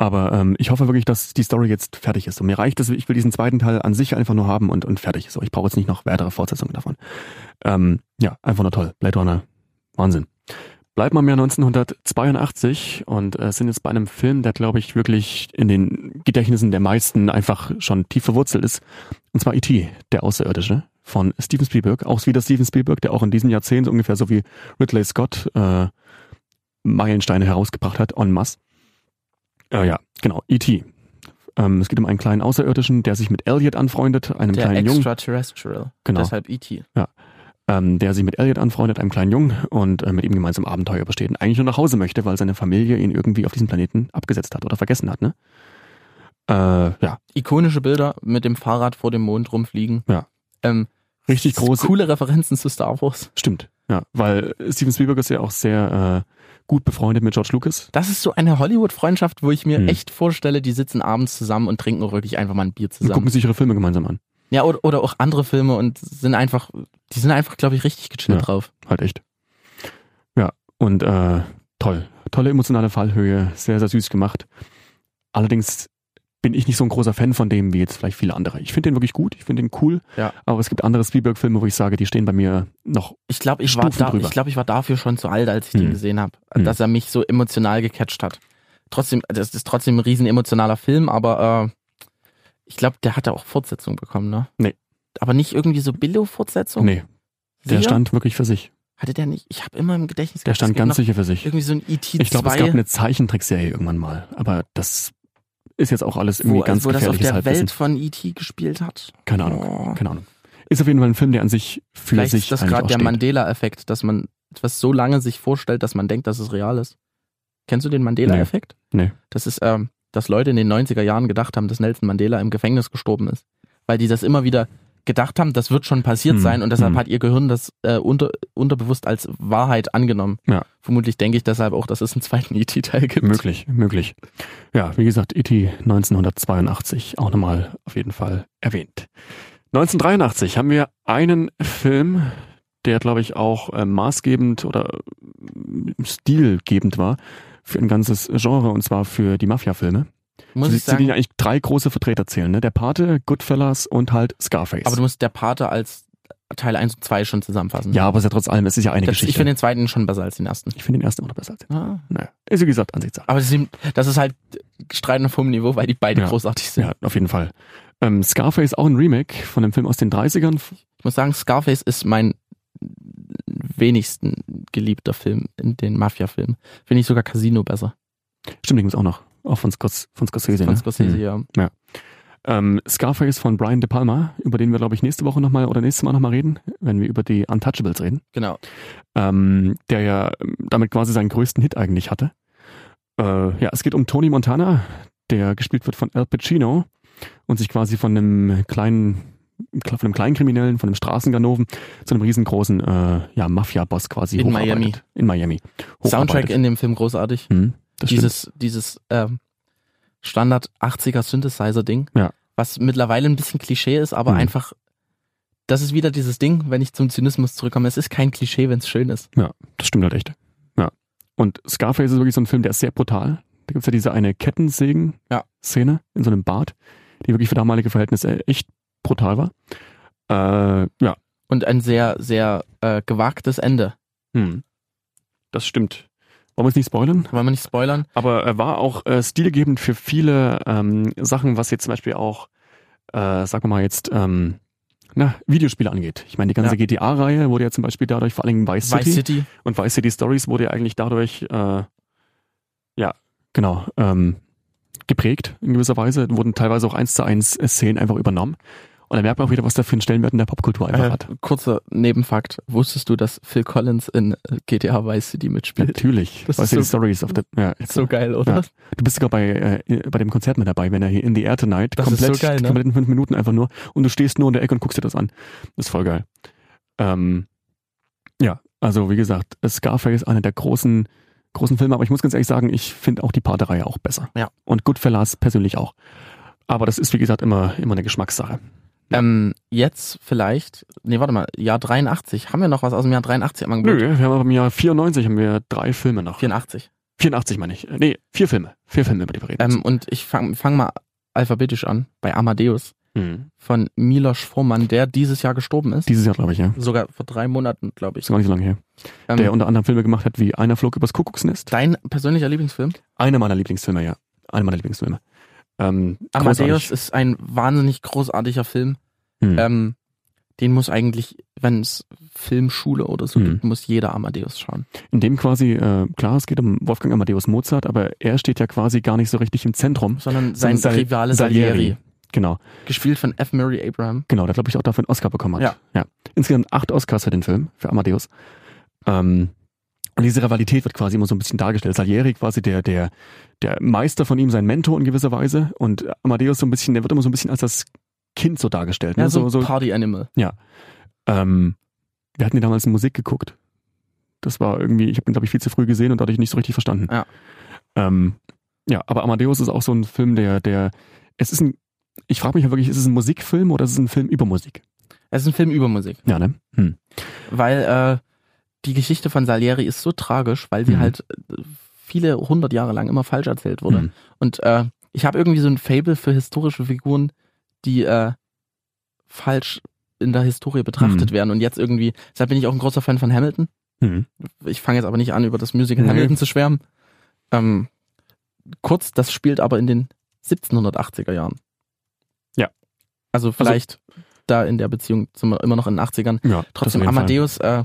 [SPEAKER 2] Aber ähm, ich hoffe wirklich, dass die Story jetzt fertig ist. Und mir reicht es, ich will diesen zweiten Teil an sich einfach nur haben und, und fertig. So, ich brauche jetzt nicht noch weitere Fortsetzungen davon. Ähm, ja, einfach nur toll. Blade Runner, Wahnsinn. Bleibt man im Jahr 1982 und äh, sind jetzt bei einem Film, der, glaube ich, wirklich in den Gedächtnissen der meisten einfach schon tief verwurzelt ist. Und zwar E.T., der Außerirdische von Steven Spielberg. Auch wieder Steven Spielberg, der auch in diesem Jahrzehnt so ungefähr so wie Ridley Scott äh, Meilensteine herausgebracht hat, en masse. Äh, ja, genau, E.T. Ähm, es geht um einen kleinen Außerirdischen, der sich mit Elliot anfreundet, einem
[SPEAKER 1] der
[SPEAKER 2] kleinen Jungen.
[SPEAKER 1] Extraterrestrial.
[SPEAKER 2] Genau.
[SPEAKER 1] Deshalb E E.T.
[SPEAKER 2] ähm, der sich mit Elliot anfreundet, einem kleinen Jungen, und äh, mit ihm gemeinsam Abenteuer besteht und eigentlich nur nach Hause möchte, weil seine Familie ihn irgendwie auf diesem Planeten abgesetzt hat oder vergessen hat, ne? Äh, ja,
[SPEAKER 1] Ikonische Bilder mit dem Fahrrad vor dem Mond rumfliegen.
[SPEAKER 2] Ja.
[SPEAKER 1] Ähm,
[SPEAKER 2] richtig
[SPEAKER 1] s-
[SPEAKER 2] groß.
[SPEAKER 1] Coole Referenzen zu Star Wars.
[SPEAKER 2] Stimmt, ja, weil Steven Spielberg ist ja auch sehr äh, gut befreundet mit George Lucas.
[SPEAKER 1] Das ist so eine Hollywood-Freundschaft, wo ich mir
[SPEAKER 2] Hm.
[SPEAKER 1] echt vorstelle, die sitzen abends zusammen und trinken wirklich einfach mal ein Bier
[SPEAKER 2] Und
[SPEAKER 1] zusammen.
[SPEAKER 2] gucken sich ihre Filme gemeinsam an.
[SPEAKER 1] Ja, oder, oder auch andere Filme und sind einfach, die sind einfach, glaube ich, richtig gechillt
[SPEAKER 2] Ja.
[SPEAKER 1] drauf.
[SPEAKER 2] Halt echt. Ja, und äh, toll. Tolle emotionale Fallhöhe, sehr, sehr süß gemacht. Allerdings bin ich nicht so ein großer Fan von dem wie jetzt vielleicht viele andere. Ich finde den wirklich gut, ich finde den cool,
[SPEAKER 1] Ja.
[SPEAKER 2] aber es gibt andere Spielberg-Filme, wo ich sage, die stehen bei mir noch.
[SPEAKER 1] Ich glaube, ich, war
[SPEAKER 2] Stufen
[SPEAKER 1] da,
[SPEAKER 2] drüber.
[SPEAKER 1] ich, glaub, ich war dafür schon zu alt, als ich
[SPEAKER 2] Hm.
[SPEAKER 1] den gesehen habe,
[SPEAKER 2] Hm.
[SPEAKER 1] dass er mich so emotional gecatcht hat. Trotzdem, das ist trotzdem ein riesen emotionaler Film, aber äh, ich glaube, der hat ja auch Fortsetzung bekommen, ne?
[SPEAKER 2] Nee.
[SPEAKER 1] Aber nicht irgendwie so Billo-Fortsetzung?
[SPEAKER 2] Nee, der
[SPEAKER 1] Oh. Sicher?
[SPEAKER 2] stand wirklich für sich.
[SPEAKER 1] Hatte der nicht? Ich habe immer im Gedächtnis
[SPEAKER 2] Der
[SPEAKER 1] gehabt, es
[SPEAKER 2] stand
[SPEAKER 1] gibt
[SPEAKER 2] ganz
[SPEAKER 1] noch
[SPEAKER 2] sicher für sich.
[SPEAKER 1] Irgendwie so ein E E.T.
[SPEAKER 2] Ich glaube, es
[SPEAKER 1] 2,
[SPEAKER 2] gab eine Zeichentrickserie irgendwann mal, aber das ist jetzt auch alles irgendwie
[SPEAKER 1] wo,
[SPEAKER 2] ganz
[SPEAKER 1] wo das auf
[SPEAKER 2] gefährliches
[SPEAKER 1] der
[SPEAKER 2] Halbwissen.
[SPEAKER 1] Welt von E.T. gespielt hat.
[SPEAKER 2] Keine Ahnung,
[SPEAKER 1] Oh.
[SPEAKER 2] keine Ahnung. Ist auf jeden Fall ein Film, der an sich für
[SPEAKER 1] Vielleicht
[SPEAKER 2] sich
[SPEAKER 1] ist das
[SPEAKER 2] eigentlich
[SPEAKER 1] gerade
[SPEAKER 2] auch
[SPEAKER 1] der
[SPEAKER 2] steht.
[SPEAKER 1] Mandela-Effekt, dass man etwas so lange sich vorstellt, dass man denkt, dass es real ist. Kennst du den Mandela-Effekt?
[SPEAKER 2] Nee.
[SPEAKER 1] Das ist, ähm, dass Leute in den 90er Jahren gedacht haben, dass Nelson Mandela im Gefängnis gestorben ist. Weil die das immer wieder gedacht haben, das wird schon passiert
[SPEAKER 2] Hm,
[SPEAKER 1] sein und deshalb
[SPEAKER 2] hm.
[SPEAKER 1] hat ihr Gehirn das äh, unter, unterbewusst als Wahrheit angenommen.
[SPEAKER 2] Ja.
[SPEAKER 1] Vermutlich denke ich deshalb auch, dass es einen zweiten ET-Teil gibt.
[SPEAKER 2] Möglich, möglich. Ja, wie gesagt, E.T. 1982 auch nochmal auf jeden Fall erwähnt. 1983 haben wir einen Film, der, glaube ich, auch äh, maßgebend oder äh, stilgebend war für ein ganzes Genre und zwar für die Mafia-Filme.
[SPEAKER 1] Muss
[SPEAKER 2] Zu-
[SPEAKER 1] ich
[SPEAKER 2] zu denen
[SPEAKER 1] sagen,
[SPEAKER 2] eigentlich drei große Vertreter zählen, ne? Der Pate, Goodfellas und halt Scarface.
[SPEAKER 1] aber du musst der Pate als Teil 1 und 2 schon zusammenfassen.
[SPEAKER 2] ja, aber es ist ja trotz allem, es ist ja eine
[SPEAKER 1] das,
[SPEAKER 2] Geschichte.
[SPEAKER 1] ich finde den zweiten schon besser als den ersten.
[SPEAKER 2] ich finde den ersten auch noch besser als den.
[SPEAKER 1] Ah.
[SPEAKER 2] Naja, ist wie gesagt Ansichtssache.
[SPEAKER 1] Aber sie, das ist halt Streiten auf hohem Niveau, weil die beide
[SPEAKER 2] Ja.
[SPEAKER 1] großartig sind.
[SPEAKER 2] Ja, auf jeden Fall. Ähm, Scarface auch ein Remake von einem Film aus den 30ern,
[SPEAKER 1] Ich muss sagen, Scarface ist mein wenigsten geliebter Film in den Mafia-Filmen. Finde ich sogar Casino besser.
[SPEAKER 2] Stimmt, den gibt's auch noch. Auch von, Scots, von Scorsese.
[SPEAKER 1] Von
[SPEAKER 2] ne?
[SPEAKER 1] Scorsese,
[SPEAKER 2] Mhm.
[SPEAKER 1] ja.
[SPEAKER 2] Ähm, Scarface von Brian De Palma, über den wir, glaube ich, nächste Woche nochmal oder nächstes Mal nochmal reden, wenn wir über die Untouchables reden.
[SPEAKER 1] Genau.
[SPEAKER 2] ähm, der ja ähm, damit quasi seinen größten Hit eigentlich hatte. Äh, ja, es geht um Tony Montana, der gespielt wird von Al Pacino und sich quasi von einem kleinen, von einem kleinen Kriminellen, von einem Straßenganoven zu einem riesengroßen äh, ja, Mafia-Boss quasi
[SPEAKER 1] In
[SPEAKER 2] hocharbeitet.
[SPEAKER 1] Miami.
[SPEAKER 2] In Miami.
[SPEAKER 1] Soundtrack in dem Film großartig.
[SPEAKER 2] Hm, das stimmt.
[SPEAKER 1] dieses dieses ähm, Standard 80er Synthesizer Ding,
[SPEAKER 2] Ja.
[SPEAKER 1] was mittlerweile ein bisschen Klischee ist, aber
[SPEAKER 2] Mhm.
[SPEAKER 1] einfach das ist wieder dieses Ding, wenn ich zum Zynismus zurückkomme, es ist kein Klischee, wenn es schön ist.
[SPEAKER 2] Das stimmt halt echt. Ja. Und Scarface ist wirklich so ein Film, der ist sehr brutal. Da gibt's ja diese eine
[SPEAKER 1] Ja.
[SPEAKER 2] Kettensägen-Szene in so einem Bad, die wirklich für damalige Verhältnisse echt brutal war. Äh, ja.
[SPEAKER 1] Und ein sehr, sehr äh, gewagtes Ende.
[SPEAKER 2] Hm. Das stimmt. Wollen wir es nicht spoilern?
[SPEAKER 1] Wollen wir nicht spoilern?
[SPEAKER 2] Aber er war auch äh, stilgebend für viele ähm, Sachen, was jetzt zum Beispiel auch, äh, sagen wir mal jetzt, ähm, na, Videospiele angeht. Ich meine, die ganze
[SPEAKER 1] Ja.
[SPEAKER 2] GTA-Reihe wurde ja zum Beispiel dadurch, vor allem Vice City,
[SPEAKER 1] Vice City.
[SPEAKER 2] und Vice City Stories wurde ja eigentlich dadurch, äh, ja, genau, ähm, geprägt in gewisser Weise. Wurden teilweise auch eins zu eins äh, Szenen einfach übernommen. Und da merkt man auch wieder, was da für einen Stellenwert in der Popkultur einfach
[SPEAKER 1] Äh,
[SPEAKER 2] hat.
[SPEAKER 1] kurzer Nebenfakt. Wusstest du, dass Phil Collins in äh, GTA Vice City mitspielt?
[SPEAKER 2] Natürlich.
[SPEAKER 1] Das
[SPEAKER 2] Vice
[SPEAKER 1] ist
[SPEAKER 2] City
[SPEAKER 1] so-
[SPEAKER 2] Stories auf der, ja,
[SPEAKER 1] So geil, oder?
[SPEAKER 2] Ja. Du bist sogar bei, äh, bei dem Konzert mit dabei, wenn er hier in die Erde Night
[SPEAKER 1] Das ist
[SPEAKER 2] komplett,
[SPEAKER 1] so geil, ne?
[SPEAKER 2] komplett in fünf Minuten einfach nur und du stehst nur in der Ecke und guckst dir das an. Das ist voll geil. Ähm, ja, also wie gesagt, Scarface ist einer der großen, großen Filme, aber ich muss ganz ehrlich sagen, ich finde auch die Pate-Reihe auch besser.
[SPEAKER 1] Ja.
[SPEAKER 2] Und Goodfellas persönlich auch. Aber das ist, wie gesagt, immer, immer eine Geschmackssache.
[SPEAKER 1] Ähm, jetzt vielleicht, nee, warte mal, Jahr 83. Haben wir noch was aus dem Jahr 83 am Angebot?
[SPEAKER 2] Nö, wir haben im Jahr 94 haben wir drei Filme noch.
[SPEAKER 1] 84.
[SPEAKER 2] 84 meine ich. Äh, Nee, vier Filme. Vier Filme, über die wir reden.
[SPEAKER 1] Ähm, und ich fange fang mal alphabetisch an bei Amadeus
[SPEAKER 2] Mhm.
[SPEAKER 1] von Milos Forman, der dieses Jahr gestorben ist.
[SPEAKER 2] Dieses Jahr, glaube ich, ja.
[SPEAKER 1] Sogar vor drei Monaten, glaube
[SPEAKER 2] Ist
[SPEAKER 1] ich.
[SPEAKER 2] gar nicht so lange her.
[SPEAKER 1] Ähm,
[SPEAKER 2] Der unter anderem Filme gemacht hat wie Einer flog übers Kuckucksnest.
[SPEAKER 1] dein persönlicher Lieblingsfilm?
[SPEAKER 2] Einer meiner Lieblingsfilme, ja. Einer meiner Lieblingsfilme. Ähm,
[SPEAKER 1] Amadeus
[SPEAKER 2] großartig.
[SPEAKER 1] ist ein wahnsinnig großartiger Film.
[SPEAKER 2] Hm.
[SPEAKER 1] Ähm, den muss eigentlich, wenn es Filmschule oder so
[SPEAKER 2] Mhm.
[SPEAKER 1] gibt, muss jeder Amadeus schauen.
[SPEAKER 2] In dem quasi, äh, klar, es geht um Wolfgang Amadeus Mozart, aber er steht ja quasi gar nicht so richtig im Zentrum.
[SPEAKER 1] Sondern sein
[SPEAKER 2] Sal-
[SPEAKER 1] Rivale Salieri,
[SPEAKER 2] Genau,
[SPEAKER 1] gespielt von F. Murray Abraham.
[SPEAKER 2] genau, der glaube ich auch dafür einen Oscar bekommen hat.
[SPEAKER 1] Ja.
[SPEAKER 2] ja. Insgesamt acht Oscars für den Film, für Amadeus. Ähm, und diese Rivalität wird quasi immer so ein bisschen dargestellt. Salieri quasi der, der, der Meister von ihm, sein Mentor in gewisser Weise. Und Amadeus so ein bisschen, der wird immer so ein bisschen als das Kind so dargestellt.
[SPEAKER 1] Ja,
[SPEAKER 2] ne?
[SPEAKER 1] so, so Party Animal.
[SPEAKER 2] Ähm, wir hatten ja damals Musik geguckt. Das war irgendwie, ich habe ihn, glaube ich, viel zu früh gesehen und dadurch nicht so richtig verstanden.
[SPEAKER 1] Ja.
[SPEAKER 2] Ähm, ja, aber Amadeus ist auch so ein Film, der, der, es ist ein, ich frage mich ja wirklich, ist es ein Musikfilm oder ist es ein Film über Musik?
[SPEAKER 1] Es ist ein Film über Musik.
[SPEAKER 2] Ja, ne? Hm.
[SPEAKER 1] weil äh, die Geschichte von Salieri ist so tragisch, weil sie
[SPEAKER 2] Mhm.
[SPEAKER 1] halt äh, viele hundert Jahre lang immer falsch erzählt wurde.
[SPEAKER 2] Hm.
[SPEAKER 1] Und äh, ich habe irgendwie so ein Fable für historische Figuren, die äh, falsch in der Historie betrachtet werden. Und jetzt irgendwie, deshalb bin ich auch ein großer Fan von Hamilton.
[SPEAKER 2] Hm.
[SPEAKER 1] Ich fange jetzt aber nicht an, über das Musical
[SPEAKER 2] Nee.
[SPEAKER 1] Hamilton zu schwärmen. Ähm, kurz, das spielt aber in den 1780er Jahren.
[SPEAKER 2] Ja.
[SPEAKER 1] Also vielleicht da in der Beziehung sind wir immer noch in den 80ern.
[SPEAKER 2] Ja,
[SPEAKER 1] Trotzdem
[SPEAKER 2] das auf jeden Fall.
[SPEAKER 1] Amadeus, äh,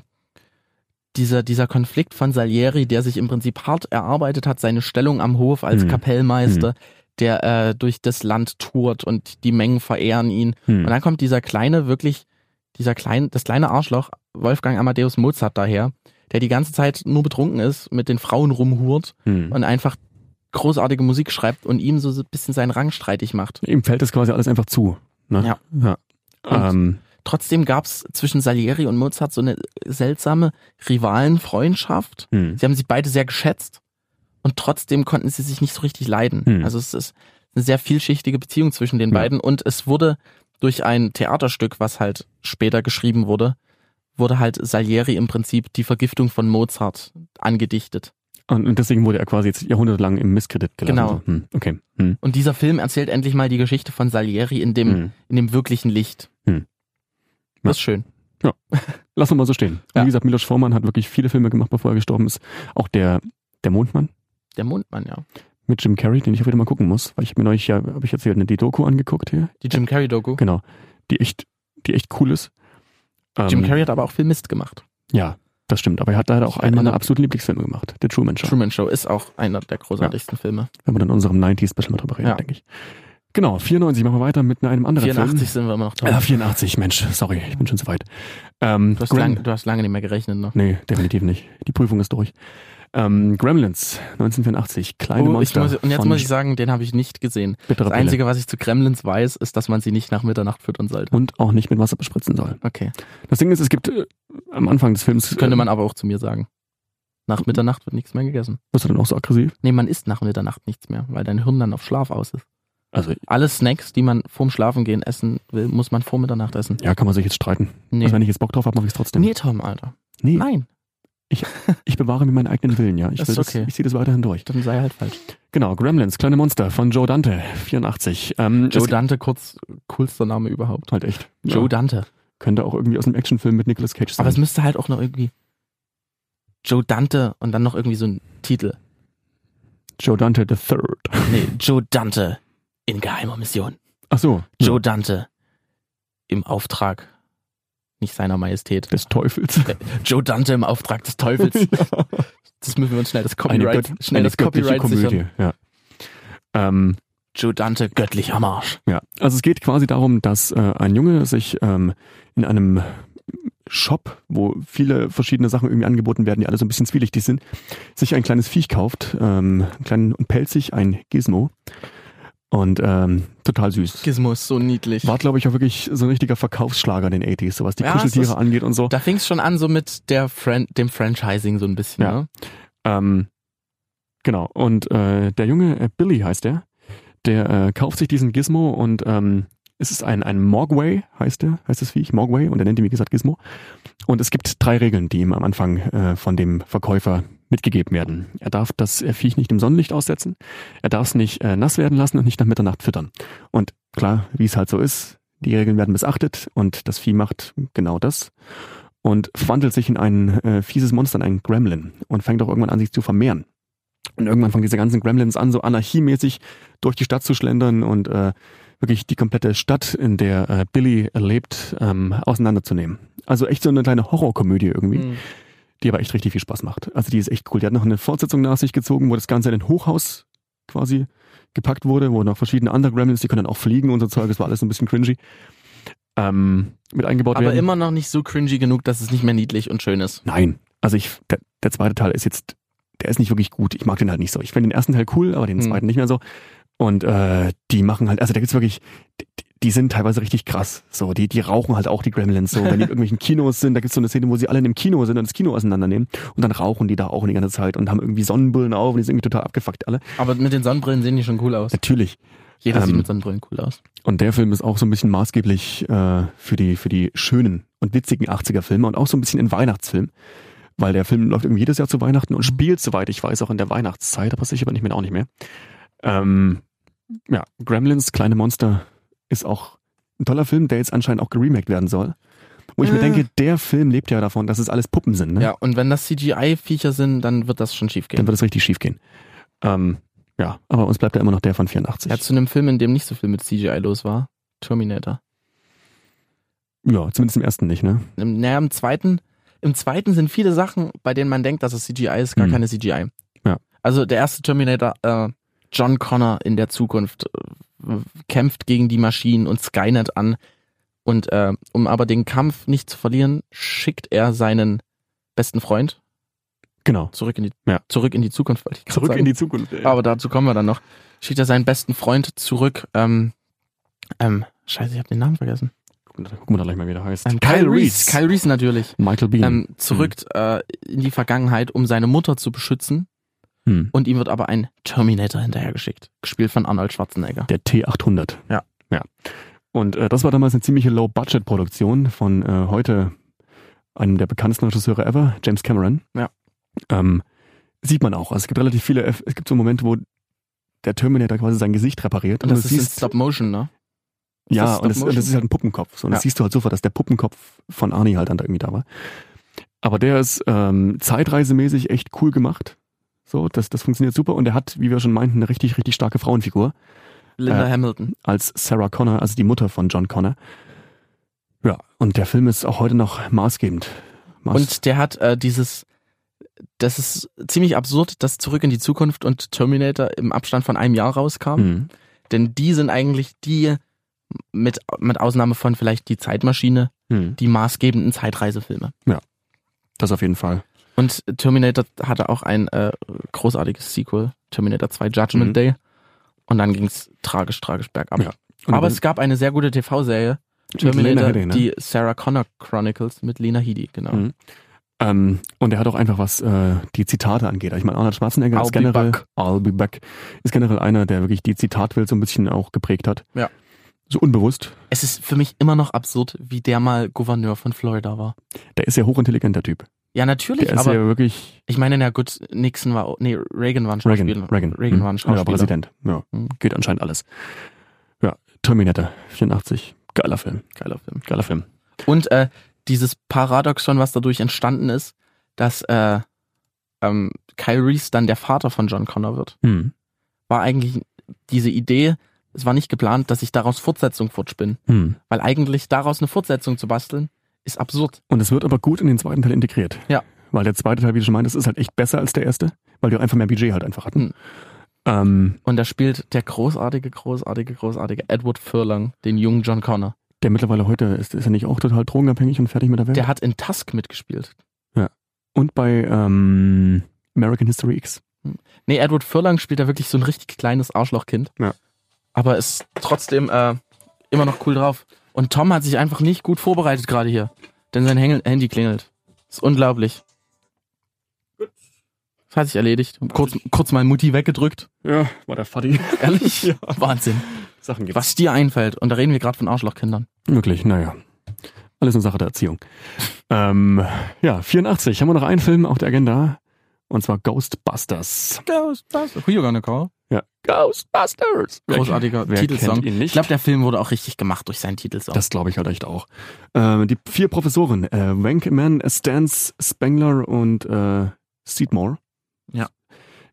[SPEAKER 1] dieser, dieser Konflikt von Salieri, der sich im Prinzip hart erarbeitet hat, seine Stellung am Hof als
[SPEAKER 2] Mhm.
[SPEAKER 1] Kapellmeister, der äh, durch das Land tourt und die Mengen verehren ihn.
[SPEAKER 2] Hm.
[SPEAKER 1] Und dann kommt dieser kleine, wirklich, dieser kleine, das kleine Arschloch, Wolfgang Amadeus Mozart daher, der die ganze Zeit nur betrunken ist, mit den Frauen rumhurt
[SPEAKER 2] Hm.
[SPEAKER 1] und einfach großartige Musik schreibt und ihm so ein bisschen seinen Rang streitig macht.
[SPEAKER 2] Ihm fällt das quasi alles einfach zu. Ne?
[SPEAKER 1] Ja.
[SPEAKER 2] ja. Ähm,
[SPEAKER 1] Trotzdem gab's zwischen Salieri und Mozart so eine seltsame Rivalenfreundschaft.
[SPEAKER 2] hm.
[SPEAKER 1] Sie haben sich beide sehr geschätzt und trotzdem konnten sie sich nicht so richtig leiden.
[SPEAKER 2] Hm.
[SPEAKER 1] Also es ist eine sehr vielschichtige Beziehung zwischen den
[SPEAKER 2] Ja.
[SPEAKER 1] beiden und es wurde durch ein Theaterstück, was halt später geschrieben wurde, wurde halt Salieri im Prinzip die Vergiftung von Mozart angedichtet.
[SPEAKER 2] Und, und deswegen wurde er quasi jetzt jahrhundertelang im Misskredit gelassen.
[SPEAKER 1] Genau.
[SPEAKER 2] Hm. Okay. Hm.
[SPEAKER 1] Und dieser Film erzählt endlich mal die Geschichte von Salieri in dem,
[SPEAKER 2] Hm.
[SPEAKER 1] in dem wirklichen Licht.
[SPEAKER 2] Hm.
[SPEAKER 1] Das ist schön.
[SPEAKER 2] Lass uns mal so stehen.
[SPEAKER 1] Ja.
[SPEAKER 2] Wie gesagt, Milos Forman hat wirklich viele Filme gemacht, bevor er gestorben ist. Auch der, der Mondmann
[SPEAKER 1] Der Mondmann, ja.
[SPEAKER 2] mit Jim Carrey, den ich auch wieder mal gucken muss, weil ich hab mir neulich ja, habe ich erzählt, eine die Doku angeguckt hier.
[SPEAKER 1] Die Jim Carrey-Doku.
[SPEAKER 2] Genau. Die echt, die echt cool ist. Ähm,
[SPEAKER 1] Jim Carrey hat aber auch viel Mist gemacht.
[SPEAKER 2] Ja, Das stimmt, aber er hat leider auch
[SPEAKER 1] Ich
[SPEAKER 2] einen meiner
[SPEAKER 1] erinnere-
[SPEAKER 2] absoluten Lieblingsfilme gemacht, The Truman Show.
[SPEAKER 1] Truman Show ist auch einer der großartigsten Filme.
[SPEAKER 2] Wenn wir dann in unserem 90s-Special mal drüber reden,
[SPEAKER 1] Ja.
[SPEAKER 2] denke ich. Genau, 94 machen wir weiter mit einem anderen
[SPEAKER 1] 84
[SPEAKER 2] Film.
[SPEAKER 1] sind wir immer noch
[SPEAKER 2] Äh,
[SPEAKER 1] dran.
[SPEAKER 2] 84, Mensch, sorry, ich bin schon zu weit. Ähm,
[SPEAKER 1] Du hast,
[SPEAKER 2] Gran-
[SPEAKER 1] lang, du hast lange nicht mehr gerechnet, ne?
[SPEAKER 2] Nee, definitiv nicht. Die Prüfung ist durch. Ähm, Gremlins, 1984, kleine
[SPEAKER 1] Oh, ich
[SPEAKER 2] Monster.
[SPEAKER 1] muss, und jetzt
[SPEAKER 2] von
[SPEAKER 1] muss ich sagen, den habe ich nicht gesehen.
[SPEAKER 2] bitterer
[SPEAKER 1] Das
[SPEAKER 2] Pille.
[SPEAKER 1] Einzige, was ich zu Kremlins weiß, ist, dass man sie nicht nach Mitternacht füttern sollte.
[SPEAKER 2] Und auch nicht mit Wasser bespritzen soll.
[SPEAKER 1] Okay.
[SPEAKER 2] Das Ding ist, es gibt äh, am Anfang des Films...
[SPEAKER 1] Das könnte
[SPEAKER 2] äh,
[SPEAKER 1] man aber auch zu mir sagen. Nach Mitternacht wird nichts mehr gegessen.
[SPEAKER 2] Bist du dann auch so aggressiv?
[SPEAKER 1] Nee, man isst nach Mitternacht nichts mehr, weil dein Hirn dann auf Schlaf aus ist.
[SPEAKER 2] Also,
[SPEAKER 1] Alle Snacks, die man vorm Schlafengehen essen will, muss man vor Mitternacht essen.
[SPEAKER 2] ja, kann man sich jetzt streiten.
[SPEAKER 1] Nee.
[SPEAKER 2] Also, wenn ich jetzt Bock drauf habe, mache ich es trotzdem.
[SPEAKER 1] Nee, Tom, Alter.
[SPEAKER 2] Nee,
[SPEAKER 1] Nein,
[SPEAKER 2] ich bewahre mir meinen eigenen Willen, ja. Ich,
[SPEAKER 1] Das
[SPEAKER 2] will
[SPEAKER 1] ist okay.
[SPEAKER 2] das, ich ziehe das weiterhin durch.
[SPEAKER 1] dann sei halt falsch.
[SPEAKER 2] Genau, Gremlins, kleine Monster von Joe Dante, 84. Ähm,
[SPEAKER 1] Joe
[SPEAKER 2] es-
[SPEAKER 1] Dante, kurz coolster Name überhaupt.
[SPEAKER 2] Halt echt.
[SPEAKER 1] Joe
[SPEAKER 2] ja.
[SPEAKER 1] Dante.
[SPEAKER 2] Könnte auch irgendwie aus einem Actionfilm mit Nicolas Cage sein.
[SPEAKER 1] Aber es müsste halt auch noch irgendwie Joe Dante und dann noch irgendwie so ein Titel.
[SPEAKER 2] Joe Dante the Third.
[SPEAKER 1] Nee, Joe Dante in geheimer Mission.
[SPEAKER 2] Ach so.
[SPEAKER 1] Joe
[SPEAKER 2] Ja,
[SPEAKER 1] Dante im Auftrag nicht seiner Majestät.
[SPEAKER 2] des Teufels.
[SPEAKER 1] Joe Dante im Auftrag des Teufels.
[SPEAKER 2] Ja.
[SPEAKER 1] Das müssen wir uns schnell das
[SPEAKER 2] Eine
[SPEAKER 1] Copyright,
[SPEAKER 2] gött-
[SPEAKER 1] schnell
[SPEAKER 2] eine
[SPEAKER 1] das
[SPEAKER 2] göttliche
[SPEAKER 1] Copyright sichern.
[SPEAKER 2] Komödie, ja. Ähm,
[SPEAKER 1] Joe Dante, göttlicher Marsch.
[SPEAKER 2] ja. Also es geht quasi darum, dass äh, ein Junge sich ähm, in einem Shop, wo viele verschiedene Sachen irgendwie angeboten werden, die alle so ein bisschen zwielichtig sind, sich ein kleines Viech kauft, ähm, einen kleinen und pelzig, ein Gizmo. Und ähm, total süß.
[SPEAKER 1] Gizmo ist so niedlich.
[SPEAKER 2] War, glaube ich, auch wirklich so ein richtiger Verkaufsschlager in den 80s, so was die
[SPEAKER 1] Ja, es ist-
[SPEAKER 2] Kuscheltiere angeht und so.
[SPEAKER 1] Da fing es schon an, so mit der Fran dem Franchising so ein bisschen.
[SPEAKER 2] Ja.
[SPEAKER 1] Ne?
[SPEAKER 2] Ähm, genau. Und äh, der Junge, äh, Billy heißt der, der äh, kauft sich diesen Gizmo und ähm, es ist ein, ein Mogwai, heißt der, heißt das Viech, Mogwai, und er nennt ihn, wie gesagt, Gizmo. Und es gibt drei Regeln, die ihm am Anfang äh, von dem Verkäufer mitgegeben werden. Er darf das äh, Viech nicht im Sonnenlicht aussetzen, er darf es nicht äh, nass werden lassen und nicht nach Mitternacht füttern. Und klar, wie es halt so ist, die Regeln werden missachtet und das Vieh macht genau das und verwandelt sich in ein äh, fieses Monster, in einen Gremlin und fängt auch irgendwann an, sich zu vermehren. Und irgendwann fangen diese ganzen Gremlins an, so anarchiemäßig durch die Stadt zu schlendern und äh, wirklich die komplette Stadt, in der äh, Billy lebt, ähm, auseinanderzunehmen. Also echt so eine kleine Horrorkomödie irgendwie,
[SPEAKER 1] Mhm.
[SPEAKER 2] die aber echt richtig viel Spaß macht. Also die ist echt cool. Die hat noch eine Fortsetzung nach sich gezogen, wo das Ganze in ein Hochhaus quasi gepackt wurde, wo noch verschiedene andere Gremlins, die können dann auch fliegen und so Zeug, das war alles so ein bisschen cringy, ähm, mit eingebaut
[SPEAKER 1] Aber
[SPEAKER 2] werden.
[SPEAKER 1] immer noch nicht so cringy genug, dass es nicht mehr niedlich und schön ist.
[SPEAKER 2] Nein. Also ich, der, der zweite Teil ist jetzt, der ist nicht wirklich gut. Ich mag den halt nicht so. Ich finde den ersten Teil cool, aber den
[SPEAKER 1] Hm.
[SPEAKER 2] zweiten nicht mehr so. Und äh, die machen halt, also da gibt's wirklich, die, die sind teilweise richtig krass. So, die, die rauchen halt auch die Gremlins so. Wenn die in irgendwelchen Kinos sind, da gibt's so eine Szene, wo sie alle in einem Kino sind und das Kino auseinandernehmen und dann rauchen die da auch die ganze Zeit und haben irgendwie Sonnenbrillen auf und die sind irgendwie total abgefuckt alle.
[SPEAKER 1] Aber mit den Sonnenbrillen sehen die schon cool aus.
[SPEAKER 2] Natürlich.
[SPEAKER 1] Jeder sieht
[SPEAKER 2] ähm,
[SPEAKER 1] mit Sonnenbrillen cool aus.
[SPEAKER 2] Und der Film ist auch so ein bisschen maßgeblich äh, für, die, für die schönen und witzigen 80er-Filme und auch so ein bisschen ein Weihnachtsfilm. Weil der Film läuft irgendwie jedes Jahr zu Weihnachten und spielt, soweit ich weiß, auch in der Weihnachtszeit, aber sicher bin ich mir auch nicht mehr. Ähm, ja, Gremlins, kleine Monster, ist auch ein toller Film, der jetzt anscheinend auch geremaked werden soll. Wo ich mir
[SPEAKER 1] Äh.
[SPEAKER 2] denke, der Film lebt ja davon, dass es alles Puppen sind. Ne?
[SPEAKER 1] Ja, und wenn das CGI-Viecher sind, dann wird das schon schief
[SPEAKER 2] Dann
[SPEAKER 1] gehen.
[SPEAKER 2] wird es richtig schief gehen. Ähm, ja, aber uns bleibt ja immer noch der von 84.
[SPEAKER 1] Ja, zu einem Film, in dem nicht so viel mit CGI los war. Terminator.
[SPEAKER 2] ja, zumindest im ersten nicht, ne?
[SPEAKER 1] Im, naja, im zweiten, im zweiten sind viele Sachen, bei denen man denkt, dass es CGI ist, gar
[SPEAKER 2] Hm.
[SPEAKER 1] keine CGI.
[SPEAKER 2] Ja.
[SPEAKER 1] Also der erste Terminator, äh, John Connor in der Zukunft äh, kämpft gegen die Maschinen und Skynet an. Und äh, um aber den Kampf nicht zu verlieren, schickt er seinen besten Freund
[SPEAKER 2] Genau.
[SPEAKER 1] zurück in die,
[SPEAKER 2] Ja.
[SPEAKER 1] zurück in die Zukunft, wollte ich gerade
[SPEAKER 2] Zurück
[SPEAKER 1] sagen.
[SPEAKER 2] in die Zukunft. ey.
[SPEAKER 1] Aber dazu kommen wir dann noch. Schickt er seinen besten Freund zurück. Ähm, ähm, scheiße, ich habe den Namen vergessen.
[SPEAKER 2] Gucken wir da gleich mal, wie der heißt.
[SPEAKER 1] Ähm, Kyle Reese. Kyle Reese natürlich.
[SPEAKER 2] Michael Bean.
[SPEAKER 1] Ähm, zurück äh, in die Vergangenheit, um seine Mutter zu beschützen.
[SPEAKER 2] Hm.
[SPEAKER 1] Und ihm wird aber ein Terminator hinterhergeschickt. Gespielt von Arnold Schwarzenegger.
[SPEAKER 2] Der T800.
[SPEAKER 1] Ja.
[SPEAKER 2] ja. Und äh, das war damals eine ziemliche Low-Budget-Produktion von äh, heute einem der bekanntesten Regisseure ever, James Cameron.
[SPEAKER 1] Ja.
[SPEAKER 2] Ähm, sieht man auch. Also es gibt relativ viele, F es gibt so Momente, wo der Terminator quasi sein Gesicht repariert. Also
[SPEAKER 1] Und das
[SPEAKER 2] du
[SPEAKER 1] ist in Stop Motion, ne? ist
[SPEAKER 2] ja,
[SPEAKER 1] das
[SPEAKER 2] und das,
[SPEAKER 1] Stop-Motion?
[SPEAKER 2] und das ist halt ein Puppenkopf. So. Und
[SPEAKER 1] Ja.
[SPEAKER 2] das siehst du halt sofort, dass der Puppenkopf von Arnie halt dann da irgendwie da war. Aber der ist ähm, zeitreisemäßig echt cool gemacht. So, das, das funktioniert super. Und er hat, wie wir schon meinten, eine richtig, richtig starke Frauenfigur
[SPEAKER 1] Linda
[SPEAKER 2] Äh,
[SPEAKER 1] Hamilton.
[SPEAKER 2] als Sarah Connor, also die Mutter von John Connor. Ja, und der Film ist auch heute noch maßgebend. Mars.
[SPEAKER 1] Und der hat äh, dieses, das ist ziemlich absurd, dass Zurück in die Zukunft und Terminator im Abstand von einem Jahr rauskamen.
[SPEAKER 2] Mhm.
[SPEAKER 1] Denn die sind eigentlich die, mit, mit Ausnahme von vielleicht die Zeitmaschine,
[SPEAKER 2] Mhm.
[SPEAKER 1] die maßgebenden Zeitreisefilme.
[SPEAKER 2] Das auf jeden Fall.
[SPEAKER 1] Und Terminator hatte auch ein äh, großartiges Sequel, Terminator 2 Judgment
[SPEAKER 2] Mhm.
[SPEAKER 1] Day. Und dann ging's tragisch, tragisch bergab.
[SPEAKER 2] Ja. Und
[SPEAKER 1] Aber
[SPEAKER 2] dann
[SPEAKER 1] es gab eine sehr gute TV-Serie,
[SPEAKER 2] mit Lena
[SPEAKER 1] Terminator,
[SPEAKER 2] Headey, ne?
[SPEAKER 1] die Sarah Connor Chronicles mit Lena Headey, genau.
[SPEAKER 2] Mhm. Ähm, und er hat auch einfach was äh, die Zitate angeht. Ich meine, Arnold Schwarzenegger
[SPEAKER 1] I'll
[SPEAKER 2] ist
[SPEAKER 1] be
[SPEAKER 2] generell
[SPEAKER 1] back.
[SPEAKER 2] I'll be back ist generell einer, der wirklich die Zitatwelt so ein bisschen auch geprägt hat.
[SPEAKER 1] Ja.
[SPEAKER 2] So unbewusst.
[SPEAKER 1] Es ist für mich immer noch absurd, wie der mal Gouverneur von Florida war.
[SPEAKER 2] Der ist ja hochintelligenter Typ.
[SPEAKER 1] Ja, natürlich,
[SPEAKER 2] Der ist
[SPEAKER 1] aber
[SPEAKER 2] ja wirklich
[SPEAKER 1] ich meine, na gut, Nixon war, nee, Reagan war ein
[SPEAKER 2] Reagan.
[SPEAKER 1] Schauspieler.
[SPEAKER 2] Reagan, Hm.
[SPEAKER 1] Reagan war ein
[SPEAKER 2] Ja,
[SPEAKER 1] Schauspieler.
[SPEAKER 2] Präsident. Ja,
[SPEAKER 1] Mhm.
[SPEAKER 2] geht anscheinend alles. Ja, Terminator 84. Geiler Film.
[SPEAKER 1] Geiler Film.
[SPEAKER 2] Geiler Film.
[SPEAKER 1] Und äh, dieses Paradoxon, was dadurch entstanden ist, dass äh, ähm, Kyle Reese dann der Vater von John Connor wird,
[SPEAKER 2] Hm.
[SPEAKER 1] war eigentlich diese Idee, es war nicht geplant, dass ich daraus Fortsetzung fortspinne.
[SPEAKER 2] Hm.
[SPEAKER 1] Weil eigentlich daraus eine Fortsetzung zu basteln, ist absurd.
[SPEAKER 2] Und es wird aber gut in den zweiten Teil integriert.
[SPEAKER 1] Ja.
[SPEAKER 2] Weil der zweite Teil, wie du schon meintest, ist halt echt besser als der erste, weil die auch einfach mehr Budget halt einfach hatten.
[SPEAKER 1] Hm.
[SPEAKER 2] Ähm,
[SPEAKER 1] Und da spielt der großartige, großartige, großartige Edward Furlong, den jungen John Connor.
[SPEAKER 2] der mittlerweile heute ist, ist er nicht auch total drogenabhängig und fertig mit der Welt.
[SPEAKER 1] Der hat in Tusk mitgespielt.
[SPEAKER 2] und bei ähm, American History X.
[SPEAKER 1] Nee, Edward Furlong spielt da wirklich so ein richtig kleines Arschlochkind.
[SPEAKER 2] Ja.
[SPEAKER 1] Aber ist trotzdem äh, immer noch cool drauf. Und Tom hat sich einfach nicht gut vorbereitet gerade hier. Denn sein Hängel Handy klingelt. Ist unglaublich. Das hat sich erledigt. Kurz, kurz mal Mutti weggedrückt.
[SPEAKER 2] Ja, war der Fadi.
[SPEAKER 1] Ehrlich?
[SPEAKER 2] Ja.
[SPEAKER 1] Wahnsinn.
[SPEAKER 2] Sachen gibt's.
[SPEAKER 1] Was dir einfällt. Und da reden wir gerade von Arschlochkindern.
[SPEAKER 2] Wirklich, naja. Alles eine Sache der Erziehung. ähm, ja, 84. Haben wir noch einen Film auf der Agenda? Und zwar Ghostbusters.
[SPEAKER 1] Who you gonna call?
[SPEAKER 2] Ja. Ghostbusters!
[SPEAKER 1] Großartiger
[SPEAKER 2] wer
[SPEAKER 1] Titelsong.
[SPEAKER 2] Kennt ihn nicht?
[SPEAKER 1] Ich glaube, der Film wurde auch richtig gemacht durch seinen Titelsong.
[SPEAKER 2] Das glaube ich halt echt auch. Ähm, die vier Professoren, äh, Wankman, Stans, Spengler und äh, Seedmore.
[SPEAKER 1] Ja.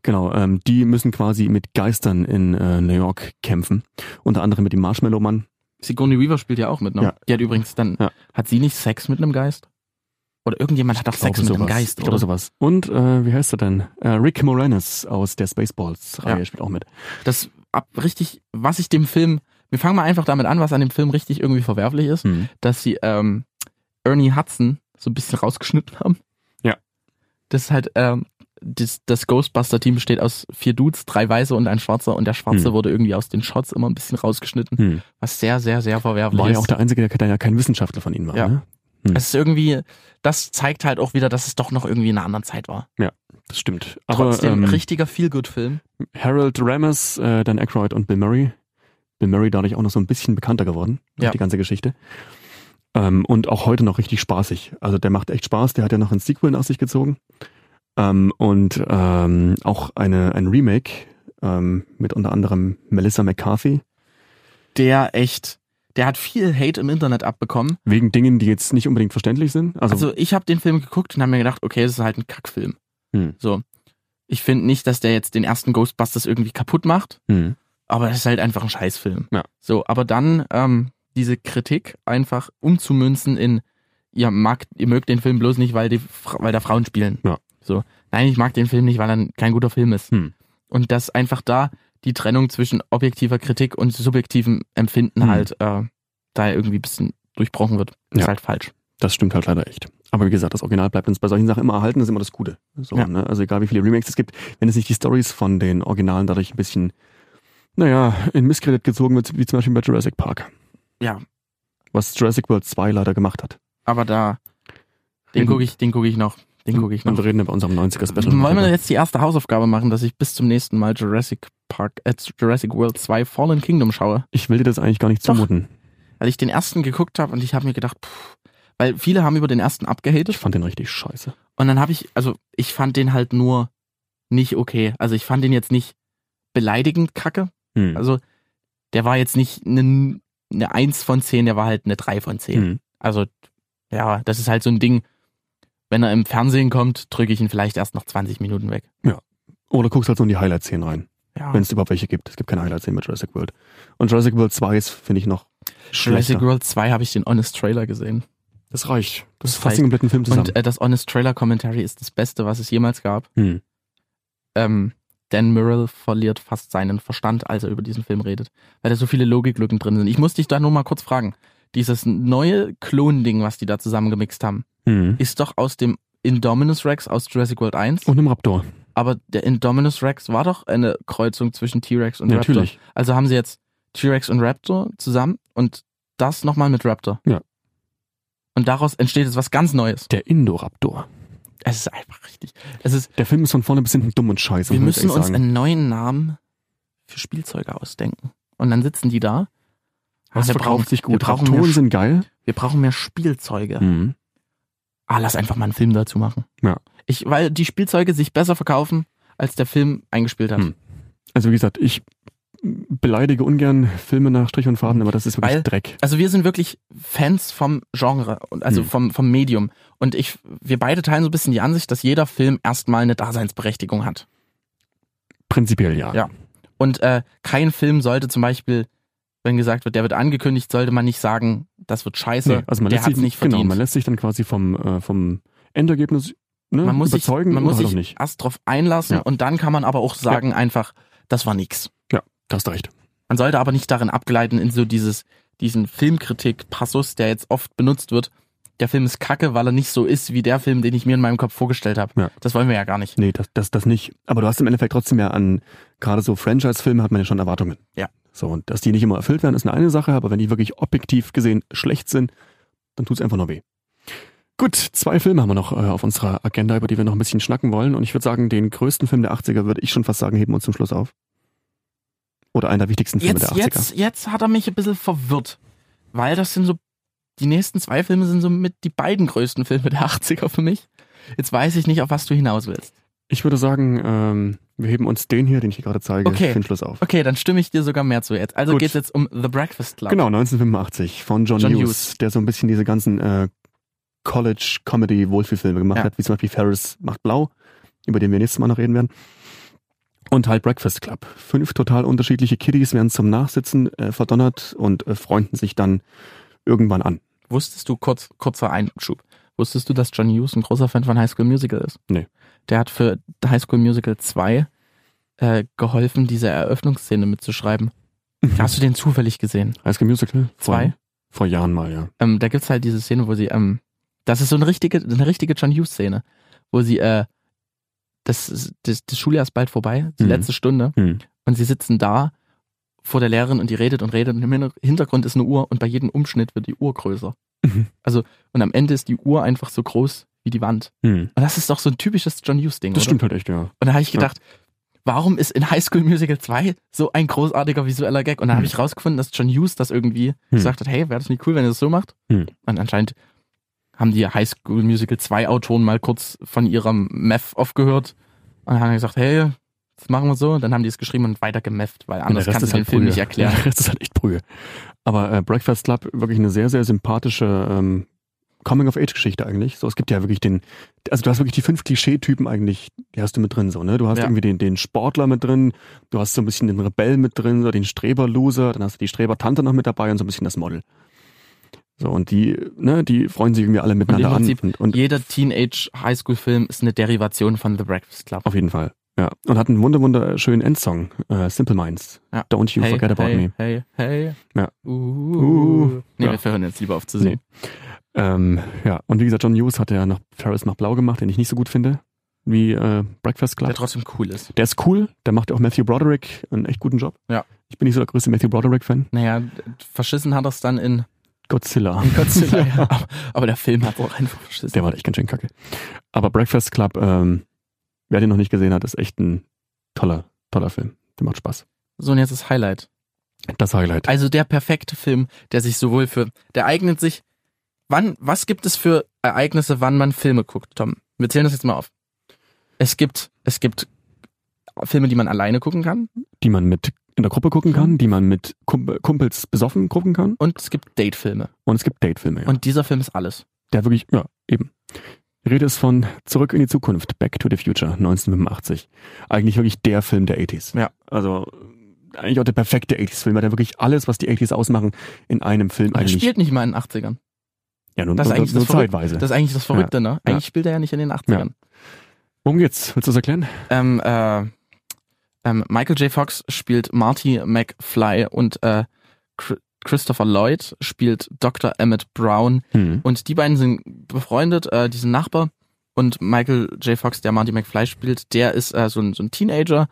[SPEAKER 2] Genau, ähm, die müssen quasi mit Geistern in äh, New York kämpfen. Unter anderem mit dem Marshmallow-Mann.
[SPEAKER 1] Sigourney Weaver spielt ja auch mit, ne?
[SPEAKER 2] Ja.
[SPEAKER 1] Die hat übrigens dann,
[SPEAKER 2] Ja.
[SPEAKER 1] hat sie nicht Sex mit einem Geist? Oder irgendjemand hat auch Sex mit
[SPEAKER 2] Glaube
[SPEAKER 1] einem
[SPEAKER 2] sowas.
[SPEAKER 1] Geist,
[SPEAKER 2] Ich glaube
[SPEAKER 1] oder?
[SPEAKER 2] sowas. Und äh, wie heißt er denn? Äh, Rick Moranis aus der Spaceballs-Reihe
[SPEAKER 1] Ja.
[SPEAKER 2] spielt auch mit.
[SPEAKER 1] Das ab richtig, was ich dem Film, wir fangen mal einfach damit an, was an dem Film richtig irgendwie verwerflich
[SPEAKER 2] Hm.
[SPEAKER 1] ist, dass sie ähm, Ernie Hudson so ein bisschen rausgeschnitten haben.
[SPEAKER 2] Ja.
[SPEAKER 1] Das ist halt, ähm, das, das Ghostbuster-Team besteht aus vier Dudes, drei Weiße und ein Schwarzer und der Schwarze
[SPEAKER 2] Hm.
[SPEAKER 1] wurde irgendwie aus den Shots immer ein bisschen rausgeschnitten,
[SPEAKER 2] Hm.
[SPEAKER 1] was sehr, sehr, sehr verwerflich
[SPEAKER 2] War
[SPEAKER 1] ist.
[SPEAKER 2] ja auch der Einzige, der, der ja kein Wissenschaftler von ihnen war.
[SPEAKER 1] Ja.
[SPEAKER 2] Ne?
[SPEAKER 1] es ist irgendwie, das zeigt halt auch wieder, dass es doch noch irgendwie in einer anderen Zeit war.
[SPEAKER 2] Das stimmt.
[SPEAKER 1] Trotzdem
[SPEAKER 2] ähm,
[SPEAKER 1] richtiger Feelgood-Film.
[SPEAKER 2] Harold Ramis, äh, Dan Aykroyd und Bill Murray. Bill Murray dadurch auch noch so ein bisschen bekannter geworden durch
[SPEAKER 1] Ja.
[SPEAKER 2] die ganze Geschichte. Ähm, und auch heute noch richtig spaßig. Also der macht echt Spaß. Der hat ja noch ein Sequel nach sich gezogen. Ähm, und ähm, auch eine, ein Remake ähm, mit unter anderem Melissa McCarthy.
[SPEAKER 1] Der echt, der hat viel Hate im Internet abbekommen.
[SPEAKER 2] Wegen Dingen, die jetzt nicht unbedingt verständlich sind. Also,
[SPEAKER 1] Also ich habe den Film geguckt und habe mir gedacht, okay, das ist halt ein Kackfilm.
[SPEAKER 2] Hm.
[SPEAKER 1] So. Ich finde nicht, dass der jetzt den ersten Ghostbusters irgendwie kaputt macht,
[SPEAKER 2] hm,
[SPEAKER 1] aber das ist halt einfach ein Scheißfilm.
[SPEAKER 2] Ja.
[SPEAKER 1] So, aber dann ähm, diese Kritik einfach umzumünzen in, ihr mag, ihr mögt den Film bloß nicht, weil, die, Fra- weil da Frauen spielen.
[SPEAKER 2] Ja.
[SPEAKER 1] So, nein, ich mag den Film nicht, weil er kein guter Film ist.
[SPEAKER 2] Hm.
[SPEAKER 1] Und dass einfach da die Trennung zwischen objektiver Kritik und subjektivem Empfinden
[SPEAKER 2] Hm.
[SPEAKER 1] halt äh, da irgendwie ein bisschen durchbrochen wird. Ist
[SPEAKER 2] Ja.
[SPEAKER 1] halt falsch.
[SPEAKER 2] das stimmt halt leider echt. Aber wie gesagt, das Original bleibt uns bei solchen Sachen immer erhalten, das ist immer das Gute. So,
[SPEAKER 1] Ja.
[SPEAKER 2] ne? Also egal wie viele Remakes es gibt, wenn es nicht die Stories von den Originalen dadurch ein bisschen, naja, in Misskredit gezogen wird, wie zum Beispiel bei Jurassic Park.
[SPEAKER 1] Ja.
[SPEAKER 2] Was Jurassic World 2 leider gemacht hat.
[SPEAKER 1] Aber da, den
[SPEAKER 2] Reden- Hm.
[SPEAKER 1] gucke ich, den gucke ich noch. Den gucke ich noch.
[SPEAKER 2] Und wir reden ja bei unserem 90er-Special.
[SPEAKER 1] Genau. Wollen wir jetzt die erste Hausaufgabe machen, dass ich bis zum nächsten Mal Jurassic Park, äh, Jurassic World 2 Fallen Kingdom schaue?
[SPEAKER 2] Ich will dir das eigentlich gar nicht
[SPEAKER 1] Doch.
[SPEAKER 2] zumuten.
[SPEAKER 1] Weil ich den ersten geguckt habe und ich habe mir gedacht, pff, weil viele haben über den ersten
[SPEAKER 2] Ich
[SPEAKER 1] abgehatet
[SPEAKER 2] fand den richtig scheiße.
[SPEAKER 1] und dann habe ich, also ich fand den halt nur nicht okay. Also ich fand den jetzt nicht beleidigend kacke,
[SPEAKER 2] Hm.
[SPEAKER 1] Also der war jetzt nicht eine, eine 1 von 10, der war halt eine 3 von 10.
[SPEAKER 2] hm.
[SPEAKER 1] Also ja, das ist halt so ein Ding. Wenn er im Fernsehen kommt, drücke ich ihn vielleicht erst nach 20 Minuten weg.
[SPEAKER 2] Oder guckst halt so in die Highlight-Szenen rein,
[SPEAKER 1] Ja.
[SPEAKER 2] wenn es überhaupt welche gibt. Es gibt keine Highlight-Szenen bei Jurassic World. Und Jurassic World 2 ist, finde ich, noch
[SPEAKER 1] Jurassic
[SPEAKER 2] schlechter.
[SPEAKER 1] World 2 habe ich den Honest Trailer gesehen.
[SPEAKER 2] Das reicht. Das,
[SPEAKER 1] Das
[SPEAKER 2] fasst den
[SPEAKER 1] reicht.
[SPEAKER 2] kompletten Film zusammen.
[SPEAKER 1] Und äh, das Honest Trailer Commentary ist das Beste, was es jemals gab.
[SPEAKER 2] hm.
[SPEAKER 1] ähm, Dan Murrell verliert fast seinen Verstand, als er über diesen Film redet, weil da so viele Logiklücken drin sind. Ich muss dich da nur mal kurz fragen. Dieses neue Klonding, was die da zusammengemixt haben,
[SPEAKER 2] Hm.
[SPEAKER 1] ist doch aus dem Indominus Rex aus Jurassic World 1.
[SPEAKER 2] Und im Raptor.
[SPEAKER 1] Aber der Indominus Rex war doch eine Kreuzung zwischen T-Rex und Raptor.
[SPEAKER 2] Natürlich.
[SPEAKER 1] Also haben sie jetzt T-Rex und Raptor zusammen und das nochmal mit Raptor.
[SPEAKER 2] Ja.
[SPEAKER 1] Und daraus entsteht jetzt was ganz Neues.
[SPEAKER 2] Der Indoraptor.
[SPEAKER 1] Es ist einfach richtig. Es ist
[SPEAKER 2] Der Film ist von vorne bis hinten dumm und scheiße.
[SPEAKER 1] Wir
[SPEAKER 2] muss ich
[SPEAKER 1] müssen uns
[SPEAKER 2] sagen.
[SPEAKER 1] einen neuen Namen für Spielzeuge ausdenken. Und dann sitzen die da.
[SPEAKER 2] Das
[SPEAKER 1] Ah, wir
[SPEAKER 2] verkauft
[SPEAKER 1] brauchen-
[SPEAKER 2] sich
[SPEAKER 1] Wir
[SPEAKER 2] gut.
[SPEAKER 1] brauchen, mehr,
[SPEAKER 2] Raptoren
[SPEAKER 1] Sch-
[SPEAKER 2] sind geil.
[SPEAKER 1] wir brauchen mehr Spielzeuge.
[SPEAKER 2] Hm.
[SPEAKER 1] Ah, lass einfach mal einen Film dazu machen.
[SPEAKER 2] Ja.
[SPEAKER 1] Ich, weil die Spielzeuge sich besser verkaufen, als der Film eingespielt hat.
[SPEAKER 2] Hm. Also wie gesagt, ich beleidige ungern Filme nach Strich und Faden, aber das ist wirklich
[SPEAKER 1] Weil-
[SPEAKER 2] Dreck.
[SPEAKER 1] Also wir sind wirklich Fans vom Genre und also
[SPEAKER 2] Hm.
[SPEAKER 1] vom, vom Medium. Und ich, wir beide teilen so ein bisschen die Ansicht, dass jeder Film erstmal eine Daseinsberechtigung hat.
[SPEAKER 2] Prinzipiell ja.
[SPEAKER 1] Ja. Und äh, kein Film sollte zum Beispiel, wenn gesagt wird, der wird angekündigt, sollte man nicht sagen, das wird scheiße,
[SPEAKER 2] Nee, also man
[SPEAKER 1] der
[SPEAKER 2] lässt
[SPEAKER 1] hat
[SPEAKER 2] sich
[SPEAKER 1] nicht verdient.
[SPEAKER 2] genau, man lässt sich dann quasi vom äh, vom Endergebnis ne,
[SPEAKER 1] man muss
[SPEAKER 2] überzeugen
[SPEAKER 1] sich, man muss
[SPEAKER 2] oder halt
[SPEAKER 1] sich
[SPEAKER 2] auch nicht.
[SPEAKER 1] erst drauf einlassen
[SPEAKER 2] Ja.
[SPEAKER 1] und dann kann man aber auch sagen einfach, das war nix.
[SPEAKER 2] Da hast du recht.
[SPEAKER 1] Man sollte aber nicht darin abgleiten in so dieses, diesen Filmkritik-Passus, der jetzt oft benutzt wird. Der Film ist kacke, weil er nicht so ist wie der Film, den ich mir in meinem Kopf vorgestellt habe.
[SPEAKER 2] Ja.
[SPEAKER 1] Das wollen wir ja gar nicht.
[SPEAKER 2] Nee, das, das, das nicht. Aber du hast im Endeffekt trotzdem ja an, gerade so Franchise-Filme hat man ja schon Erwartungen.
[SPEAKER 1] Ja.
[SPEAKER 2] So, und dass die nicht immer erfüllt werden, ist eine, eine Sache, aber wenn die wirklich objektiv gesehen schlecht sind, dann tut's einfach nur weh. Gut, zwei Filme haben wir noch äh, auf unserer Agenda, über die wir noch ein bisschen schnacken wollen. Und ich würde sagen, den größten Film der 80er würde ich schon fast sagen, heben wir uns zum Schluss auf. Oder einen der wichtigsten Filme
[SPEAKER 1] Jetzt,
[SPEAKER 2] der 80er.
[SPEAKER 1] jetzt, jetzt hat er mich ein bisschen verwirrt, weil das sind so, die nächsten zwei Filme sind so mit die beiden größten Filme der 80er für mich. Jetzt weiß ich nicht, auf was du hinaus willst.
[SPEAKER 2] Ich würde sagen, ähm, wir heben uns den hier, den ich hier gerade zeige,
[SPEAKER 1] Okay.
[SPEAKER 2] für den Schluss auf.
[SPEAKER 1] Okay, dann stimme ich dir sogar mehr zu jetzt. Also
[SPEAKER 2] Gut.
[SPEAKER 1] geht's jetzt um The Breakfast Club.
[SPEAKER 2] Genau, 1985 von John,
[SPEAKER 1] John
[SPEAKER 2] Hughes,
[SPEAKER 1] Hughes.
[SPEAKER 2] der so ein bisschen diese ganzen äh, College-Comedy-Wohlfühlfilme gemacht
[SPEAKER 1] Ja.
[SPEAKER 2] hat, wie zum Beispiel Ferris macht blau, über den wir nächstes Mal noch reden werden. Und halt Breakfast Club. Fünf total unterschiedliche Kiddies werden zum Nachsitzen äh, verdonnert und äh, freunden sich dann irgendwann an.
[SPEAKER 1] Wusstest du, kurz, kurzer Einschub, wusstest du, dass John Hughes ein großer Fan von High School Musical ist?
[SPEAKER 2] Nee.
[SPEAKER 1] Der hat für High School Musical 2 äh, geholfen, diese Eröffnungsszene mitzuschreiben. Hast du den zufällig gesehen?
[SPEAKER 2] High School Musical? Vor,
[SPEAKER 1] Zwei?
[SPEAKER 2] Vor Jahren mal, ja.
[SPEAKER 1] Ähm, da gibt's halt diese Szene, wo sie, ähm, das ist so eine richtige, eine richtige John Hughes-Szene, wo sie, äh, das, ist- das, das Schuljahr ist bald vorbei, die
[SPEAKER 2] Mhm.
[SPEAKER 1] letzte Stunde,
[SPEAKER 2] Hm.
[SPEAKER 1] und sie sitzen da vor der Lehrerin und die redet und redet und im Hinter- Hintergrund ist eine Uhr und bei jedem Umschnitt wird die Uhr größer.
[SPEAKER 2] Mhm.
[SPEAKER 1] Also, und am Ende ist die Uhr einfach so groß wie die Wand.
[SPEAKER 2] Hm.
[SPEAKER 1] Und das ist doch so ein typisches John Hughes-Ding.
[SPEAKER 2] Das
[SPEAKER 1] oder?
[SPEAKER 2] stimmt halt echt, ja.
[SPEAKER 1] Und da habe ich gedacht, warum ist in High School Musical 2 so ein großartiger visueller Gag? Und dann habe
[SPEAKER 2] Hm.
[SPEAKER 1] ich rausgefunden, dass John Hughes das irgendwie
[SPEAKER 2] Hm.
[SPEAKER 1] gesagt hat, hey, wäre das nicht cool, wenn ihr das so macht?
[SPEAKER 2] Hm.
[SPEAKER 1] Und anscheinend haben die High School Musical 2 Autoren mal kurz von ihrem Meth aufgehört und haben gesagt, hey, das machen wir so. Und dann haben die es geschrieben und weiter gemefft, weil
[SPEAKER 2] Und
[SPEAKER 1] anders kannst
[SPEAKER 2] halt
[SPEAKER 1] du den Film nicht erklären.
[SPEAKER 2] Der Rest ist halt echt Brühe. Aber äh, Breakfast Club, wirklich eine sehr, sehr sympathische ähm, Coming-of-Age-Geschichte eigentlich. So, es gibt ja wirklich den, also du hast wirklich die fünf Klischeetypen eigentlich, die hast du mit drin so, ne? Du hast
[SPEAKER 1] Ja.
[SPEAKER 2] irgendwie den, den Sportler mit drin, du hast so ein bisschen den Rebell mit drin, so den Streber-Loser, dann hast du die Streber-Tante noch mit dabei und so ein bisschen das Model. So, und die, ne, die freuen sich irgendwie alle miteinander an.
[SPEAKER 1] Prinzip
[SPEAKER 2] Und, und
[SPEAKER 1] Jeder Teenage High School Film ist eine Derivation von The Breakfast Club.
[SPEAKER 2] auf jeden Fall. Ja. Und hat einen wunder, wunderschönen Endsong, äh, Simple Minds.
[SPEAKER 1] Ja.
[SPEAKER 2] Don't you
[SPEAKER 1] hey,
[SPEAKER 2] forget about
[SPEAKER 1] hey,
[SPEAKER 2] me.
[SPEAKER 1] Hey, hey.
[SPEAKER 2] Ja.
[SPEAKER 1] Uh,
[SPEAKER 2] Uh.
[SPEAKER 1] Nee,
[SPEAKER 2] Ja.
[SPEAKER 1] wir hören jetzt lieber auf zu sehen.
[SPEAKER 2] Ähm, ja, und wie gesagt, John Hughes hat ja noch Ferris macht blau gemacht, den ich nicht so gut finde, wie äh, Breakfast Club.
[SPEAKER 1] Der
[SPEAKER 2] Der,
[SPEAKER 1] trotzdem cool ist.
[SPEAKER 2] ist cool, der macht ja auch Matthew Broderick einen echt guten Job.
[SPEAKER 1] Ja.
[SPEAKER 2] Ich bin nicht so der größte Matthew Broderick-Fan.
[SPEAKER 1] Naja, verschissen hat er es dann in,
[SPEAKER 2] Godzilla.
[SPEAKER 1] in Godzilla. ja. aber, aber der Film hat auch einfach verschissen.
[SPEAKER 2] Der war echt ganz schön kacke. Aber Breakfast Club, ähm, wer den noch nicht gesehen hat, ist echt ein toller, toller Film. Der macht Spaß.
[SPEAKER 1] So, und jetzt das Highlight.
[SPEAKER 2] Das Highlight.
[SPEAKER 1] Also der perfekte Film, der sich sowohl für, der eignet sich, wann, was gibt es für Ereignisse, wann man Filme guckt, Tom? Wir zählen das jetzt mal auf. Es gibt, es gibt Filme, die man alleine gucken kann
[SPEAKER 2] Die man mit in der Gruppe gucken kann, die man mit Kump Kumpels besoffen gucken kann.
[SPEAKER 1] und es gibt Date-Filme.
[SPEAKER 2] Und es gibt Date-Filme. Ja.
[SPEAKER 1] Und dieser Film ist alles.
[SPEAKER 2] Der wirklich, ja, eben. Die Rede ist von Zurück in die Zukunft, Back to the Future, 1985. Eigentlich wirklich der Film der 80s.
[SPEAKER 1] Ja.
[SPEAKER 2] Also äh, eigentlich auch der perfekte 80s-Film, weil der wirklich alles, was die 80s ausmachen, in einem Film
[SPEAKER 1] Und er
[SPEAKER 2] eigentlich.
[SPEAKER 1] spielt nicht mal in den 80ern.
[SPEAKER 2] Ja, nur,
[SPEAKER 1] Das ist
[SPEAKER 2] nur,
[SPEAKER 1] eigentlich
[SPEAKER 2] nur
[SPEAKER 1] das, Verrück-
[SPEAKER 2] zeitweise.
[SPEAKER 1] das ist eigentlich das Verrückte, ne? Eigentlich spielt er ja nicht in den 80ern.
[SPEAKER 2] Worum geht's? Willst du das erklären?
[SPEAKER 1] Ähm, äh, ähm, Michael J. Fox spielt Marty McFly und äh, Chr- Christopher Lloyd spielt Dr. Emmett Brown.
[SPEAKER 2] Hm.
[SPEAKER 1] Und die beiden sind befreundet, äh, die sind Nachbar. Und Michael J. Fox, der Marty McFly spielt, der ist äh, so, ein, so ein Teenager,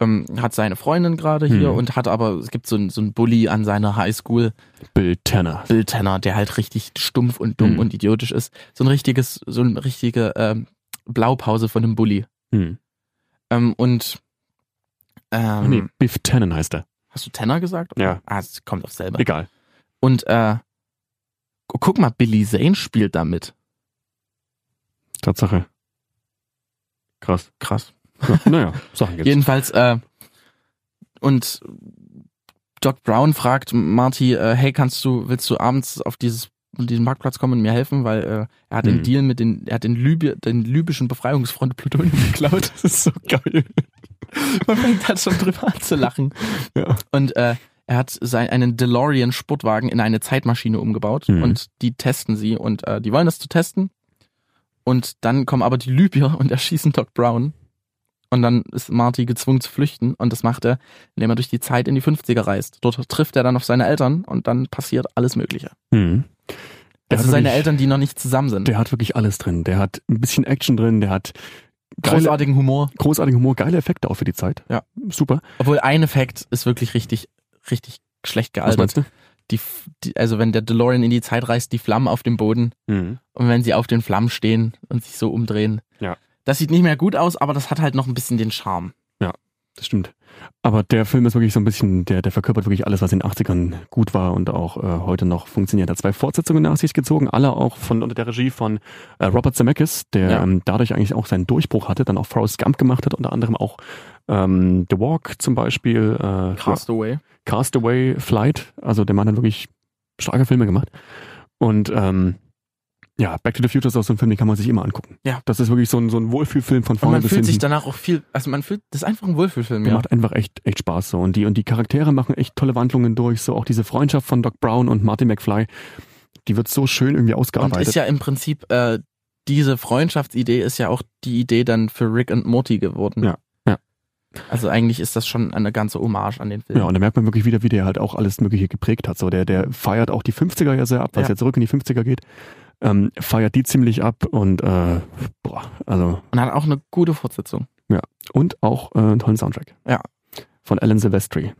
[SPEAKER 1] ähm, hat seine Freundin gerade hier
[SPEAKER 2] Mhm.
[SPEAKER 1] und hat aber, es gibt so einen so einen Bully an seiner Highschool,
[SPEAKER 2] Bill Tanner.
[SPEAKER 1] Bill Tanner, der halt richtig stumpf und dumm
[SPEAKER 2] Mhm.
[SPEAKER 1] und idiotisch ist. So ein richtiges, so eine richtige ähm, Blaupause von einem Bully.
[SPEAKER 2] Hm.
[SPEAKER 1] Ähm, und
[SPEAKER 2] Ach
[SPEAKER 1] ähm,
[SPEAKER 2] Nee, Biff Tannen heißt er.
[SPEAKER 1] hast du Tanner gesagt?
[SPEAKER 2] Ja.
[SPEAKER 1] Ah, es kommt auf selber.
[SPEAKER 2] Egal.
[SPEAKER 1] Und äh, gu- guck mal, Billy Zane spielt damit.
[SPEAKER 2] Tatsache. Krass.
[SPEAKER 1] Krass.
[SPEAKER 2] Ja, naja, Sachen gibt's.
[SPEAKER 1] Jedenfalls, äh, und Doc Brown fragt Marty, äh, hey, kannst du, willst du abends auf dieses auf diesen Marktplatz kommen und mir helfen, weil äh, er hat den
[SPEAKER 2] Mhm.
[SPEAKER 1] Deal mit den, er hat den, Liby, den libyschen Befreiungsfront Plutonium geklaut.
[SPEAKER 2] das ist so geil.
[SPEAKER 1] Man fängt halt schon drüber an zu lachen.
[SPEAKER 2] Ja.
[SPEAKER 1] Und äh, er hat sein, einen DeLorean Sportwagen in eine Zeitmaschine umgebaut
[SPEAKER 2] Mhm.
[SPEAKER 1] und die testen sie und äh, die wollen das zu testen. Und dann kommen aber die Libyer und erschießen Doc Brown. Und dann ist Marty gezwungen zu flüchten und das macht er, indem er durch die Zeit in die 50er reist. Dort trifft er dann auf seine Eltern und dann passiert alles Mögliche.
[SPEAKER 2] Hm. Der
[SPEAKER 1] Also
[SPEAKER 2] hat
[SPEAKER 1] seine
[SPEAKER 2] wirklich-
[SPEAKER 1] Eltern, die noch nicht zusammen sind.
[SPEAKER 2] Der hat wirklich alles drin. Der hat ein bisschen Action drin, der hat geile,
[SPEAKER 1] Großartigen Humor.
[SPEAKER 2] großartigen Humor, geile Effekte auch für die Zeit.
[SPEAKER 1] Ja.
[SPEAKER 2] Super.
[SPEAKER 1] Obwohl ein Effekt ist wirklich richtig, richtig schlecht
[SPEAKER 2] Was
[SPEAKER 1] gealtert.
[SPEAKER 2] meinst du?
[SPEAKER 1] Die, F- die, also wenn der DeLorean in die Zeit reist, die Flammen auf dem Boden
[SPEAKER 2] Mhm.
[SPEAKER 1] Und wenn sie auf den Flammen stehen und sich so umdrehen.
[SPEAKER 2] Ja.
[SPEAKER 1] Das sieht nicht mehr gut aus, aber das hat halt noch ein bisschen den Charme.
[SPEAKER 2] Das stimmt. Aber der Film ist wirklich so ein bisschen, der, der verkörpert wirklich alles, was in den 80ern gut war und auch äh, heute noch funktioniert. Er hat zwei Fortsetzungen nach sich gezogen, alle auch von unter der Regie von äh, Robert Zemeckis, der
[SPEAKER 1] Ja.
[SPEAKER 2] ähm, dadurch eigentlich auch seinen Durchbruch hatte, dann auch Forrest Gump gemacht hat, unter anderem auch ähm, The Walk zum Beispiel, äh,
[SPEAKER 1] Castaway.
[SPEAKER 2] Castaway Flight. Also der Mann hat wirklich starke Filme gemacht. Und ähm, ja, Back to the Future ist auch so ein Film, den kann man sich immer angucken.
[SPEAKER 1] Ja.
[SPEAKER 2] Das ist wirklich so ein, so ein Wohlfühlfilm von
[SPEAKER 1] Und
[SPEAKER 2] vorne
[SPEAKER 1] man
[SPEAKER 2] bis
[SPEAKER 1] fühlt sich
[SPEAKER 2] hinten. Genau.
[SPEAKER 1] danach auch viel, also man fühlt, das ist einfach ein Wohlfühlfilm,
[SPEAKER 2] Der
[SPEAKER 1] ja.
[SPEAKER 2] macht einfach echt, echt Spaß so. Und die, und die Charaktere machen echt tolle Wandlungen durch. So auch diese Freundschaft von Doc Brown und Marty McFly, die wird so schön irgendwie
[SPEAKER 1] Und ist
[SPEAKER 2] ausgearbeitet.
[SPEAKER 1] ja im Prinzip, äh, diese Freundschaftsidee ist ja auch die Idee dann für Rick und Morty geworden.
[SPEAKER 2] Ja, ja.
[SPEAKER 1] Also eigentlich ist das schon eine ganze Hommage an den Film.
[SPEAKER 2] ja, und da merkt man wirklich wieder, wie der halt auch alles Mögliche geprägt hat. So, der, der feiert auch die 50er ja sehr ab, weil es
[SPEAKER 1] Ja.
[SPEAKER 2] ja. zurück in die 50er geht. Ähm, feiert die ziemlich ab und äh, boah, also
[SPEAKER 1] Und hat auch eine gute Fortsetzung.
[SPEAKER 2] und auch äh, einen tollen Soundtrack.
[SPEAKER 1] Ja.
[SPEAKER 2] Von Alan Silvestri,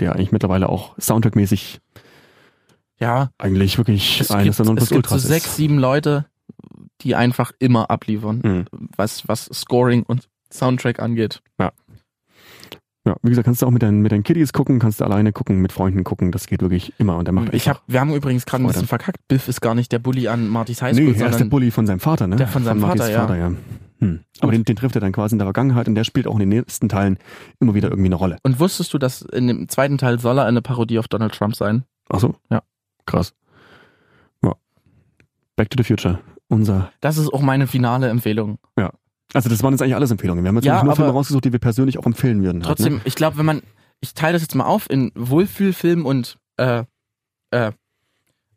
[SPEAKER 2] der eigentlich mittlerweile auch soundtrackmäßig
[SPEAKER 1] Ja,
[SPEAKER 2] eigentlich wirklich
[SPEAKER 1] es gibt,
[SPEAKER 2] eines der
[SPEAKER 1] es gibt so
[SPEAKER 2] Nonplusultras
[SPEAKER 1] sechs, sieben Leute, die einfach immer abliefern,
[SPEAKER 2] ist. Mhm.
[SPEAKER 1] was, was Scoring und Soundtrack angeht.
[SPEAKER 2] Ja, wie gesagt, kannst du auch mit deinen, mit deinen Kiddies gucken, kannst du alleine gucken, mit Freunden gucken, das geht wirklich immer und der macht
[SPEAKER 1] ich hab, wir haben übrigens gerade ein
[SPEAKER 2] Freude.
[SPEAKER 1] bisschen verkackt. Biff ist gar nicht der Bully an Martys
[SPEAKER 2] nee,
[SPEAKER 1] Highschool,
[SPEAKER 2] er ist der
[SPEAKER 1] sondern
[SPEAKER 2] Bully von seinem Vater, ne?
[SPEAKER 1] Der von seinem
[SPEAKER 2] Martys
[SPEAKER 1] Vater, ja.
[SPEAKER 2] Hm. Aber den, den trifft er dann quasi in der Vergangenheit und der spielt auch in den nächsten Teilen immer wieder irgendwie eine Rolle.
[SPEAKER 1] und wusstest du, dass in dem zweiten Teil soll er eine Parodie auf Donald Trump sein?
[SPEAKER 2] Ach so?
[SPEAKER 1] Ja.
[SPEAKER 2] Krass. Ja. Back to the Future. Unser.
[SPEAKER 1] Das ist auch meine finale Empfehlung.
[SPEAKER 2] Also das waren jetzt eigentlich alles Empfehlungen. Wir haben jetzt
[SPEAKER 1] Ja,
[SPEAKER 2] wirklich nur Filme
[SPEAKER 1] aber-
[SPEAKER 2] rausgesucht, die wir persönlich auch empfehlen würden. halt,
[SPEAKER 1] Trotzdem,
[SPEAKER 2] ne?
[SPEAKER 1] ich glaube, wenn man, ich teile das jetzt mal auf in Wohlfühlfilm und äh, äh,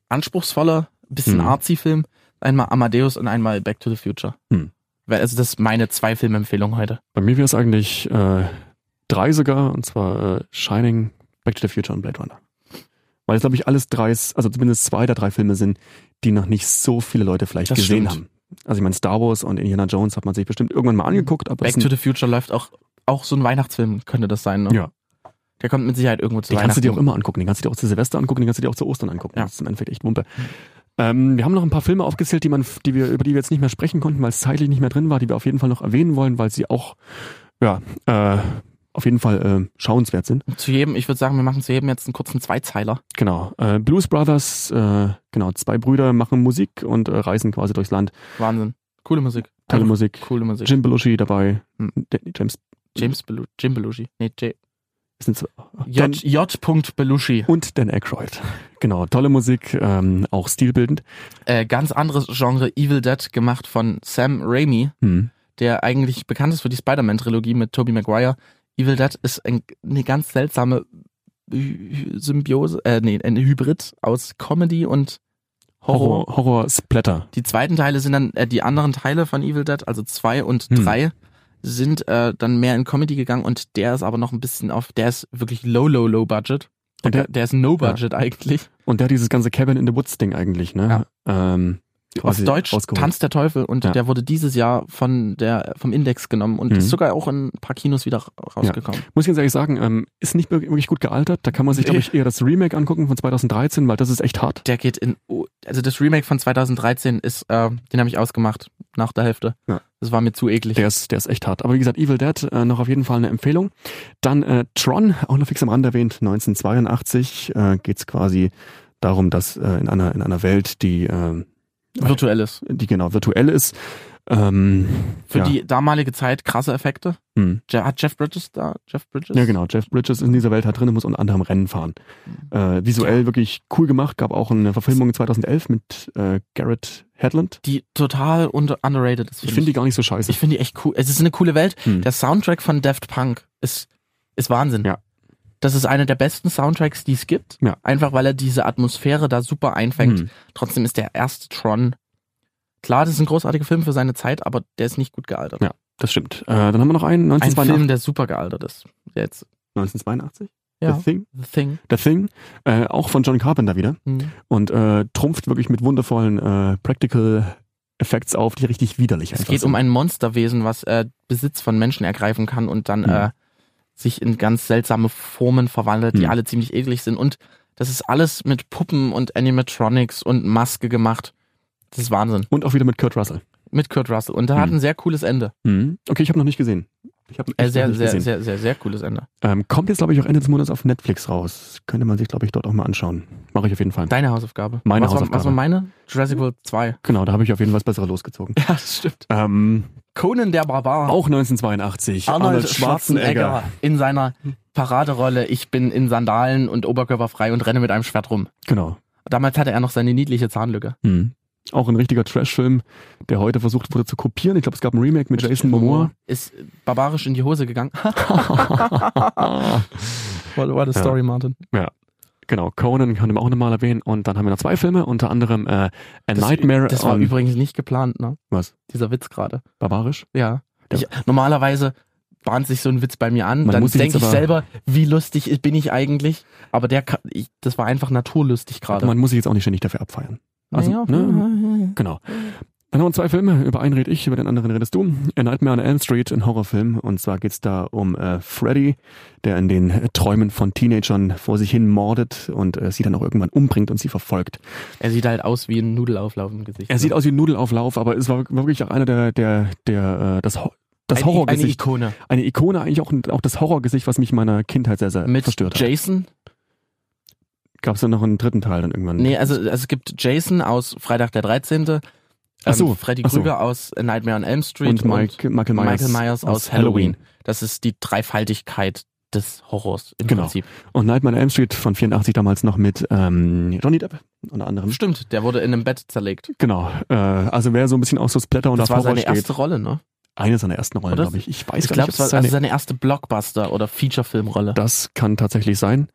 [SPEAKER 1] anspruchsvoller, bisschen
[SPEAKER 2] Mhm.
[SPEAKER 1] Arzi-Film, einmal Amadeus und einmal Back to the Future.
[SPEAKER 2] Mhm.
[SPEAKER 1] Weil, Also das ist meine zwei Filmempfehlung heute.
[SPEAKER 2] Bei mir wäre es eigentlich äh, drei sogar, und zwar äh, Shining, Back to the Future und Blade Runner. Weil es, glaube ich, alles drei, also zumindest zwei der drei Filme sind, die noch nicht so viele Leute vielleicht
[SPEAKER 1] Das stimmt.
[SPEAKER 2] gesehen
[SPEAKER 1] Mhm.
[SPEAKER 2] haben. Also ich meine, Star Wars und Indiana Jones hat man sich bestimmt irgendwann mal angeguckt, aber es
[SPEAKER 1] Back to
[SPEAKER 2] sind,
[SPEAKER 1] the Future läuft auch, auch so ein Weihnachtsfilm, könnte das sein, ne?
[SPEAKER 2] Ja.
[SPEAKER 1] Der kommt mit Sicherheit irgendwo zu
[SPEAKER 2] die kannst du
[SPEAKER 1] Weihnachten.
[SPEAKER 2] dir auch immer angucken. Den kannst du dir auch zu Silvester angucken, den kannst du dir auch zu Ostern angucken.
[SPEAKER 1] Ja.
[SPEAKER 2] Das ist im Endeffekt echt Wumpe. Ähm, wir haben noch ein paar Filme aufgezählt, die man, die wir, über die wir jetzt nicht mehr sprechen konnten, weil es zeitlich nicht mehr drin war, die wir auf jeden Fall noch erwähnen wollen, weil sie auch, ja, äh, auf jeden Fall äh, schauenswert sind.
[SPEAKER 1] Zu jedem, ich würde sagen, wir machen zu jedem jetzt einen kurzen Zweizeiler.
[SPEAKER 2] Genau. Äh, Blues Brothers, äh, genau, zwei Brüder machen Musik und äh, reisen quasi durchs Land.
[SPEAKER 1] Wahnsinn. Coole Musik.
[SPEAKER 2] Tolle
[SPEAKER 1] Einfach
[SPEAKER 2] Musik.
[SPEAKER 1] Coole Musik.
[SPEAKER 2] Jim Belushi dabei.
[SPEAKER 1] Hm.
[SPEAKER 2] De- James
[SPEAKER 1] James Belu Jim Belushi. Nee, J.
[SPEAKER 2] ist nicht so- Dan,
[SPEAKER 1] J. J. Punkt Belushi.
[SPEAKER 2] und Dan Aykroyd. Genau, tolle Musik, ähm, auch stilbildend.
[SPEAKER 1] Äh, ganz anderes Genre Evil Dead gemacht von Sam Raimi,
[SPEAKER 2] Hm.
[SPEAKER 1] der eigentlich bekannt ist für die Spider-Man-Trilogie mit Tobey Maguire. Evil Dead ist ein, eine ganz seltsame Hy- Symbiose, äh, nee, ein Hybrid aus Comedy und Horror.
[SPEAKER 2] Horror, Horror Splatter.
[SPEAKER 1] Die zweiten Teile sind dann, äh, die anderen Teile von Evil Dead, also zwei und
[SPEAKER 2] Hm.
[SPEAKER 1] drei, sind äh, dann mehr in Comedy gegangen und der ist aber noch ein bisschen auf, der ist wirklich low, low, low budget. Der,
[SPEAKER 2] Und der-
[SPEAKER 1] der ist no budget eigentlich.
[SPEAKER 2] Und der hat dieses ganze Cabin in the Woods Ding eigentlich, ne? Ähm,
[SPEAKER 1] Auf
[SPEAKER 2] quasi
[SPEAKER 1] Deutsch
[SPEAKER 2] rausgeholt.
[SPEAKER 1] Tanz der Teufel und
[SPEAKER 2] Ja.
[SPEAKER 1] der wurde dieses Jahr von der, vom Index genommen und
[SPEAKER 2] Mhm.
[SPEAKER 1] ist sogar auch in ein paar Kinos wieder rausgekommen.
[SPEAKER 2] Muss ich ganz ehrlich sagen, ähm, ist nicht wirklich- wirklich gut gealtert. Da kann man sich, glaube ich, eher das Remake angucken von 2013, weil das ist echt hart.
[SPEAKER 1] Der geht in, oh, also das Remake von 2013 ist, äh, den habe ich ausgemacht nach der Hälfte.
[SPEAKER 2] Ja.
[SPEAKER 1] Das war mir zu eklig.
[SPEAKER 2] Der ist, der ist echt hart. Aber wie gesagt, Evil Dead äh, noch auf jeden Fall eine Empfehlung. Dann äh, Tron, auch noch fix am Rand erwähnt, 1982 äh, geht's quasi darum, dass äh, in einer in einer Welt, die äh,
[SPEAKER 1] Virtuelles.
[SPEAKER 2] die genau virtuell ist, ähm,
[SPEAKER 1] Für
[SPEAKER 2] ja,
[SPEAKER 1] die damalige Zeit krasse Effekte.
[SPEAKER 2] hm.
[SPEAKER 1] Je- Hat Jeff Bridges da? Jeff Bridges?
[SPEAKER 2] ja genau, Jeff Bridges ist in dieser Welt halt drin und muss unter anderem Rennen fahren.
[SPEAKER 1] Mhm.
[SPEAKER 2] Äh, visuell wirklich cool gemacht, gab auch eine Verfilmung 2011 mit äh, Garrett Hedlund.
[SPEAKER 1] Die total unter underrated ist.
[SPEAKER 2] Ich finde die gar nicht so scheiße.
[SPEAKER 1] ich finde die echt cool. Es ist eine coole Welt.
[SPEAKER 2] Hm.
[SPEAKER 1] Der Soundtrack von Daft Punk ist, ist Wahnsinn.
[SPEAKER 2] Ja.
[SPEAKER 1] Das ist einer der besten Soundtracks, die es gibt.
[SPEAKER 2] Ja.
[SPEAKER 1] Einfach weil er diese Atmosphäre da super einfängt.
[SPEAKER 2] Hm.
[SPEAKER 1] Trotzdem ist der erste Tron. Klar, das ist ein großartiger Film für seine Zeit, aber der ist nicht gut gealtert.
[SPEAKER 2] Ja, das stimmt. Äh, dann haben wir noch einen,
[SPEAKER 1] Ein
[SPEAKER 2] 1982.
[SPEAKER 1] Film, der super gealtert ist. Jetzt.
[SPEAKER 2] 1982?
[SPEAKER 1] Ja.
[SPEAKER 2] The Thing?
[SPEAKER 1] The Thing.
[SPEAKER 2] The Thing, äh, auch von John Carpenter wieder.
[SPEAKER 1] Hm.
[SPEAKER 2] Und äh, trumpft wirklich mit wundervollen äh, Practical Effects auf, die richtig widerlich
[SPEAKER 1] Es
[SPEAKER 2] einfach
[SPEAKER 1] geht
[SPEAKER 2] sind.
[SPEAKER 1] um ein Monsterwesen, was äh, Besitz von Menschen ergreifen kann und dann
[SPEAKER 2] Mhm.
[SPEAKER 1] äh, sich in ganz seltsame Formen verwandelt, die
[SPEAKER 2] Mhm.
[SPEAKER 1] alle ziemlich eklig sind. Und das ist alles mit Puppen und Animatronics und Maske gemacht. Das ist Wahnsinn.
[SPEAKER 2] Und auch wieder mit Kurt Russell.
[SPEAKER 1] Mit Kurt Russell. Und da hat
[SPEAKER 2] Mhm.
[SPEAKER 1] ein sehr cooles Ende.
[SPEAKER 2] Okay, ich habe noch nicht gesehen. Ich habe
[SPEAKER 1] Äh, sehr,
[SPEAKER 2] nicht
[SPEAKER 1] sehr,
[SPEAKER 2] gesehen.
[SPEAKER 1] sehr, sehr, sehr cooles Ende.
[SPEAKER 2] Ähm, kommt jetzt, glaube ich, auch Ende des Monats auf Netflix raus. Könnte man sich, glaube ich, dort auch mal anschauen. Mache ich auf jeden Fall.
[SPEAKER 1] Deine Hausaufgabe.
[SPEAKER 2] Meine
[SPEAKER 1] was War,
[SPEAKER 2] Hausaufgabe.
[SPEAKER 1] was war meine? Jurassic World 2.
[SPEAKER 2] Genau, da habe ich auf jeden Fall was Besseres losgezogen.
[SPEAKER 1] Ja, das stimmt.
[SPEAKER 2] Ähm,
[SPEAKER 1] Conan der Barbar.
[SPEAKER 2] auch 1982.
[SPEAKER 1] in seiner Paraderolle. Ich bin in Sandalen und oberkörperfrei und renne mit einem Schwert rum.
[SPEAKER 2] Genau.
[SPEAKER 1] Damals hatte er noch seine niedliche Zahnlücke.
[SPEAKER 2] Hm. Auch ein richtiger Trash-Film, der heute versucht wurde zu kopieren. Ich glaube, es gab ein Remake mit Jason Momoa.
[SPEAKER 1] Ist barbarisch in die Hose gegangen. Ah. what, a
[SPEAKER 2] story,
[SPEAKER 1] Martin.
[SPEAKER 2] Genau, Conan kann man auch nochmal erwähnen. Und dann haben wir noch zwei Filme, unter anderem äh, A
[SPEAKER 1] Das-
[SPEAKER 2] Nightmare
[SPEAKER 1] Das war
[SPEAKER 2] on
[SPEAKER 1] übrigens nicht geplant, ne?
[SPEAKER 2] Was?
[SPEAKER 1] Dieser Witz gerade.
[SPEAKER 2] Barbarisch.
[SPEAKER 1] Ja.
[SPEAKER 2] Ja.
[SPEAKER 1] Ich, normalerweise bahnt sich so ein Witz bei mir an.
[SPEAKER 2] Man
[SPEAKER 1] dann
[SPEAKER 2] muss sich
[SPEAKER 1] denke
[SPEAKER 2] jetzt
[SPEAKER 1] ich
[SPEAKER 2] aber-
[SPEAKER 1] selber, wie lustig bin ich eigentlich? Aber der, ka- ich, das war einfach naturlustig gerade.
[SPEAKER 2] Man muss sich jetzt auch nicht ständig dafür abfeiern. Also,
[SPEAKER 1] Naja,
[SPEAKER 2] ne? Genau. Dann haben wir zwei Filme. Über einen rede ich, über den anderen redest du. A Nightmare on Elm Street, ein Horrorfilm. Und zwar geht's da um äh, Freddy, der in den äh, Träumen von Teenagern vor sich hin mordet und äh, sie dann auch irgendwann umbringt und sie verfolgt.
[SPEAKER 1] Er sieht halt aus wie ein Nudelauflauf im Gesicht. ne?
[SPEAKER 2] Er sieht aus wie ein Nudelauflauf, aber es war wirklich auch einer der, der, der, äh, das, Ho- das
[SPEAKER 1] Eine- Eine
[SPEAKER 2] Horrorgesicht.
[SPEAKER 1] Ikone.
[SPEAKER 2] Eine Ikone eigentlich auch, auch das Horrorgesicht, was mich in meiner Kindheit sehr, sehr
[SPEAKER 1] Mit
[SPEAKER 2] verstört hat.
[SPEAKER 1] Jason.
[SPEAKER 2] Gab es dann noch einen dritten Teil dann irgendwann?
[SPEAKER 1] Nee, also, also es gibt Jason aus Freitag der 13.
[SPEAKER 2] Ach so,
[SPEAKER 1] ähm, Freddy
[SPEAKER 2] ach so.
[SPEAKER 1] Krüger aus A Nightmare on Elm Street
[SPEAKER 2] und Mike, Michael Myers.
[SPEAKER 1] Michael Myers aus Halloween. Das ist die Dreifaltigkeit des Horrors im
[SPEAKER 2] Genau.
[SPEAKER 1] Prinzip.
[SPEAKER 2] Und Nightmare on Elm Street von 84 damals noch mit ähm, Johnny Depp unter anderem.
[SPEAKER 1] Stimmt, der wurde in einem Bett zerlegt.
[SPEAKER 2] Genau. Äh, also wer so ein bisschen auch so Splatter und
[SPEAKER 1] Das
[SPEAKER 2] auf
[SPEAKER 1] war
[SPEAKER 2] Horror
[SPEAKER 1] seine
[SPEAKER 2] steht.
[SPEAKER 1] erste Rolle, ne?
[SPEAKER 2] Eine seiner ersten Rollen,
[SPEAKER 1] Oder?
[SPEAKER 2] glaube ich. Ich weiß
[SPEAKER 1] Ich
[SPEAKER 2] gar
[SPEAKER 1] glaube,
[SPEAKER 2] nicht, ob
[SPEAKER 1] es war
[SPEAKER 2] es seine...
[SPEAKER 1] also seine erste Blockbuster- oder Feature-Filmrolle.
[SPEAKER 2] Das kann tatsächlich sein.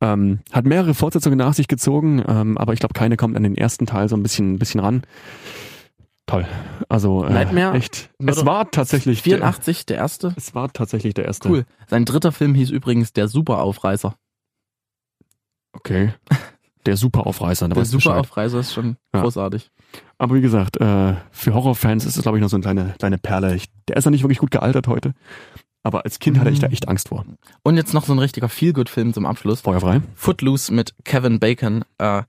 [SPEAKER 2] Ähm, hat mehrere Fortsetzungen nach sich gezogen, ähm, aber ich glaube, keine kommt an den ersten Teil so ein bisschen, ein bisschen ran. Toll. Also äh,
[SPEAKER 1] Nightmare-
[SPEAKER 2] echt.
[SPEAKER 1] Murder-
[SPEAKER 2] Es war tatsächlich
[SPEAKER 1] 84, der erste.
[SPEAKER 2] Der, es war tatsächlich der erste.
[SPEAKER 1] Cool. Sein dritter Film hieß übrigens Der Superaufreißer.
[SPEAKER 2] Okay. Der Superaufreißer. da
[SPEAKER 1] Der
[SPEAKER 2] weißt du Bescheid.
[SPEAKER 1] Superaufreißer ist schon
[SPEAKER 2] Ja.
[SPEAKER 1] großartig.
[SPEAKER 2] Aber wie gesagt, äh, für Horrorfans ist es, glaube ich, noch so eine kleine, kleine Perle. Ich, der ist noch nicht wirklich gut gealtert heute. Aber als Kind hatte ich da
[SPEAKER 1] Mhm.
[SPEAKER 2] echt Angst vor.
[SPEAKER 1] Und jetzt noch so ein richtiger Feel-Good-Film zum Abschluss.
[SPEAKER 2] Feuerfrei.
[SPEAKER 1] Footloose mit Kevin Bacon. Äh,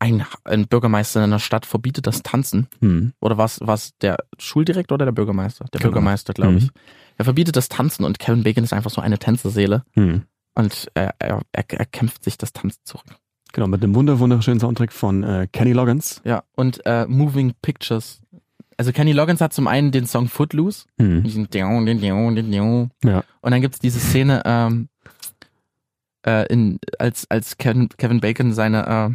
[SPEAKER 1] ein, ein Bürgermeister in einer Stadt verbietet das Tanzen.
[SPEAKER 2] Hm.
[SPEAKER 1] Oder was was der Schuldirektor oder der Bürgermeister? Der
[SPEAKER 2] Genau.
[SPEAKER 1] Bürgermeister, glaube ich.
[SPEAKER 2] Mhm.
[SPEAKER 1] Er verbietet das Tanzen und Kevin Bacon ist einfach so eine Tänzerseele
[SPEAKER 2] Hm.
[SPEAKER 1] und äh, er, er, er kämpft sich das Tanzen zurück.
[SPEAKER 2] Genau, mit dem wunder wunderschönen Soundtrack von äh, Kenny Loggins.
[SPEAKER 1] Ja, und äh, Moving Pictures. Also Kenny Loggins hat zum einen den Song Footloose.
[SPEAKER 2] Hm.
[SPEAKER 1] Diesen Dion, Dion, Dion, Dion, Dion.
[SPEAKER 2] Ja.
[SPEAKER 1] Und dann gibt's diese Szene, ähm, äh, in, als, als Kevin, Kevin Bacon seine, äh,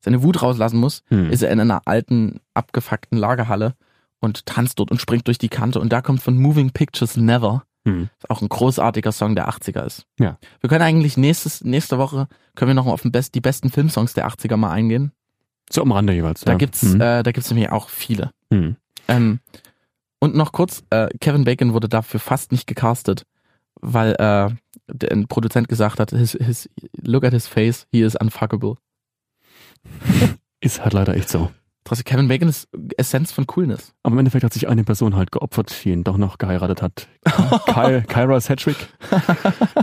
[SPEAKER 1] seine Wut rauslassen muss,
[SPEAKER 2] Hm.
[SPEAKER 1] ist er in einer alten, abgefuckten Lagerhalle und tanzt dort und springt durch die Kante. Und da kommt von Moving Pictures Never.
[SPEAKER 2] Hm.
[SPEAKER 1] Ist Auch ein großartiger Song der 80er ist.
[SPEAKER 2] Ja.
[SPEAKER 1] Wir können eigentlich nächstes, nächste Woche können wir noch auf den Best, die besten Filmsongs der 80er mal eingehen.
[SPEAKER 2] So am Rande jeweils.
[SPEAKER 1] Da
[SPEAKER 2] ja.
[SPEAKER 1] gibt's,
[SPEAKER 2] Mhm.
[SPEAKER 1] äh, da gibt's nämlich auch viele.
[SPEAKER 2] Mhm.
[SPEAKER 1] Ähm, und noch kurz, äh, Kevin Bacon wurde dafür fast nicht gecastet, weil äh, der ein Produzent gesagt hat, his, his, look at his face, he is unfuckable.
[SPEAKER 2] Ist halt leider echt so.
[SPEAKER 1] Trotzdem, Kevin Bacon ist Essenz von Coolness.
[SPEAKER 2] Aber im Endeffekt hat sich eine Person halt geopfert, die ihn doch noch geheiratet hat. Ky Kyra Sedgwick.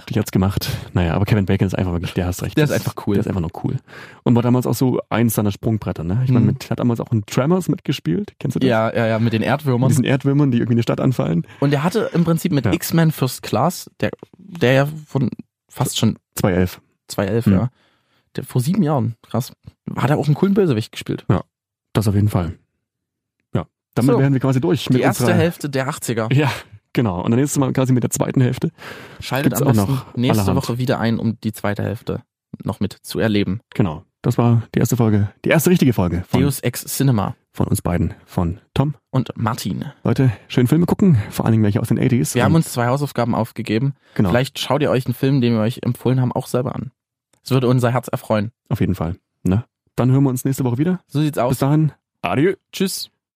[SPEAKER 2] Die hat's gemacht. Naja, aber Kevin Bacon ist einfach wirklich, der hast recht.
[SPEAKER 1] Der ist einfach cool.
[SPEAKER 2] Der ist einfach nur cool. Und war damals auch so eins seiner Sprungbretter, ne? Ich meine,
[SPEAKER 1] Mhm.
[SPEAKER 2] mit, hat damals auch in Tremors mitgespielt. Kennst du das?
[SPEAKER 1] Ja, ja, ja, mit den
[SPEAKER 2] Mit
[SPEAKER 1] Erdwürmern.
[SPEAKER 2] diesen Erdwürmern, die irgendwie eine Stadt anfallen.
[SPEAKER 1] Und er hatte im Prinzip mit
[SPEAKER 2] Ja.
[SPEAKER 1] X-Men First Class, der, der ja von fast schon
[SPEAKER 2] 2011.
[SPEAKER 1] 2011,
[SPEAKER 2] Mhm.
[SPEAKER 1] ja, der, vor sieben Jahren, krass, hat er auch einen coolen Bösewicht gespielt.
[SPEAKER 2] Das auf jeden Fall. Ja. Damit
[SPEAKER 1] So.
[SPEAKER 2] wären wir quasi durch
[SPEAKER 1] Die
[SPEAKER 2] mit
[SPEAKER 1] erste
[SPEAKER 2] unserer...
[SPEAKER 1] Hälfte der 80er.
[SPEAKER 2] Ja, genau. Und dann nächstes Mal quasi mit der zweiten Hälfte.
[SPEAKER 1] Schaltet
[SPEAKER 2] Gibt's
[SPEAKER 1] am
[SPEAKER 2] auch
[SPEAKER 1] besten
[SPEAKER 2] noch
[SPEAKER 1] nächste
[SPEAKER 2] allerhand.
[SPEAKER 1] Woche wieder ein, um die zweite Hälfte noch mit zu erleben.
[SPEAKER 2] Genau. Das war die erste Folge, die erste richtige Folge von,
[SPEAKER 1] Deus Ex Cinema
[SPEAKER 2] von uns beiden, von Tom.
[SPEAKER 1] und Martin.
[SPEAKER 2] Leute, schön Filme gucken, vor allen Dingen welche aus den 80s.
[SPEAKER 1] Wir
[SPEAKER 2] Und
[SPEAKER 1] haben uns zwei Hausaufgaben aufgegeben.
[SPEAKER 2] genau,
[SPEAKER 1] Vielleicht schaut ihr euch einen Film, den wir euch empfohlen haben, auch selber an. Es würde unser Herz erfreuen.
[SPEAKER 2] auf jeden Fall. Ne? Dann hören wir uns nächste Woche wieder.
[SPEAKER 1] So sieht's
[SPEAKER 2] Bis
[SPEAKER 1] aus.
[SPEAKER 2] dahin, adieu.
[SPEAKER 1] Tschüss.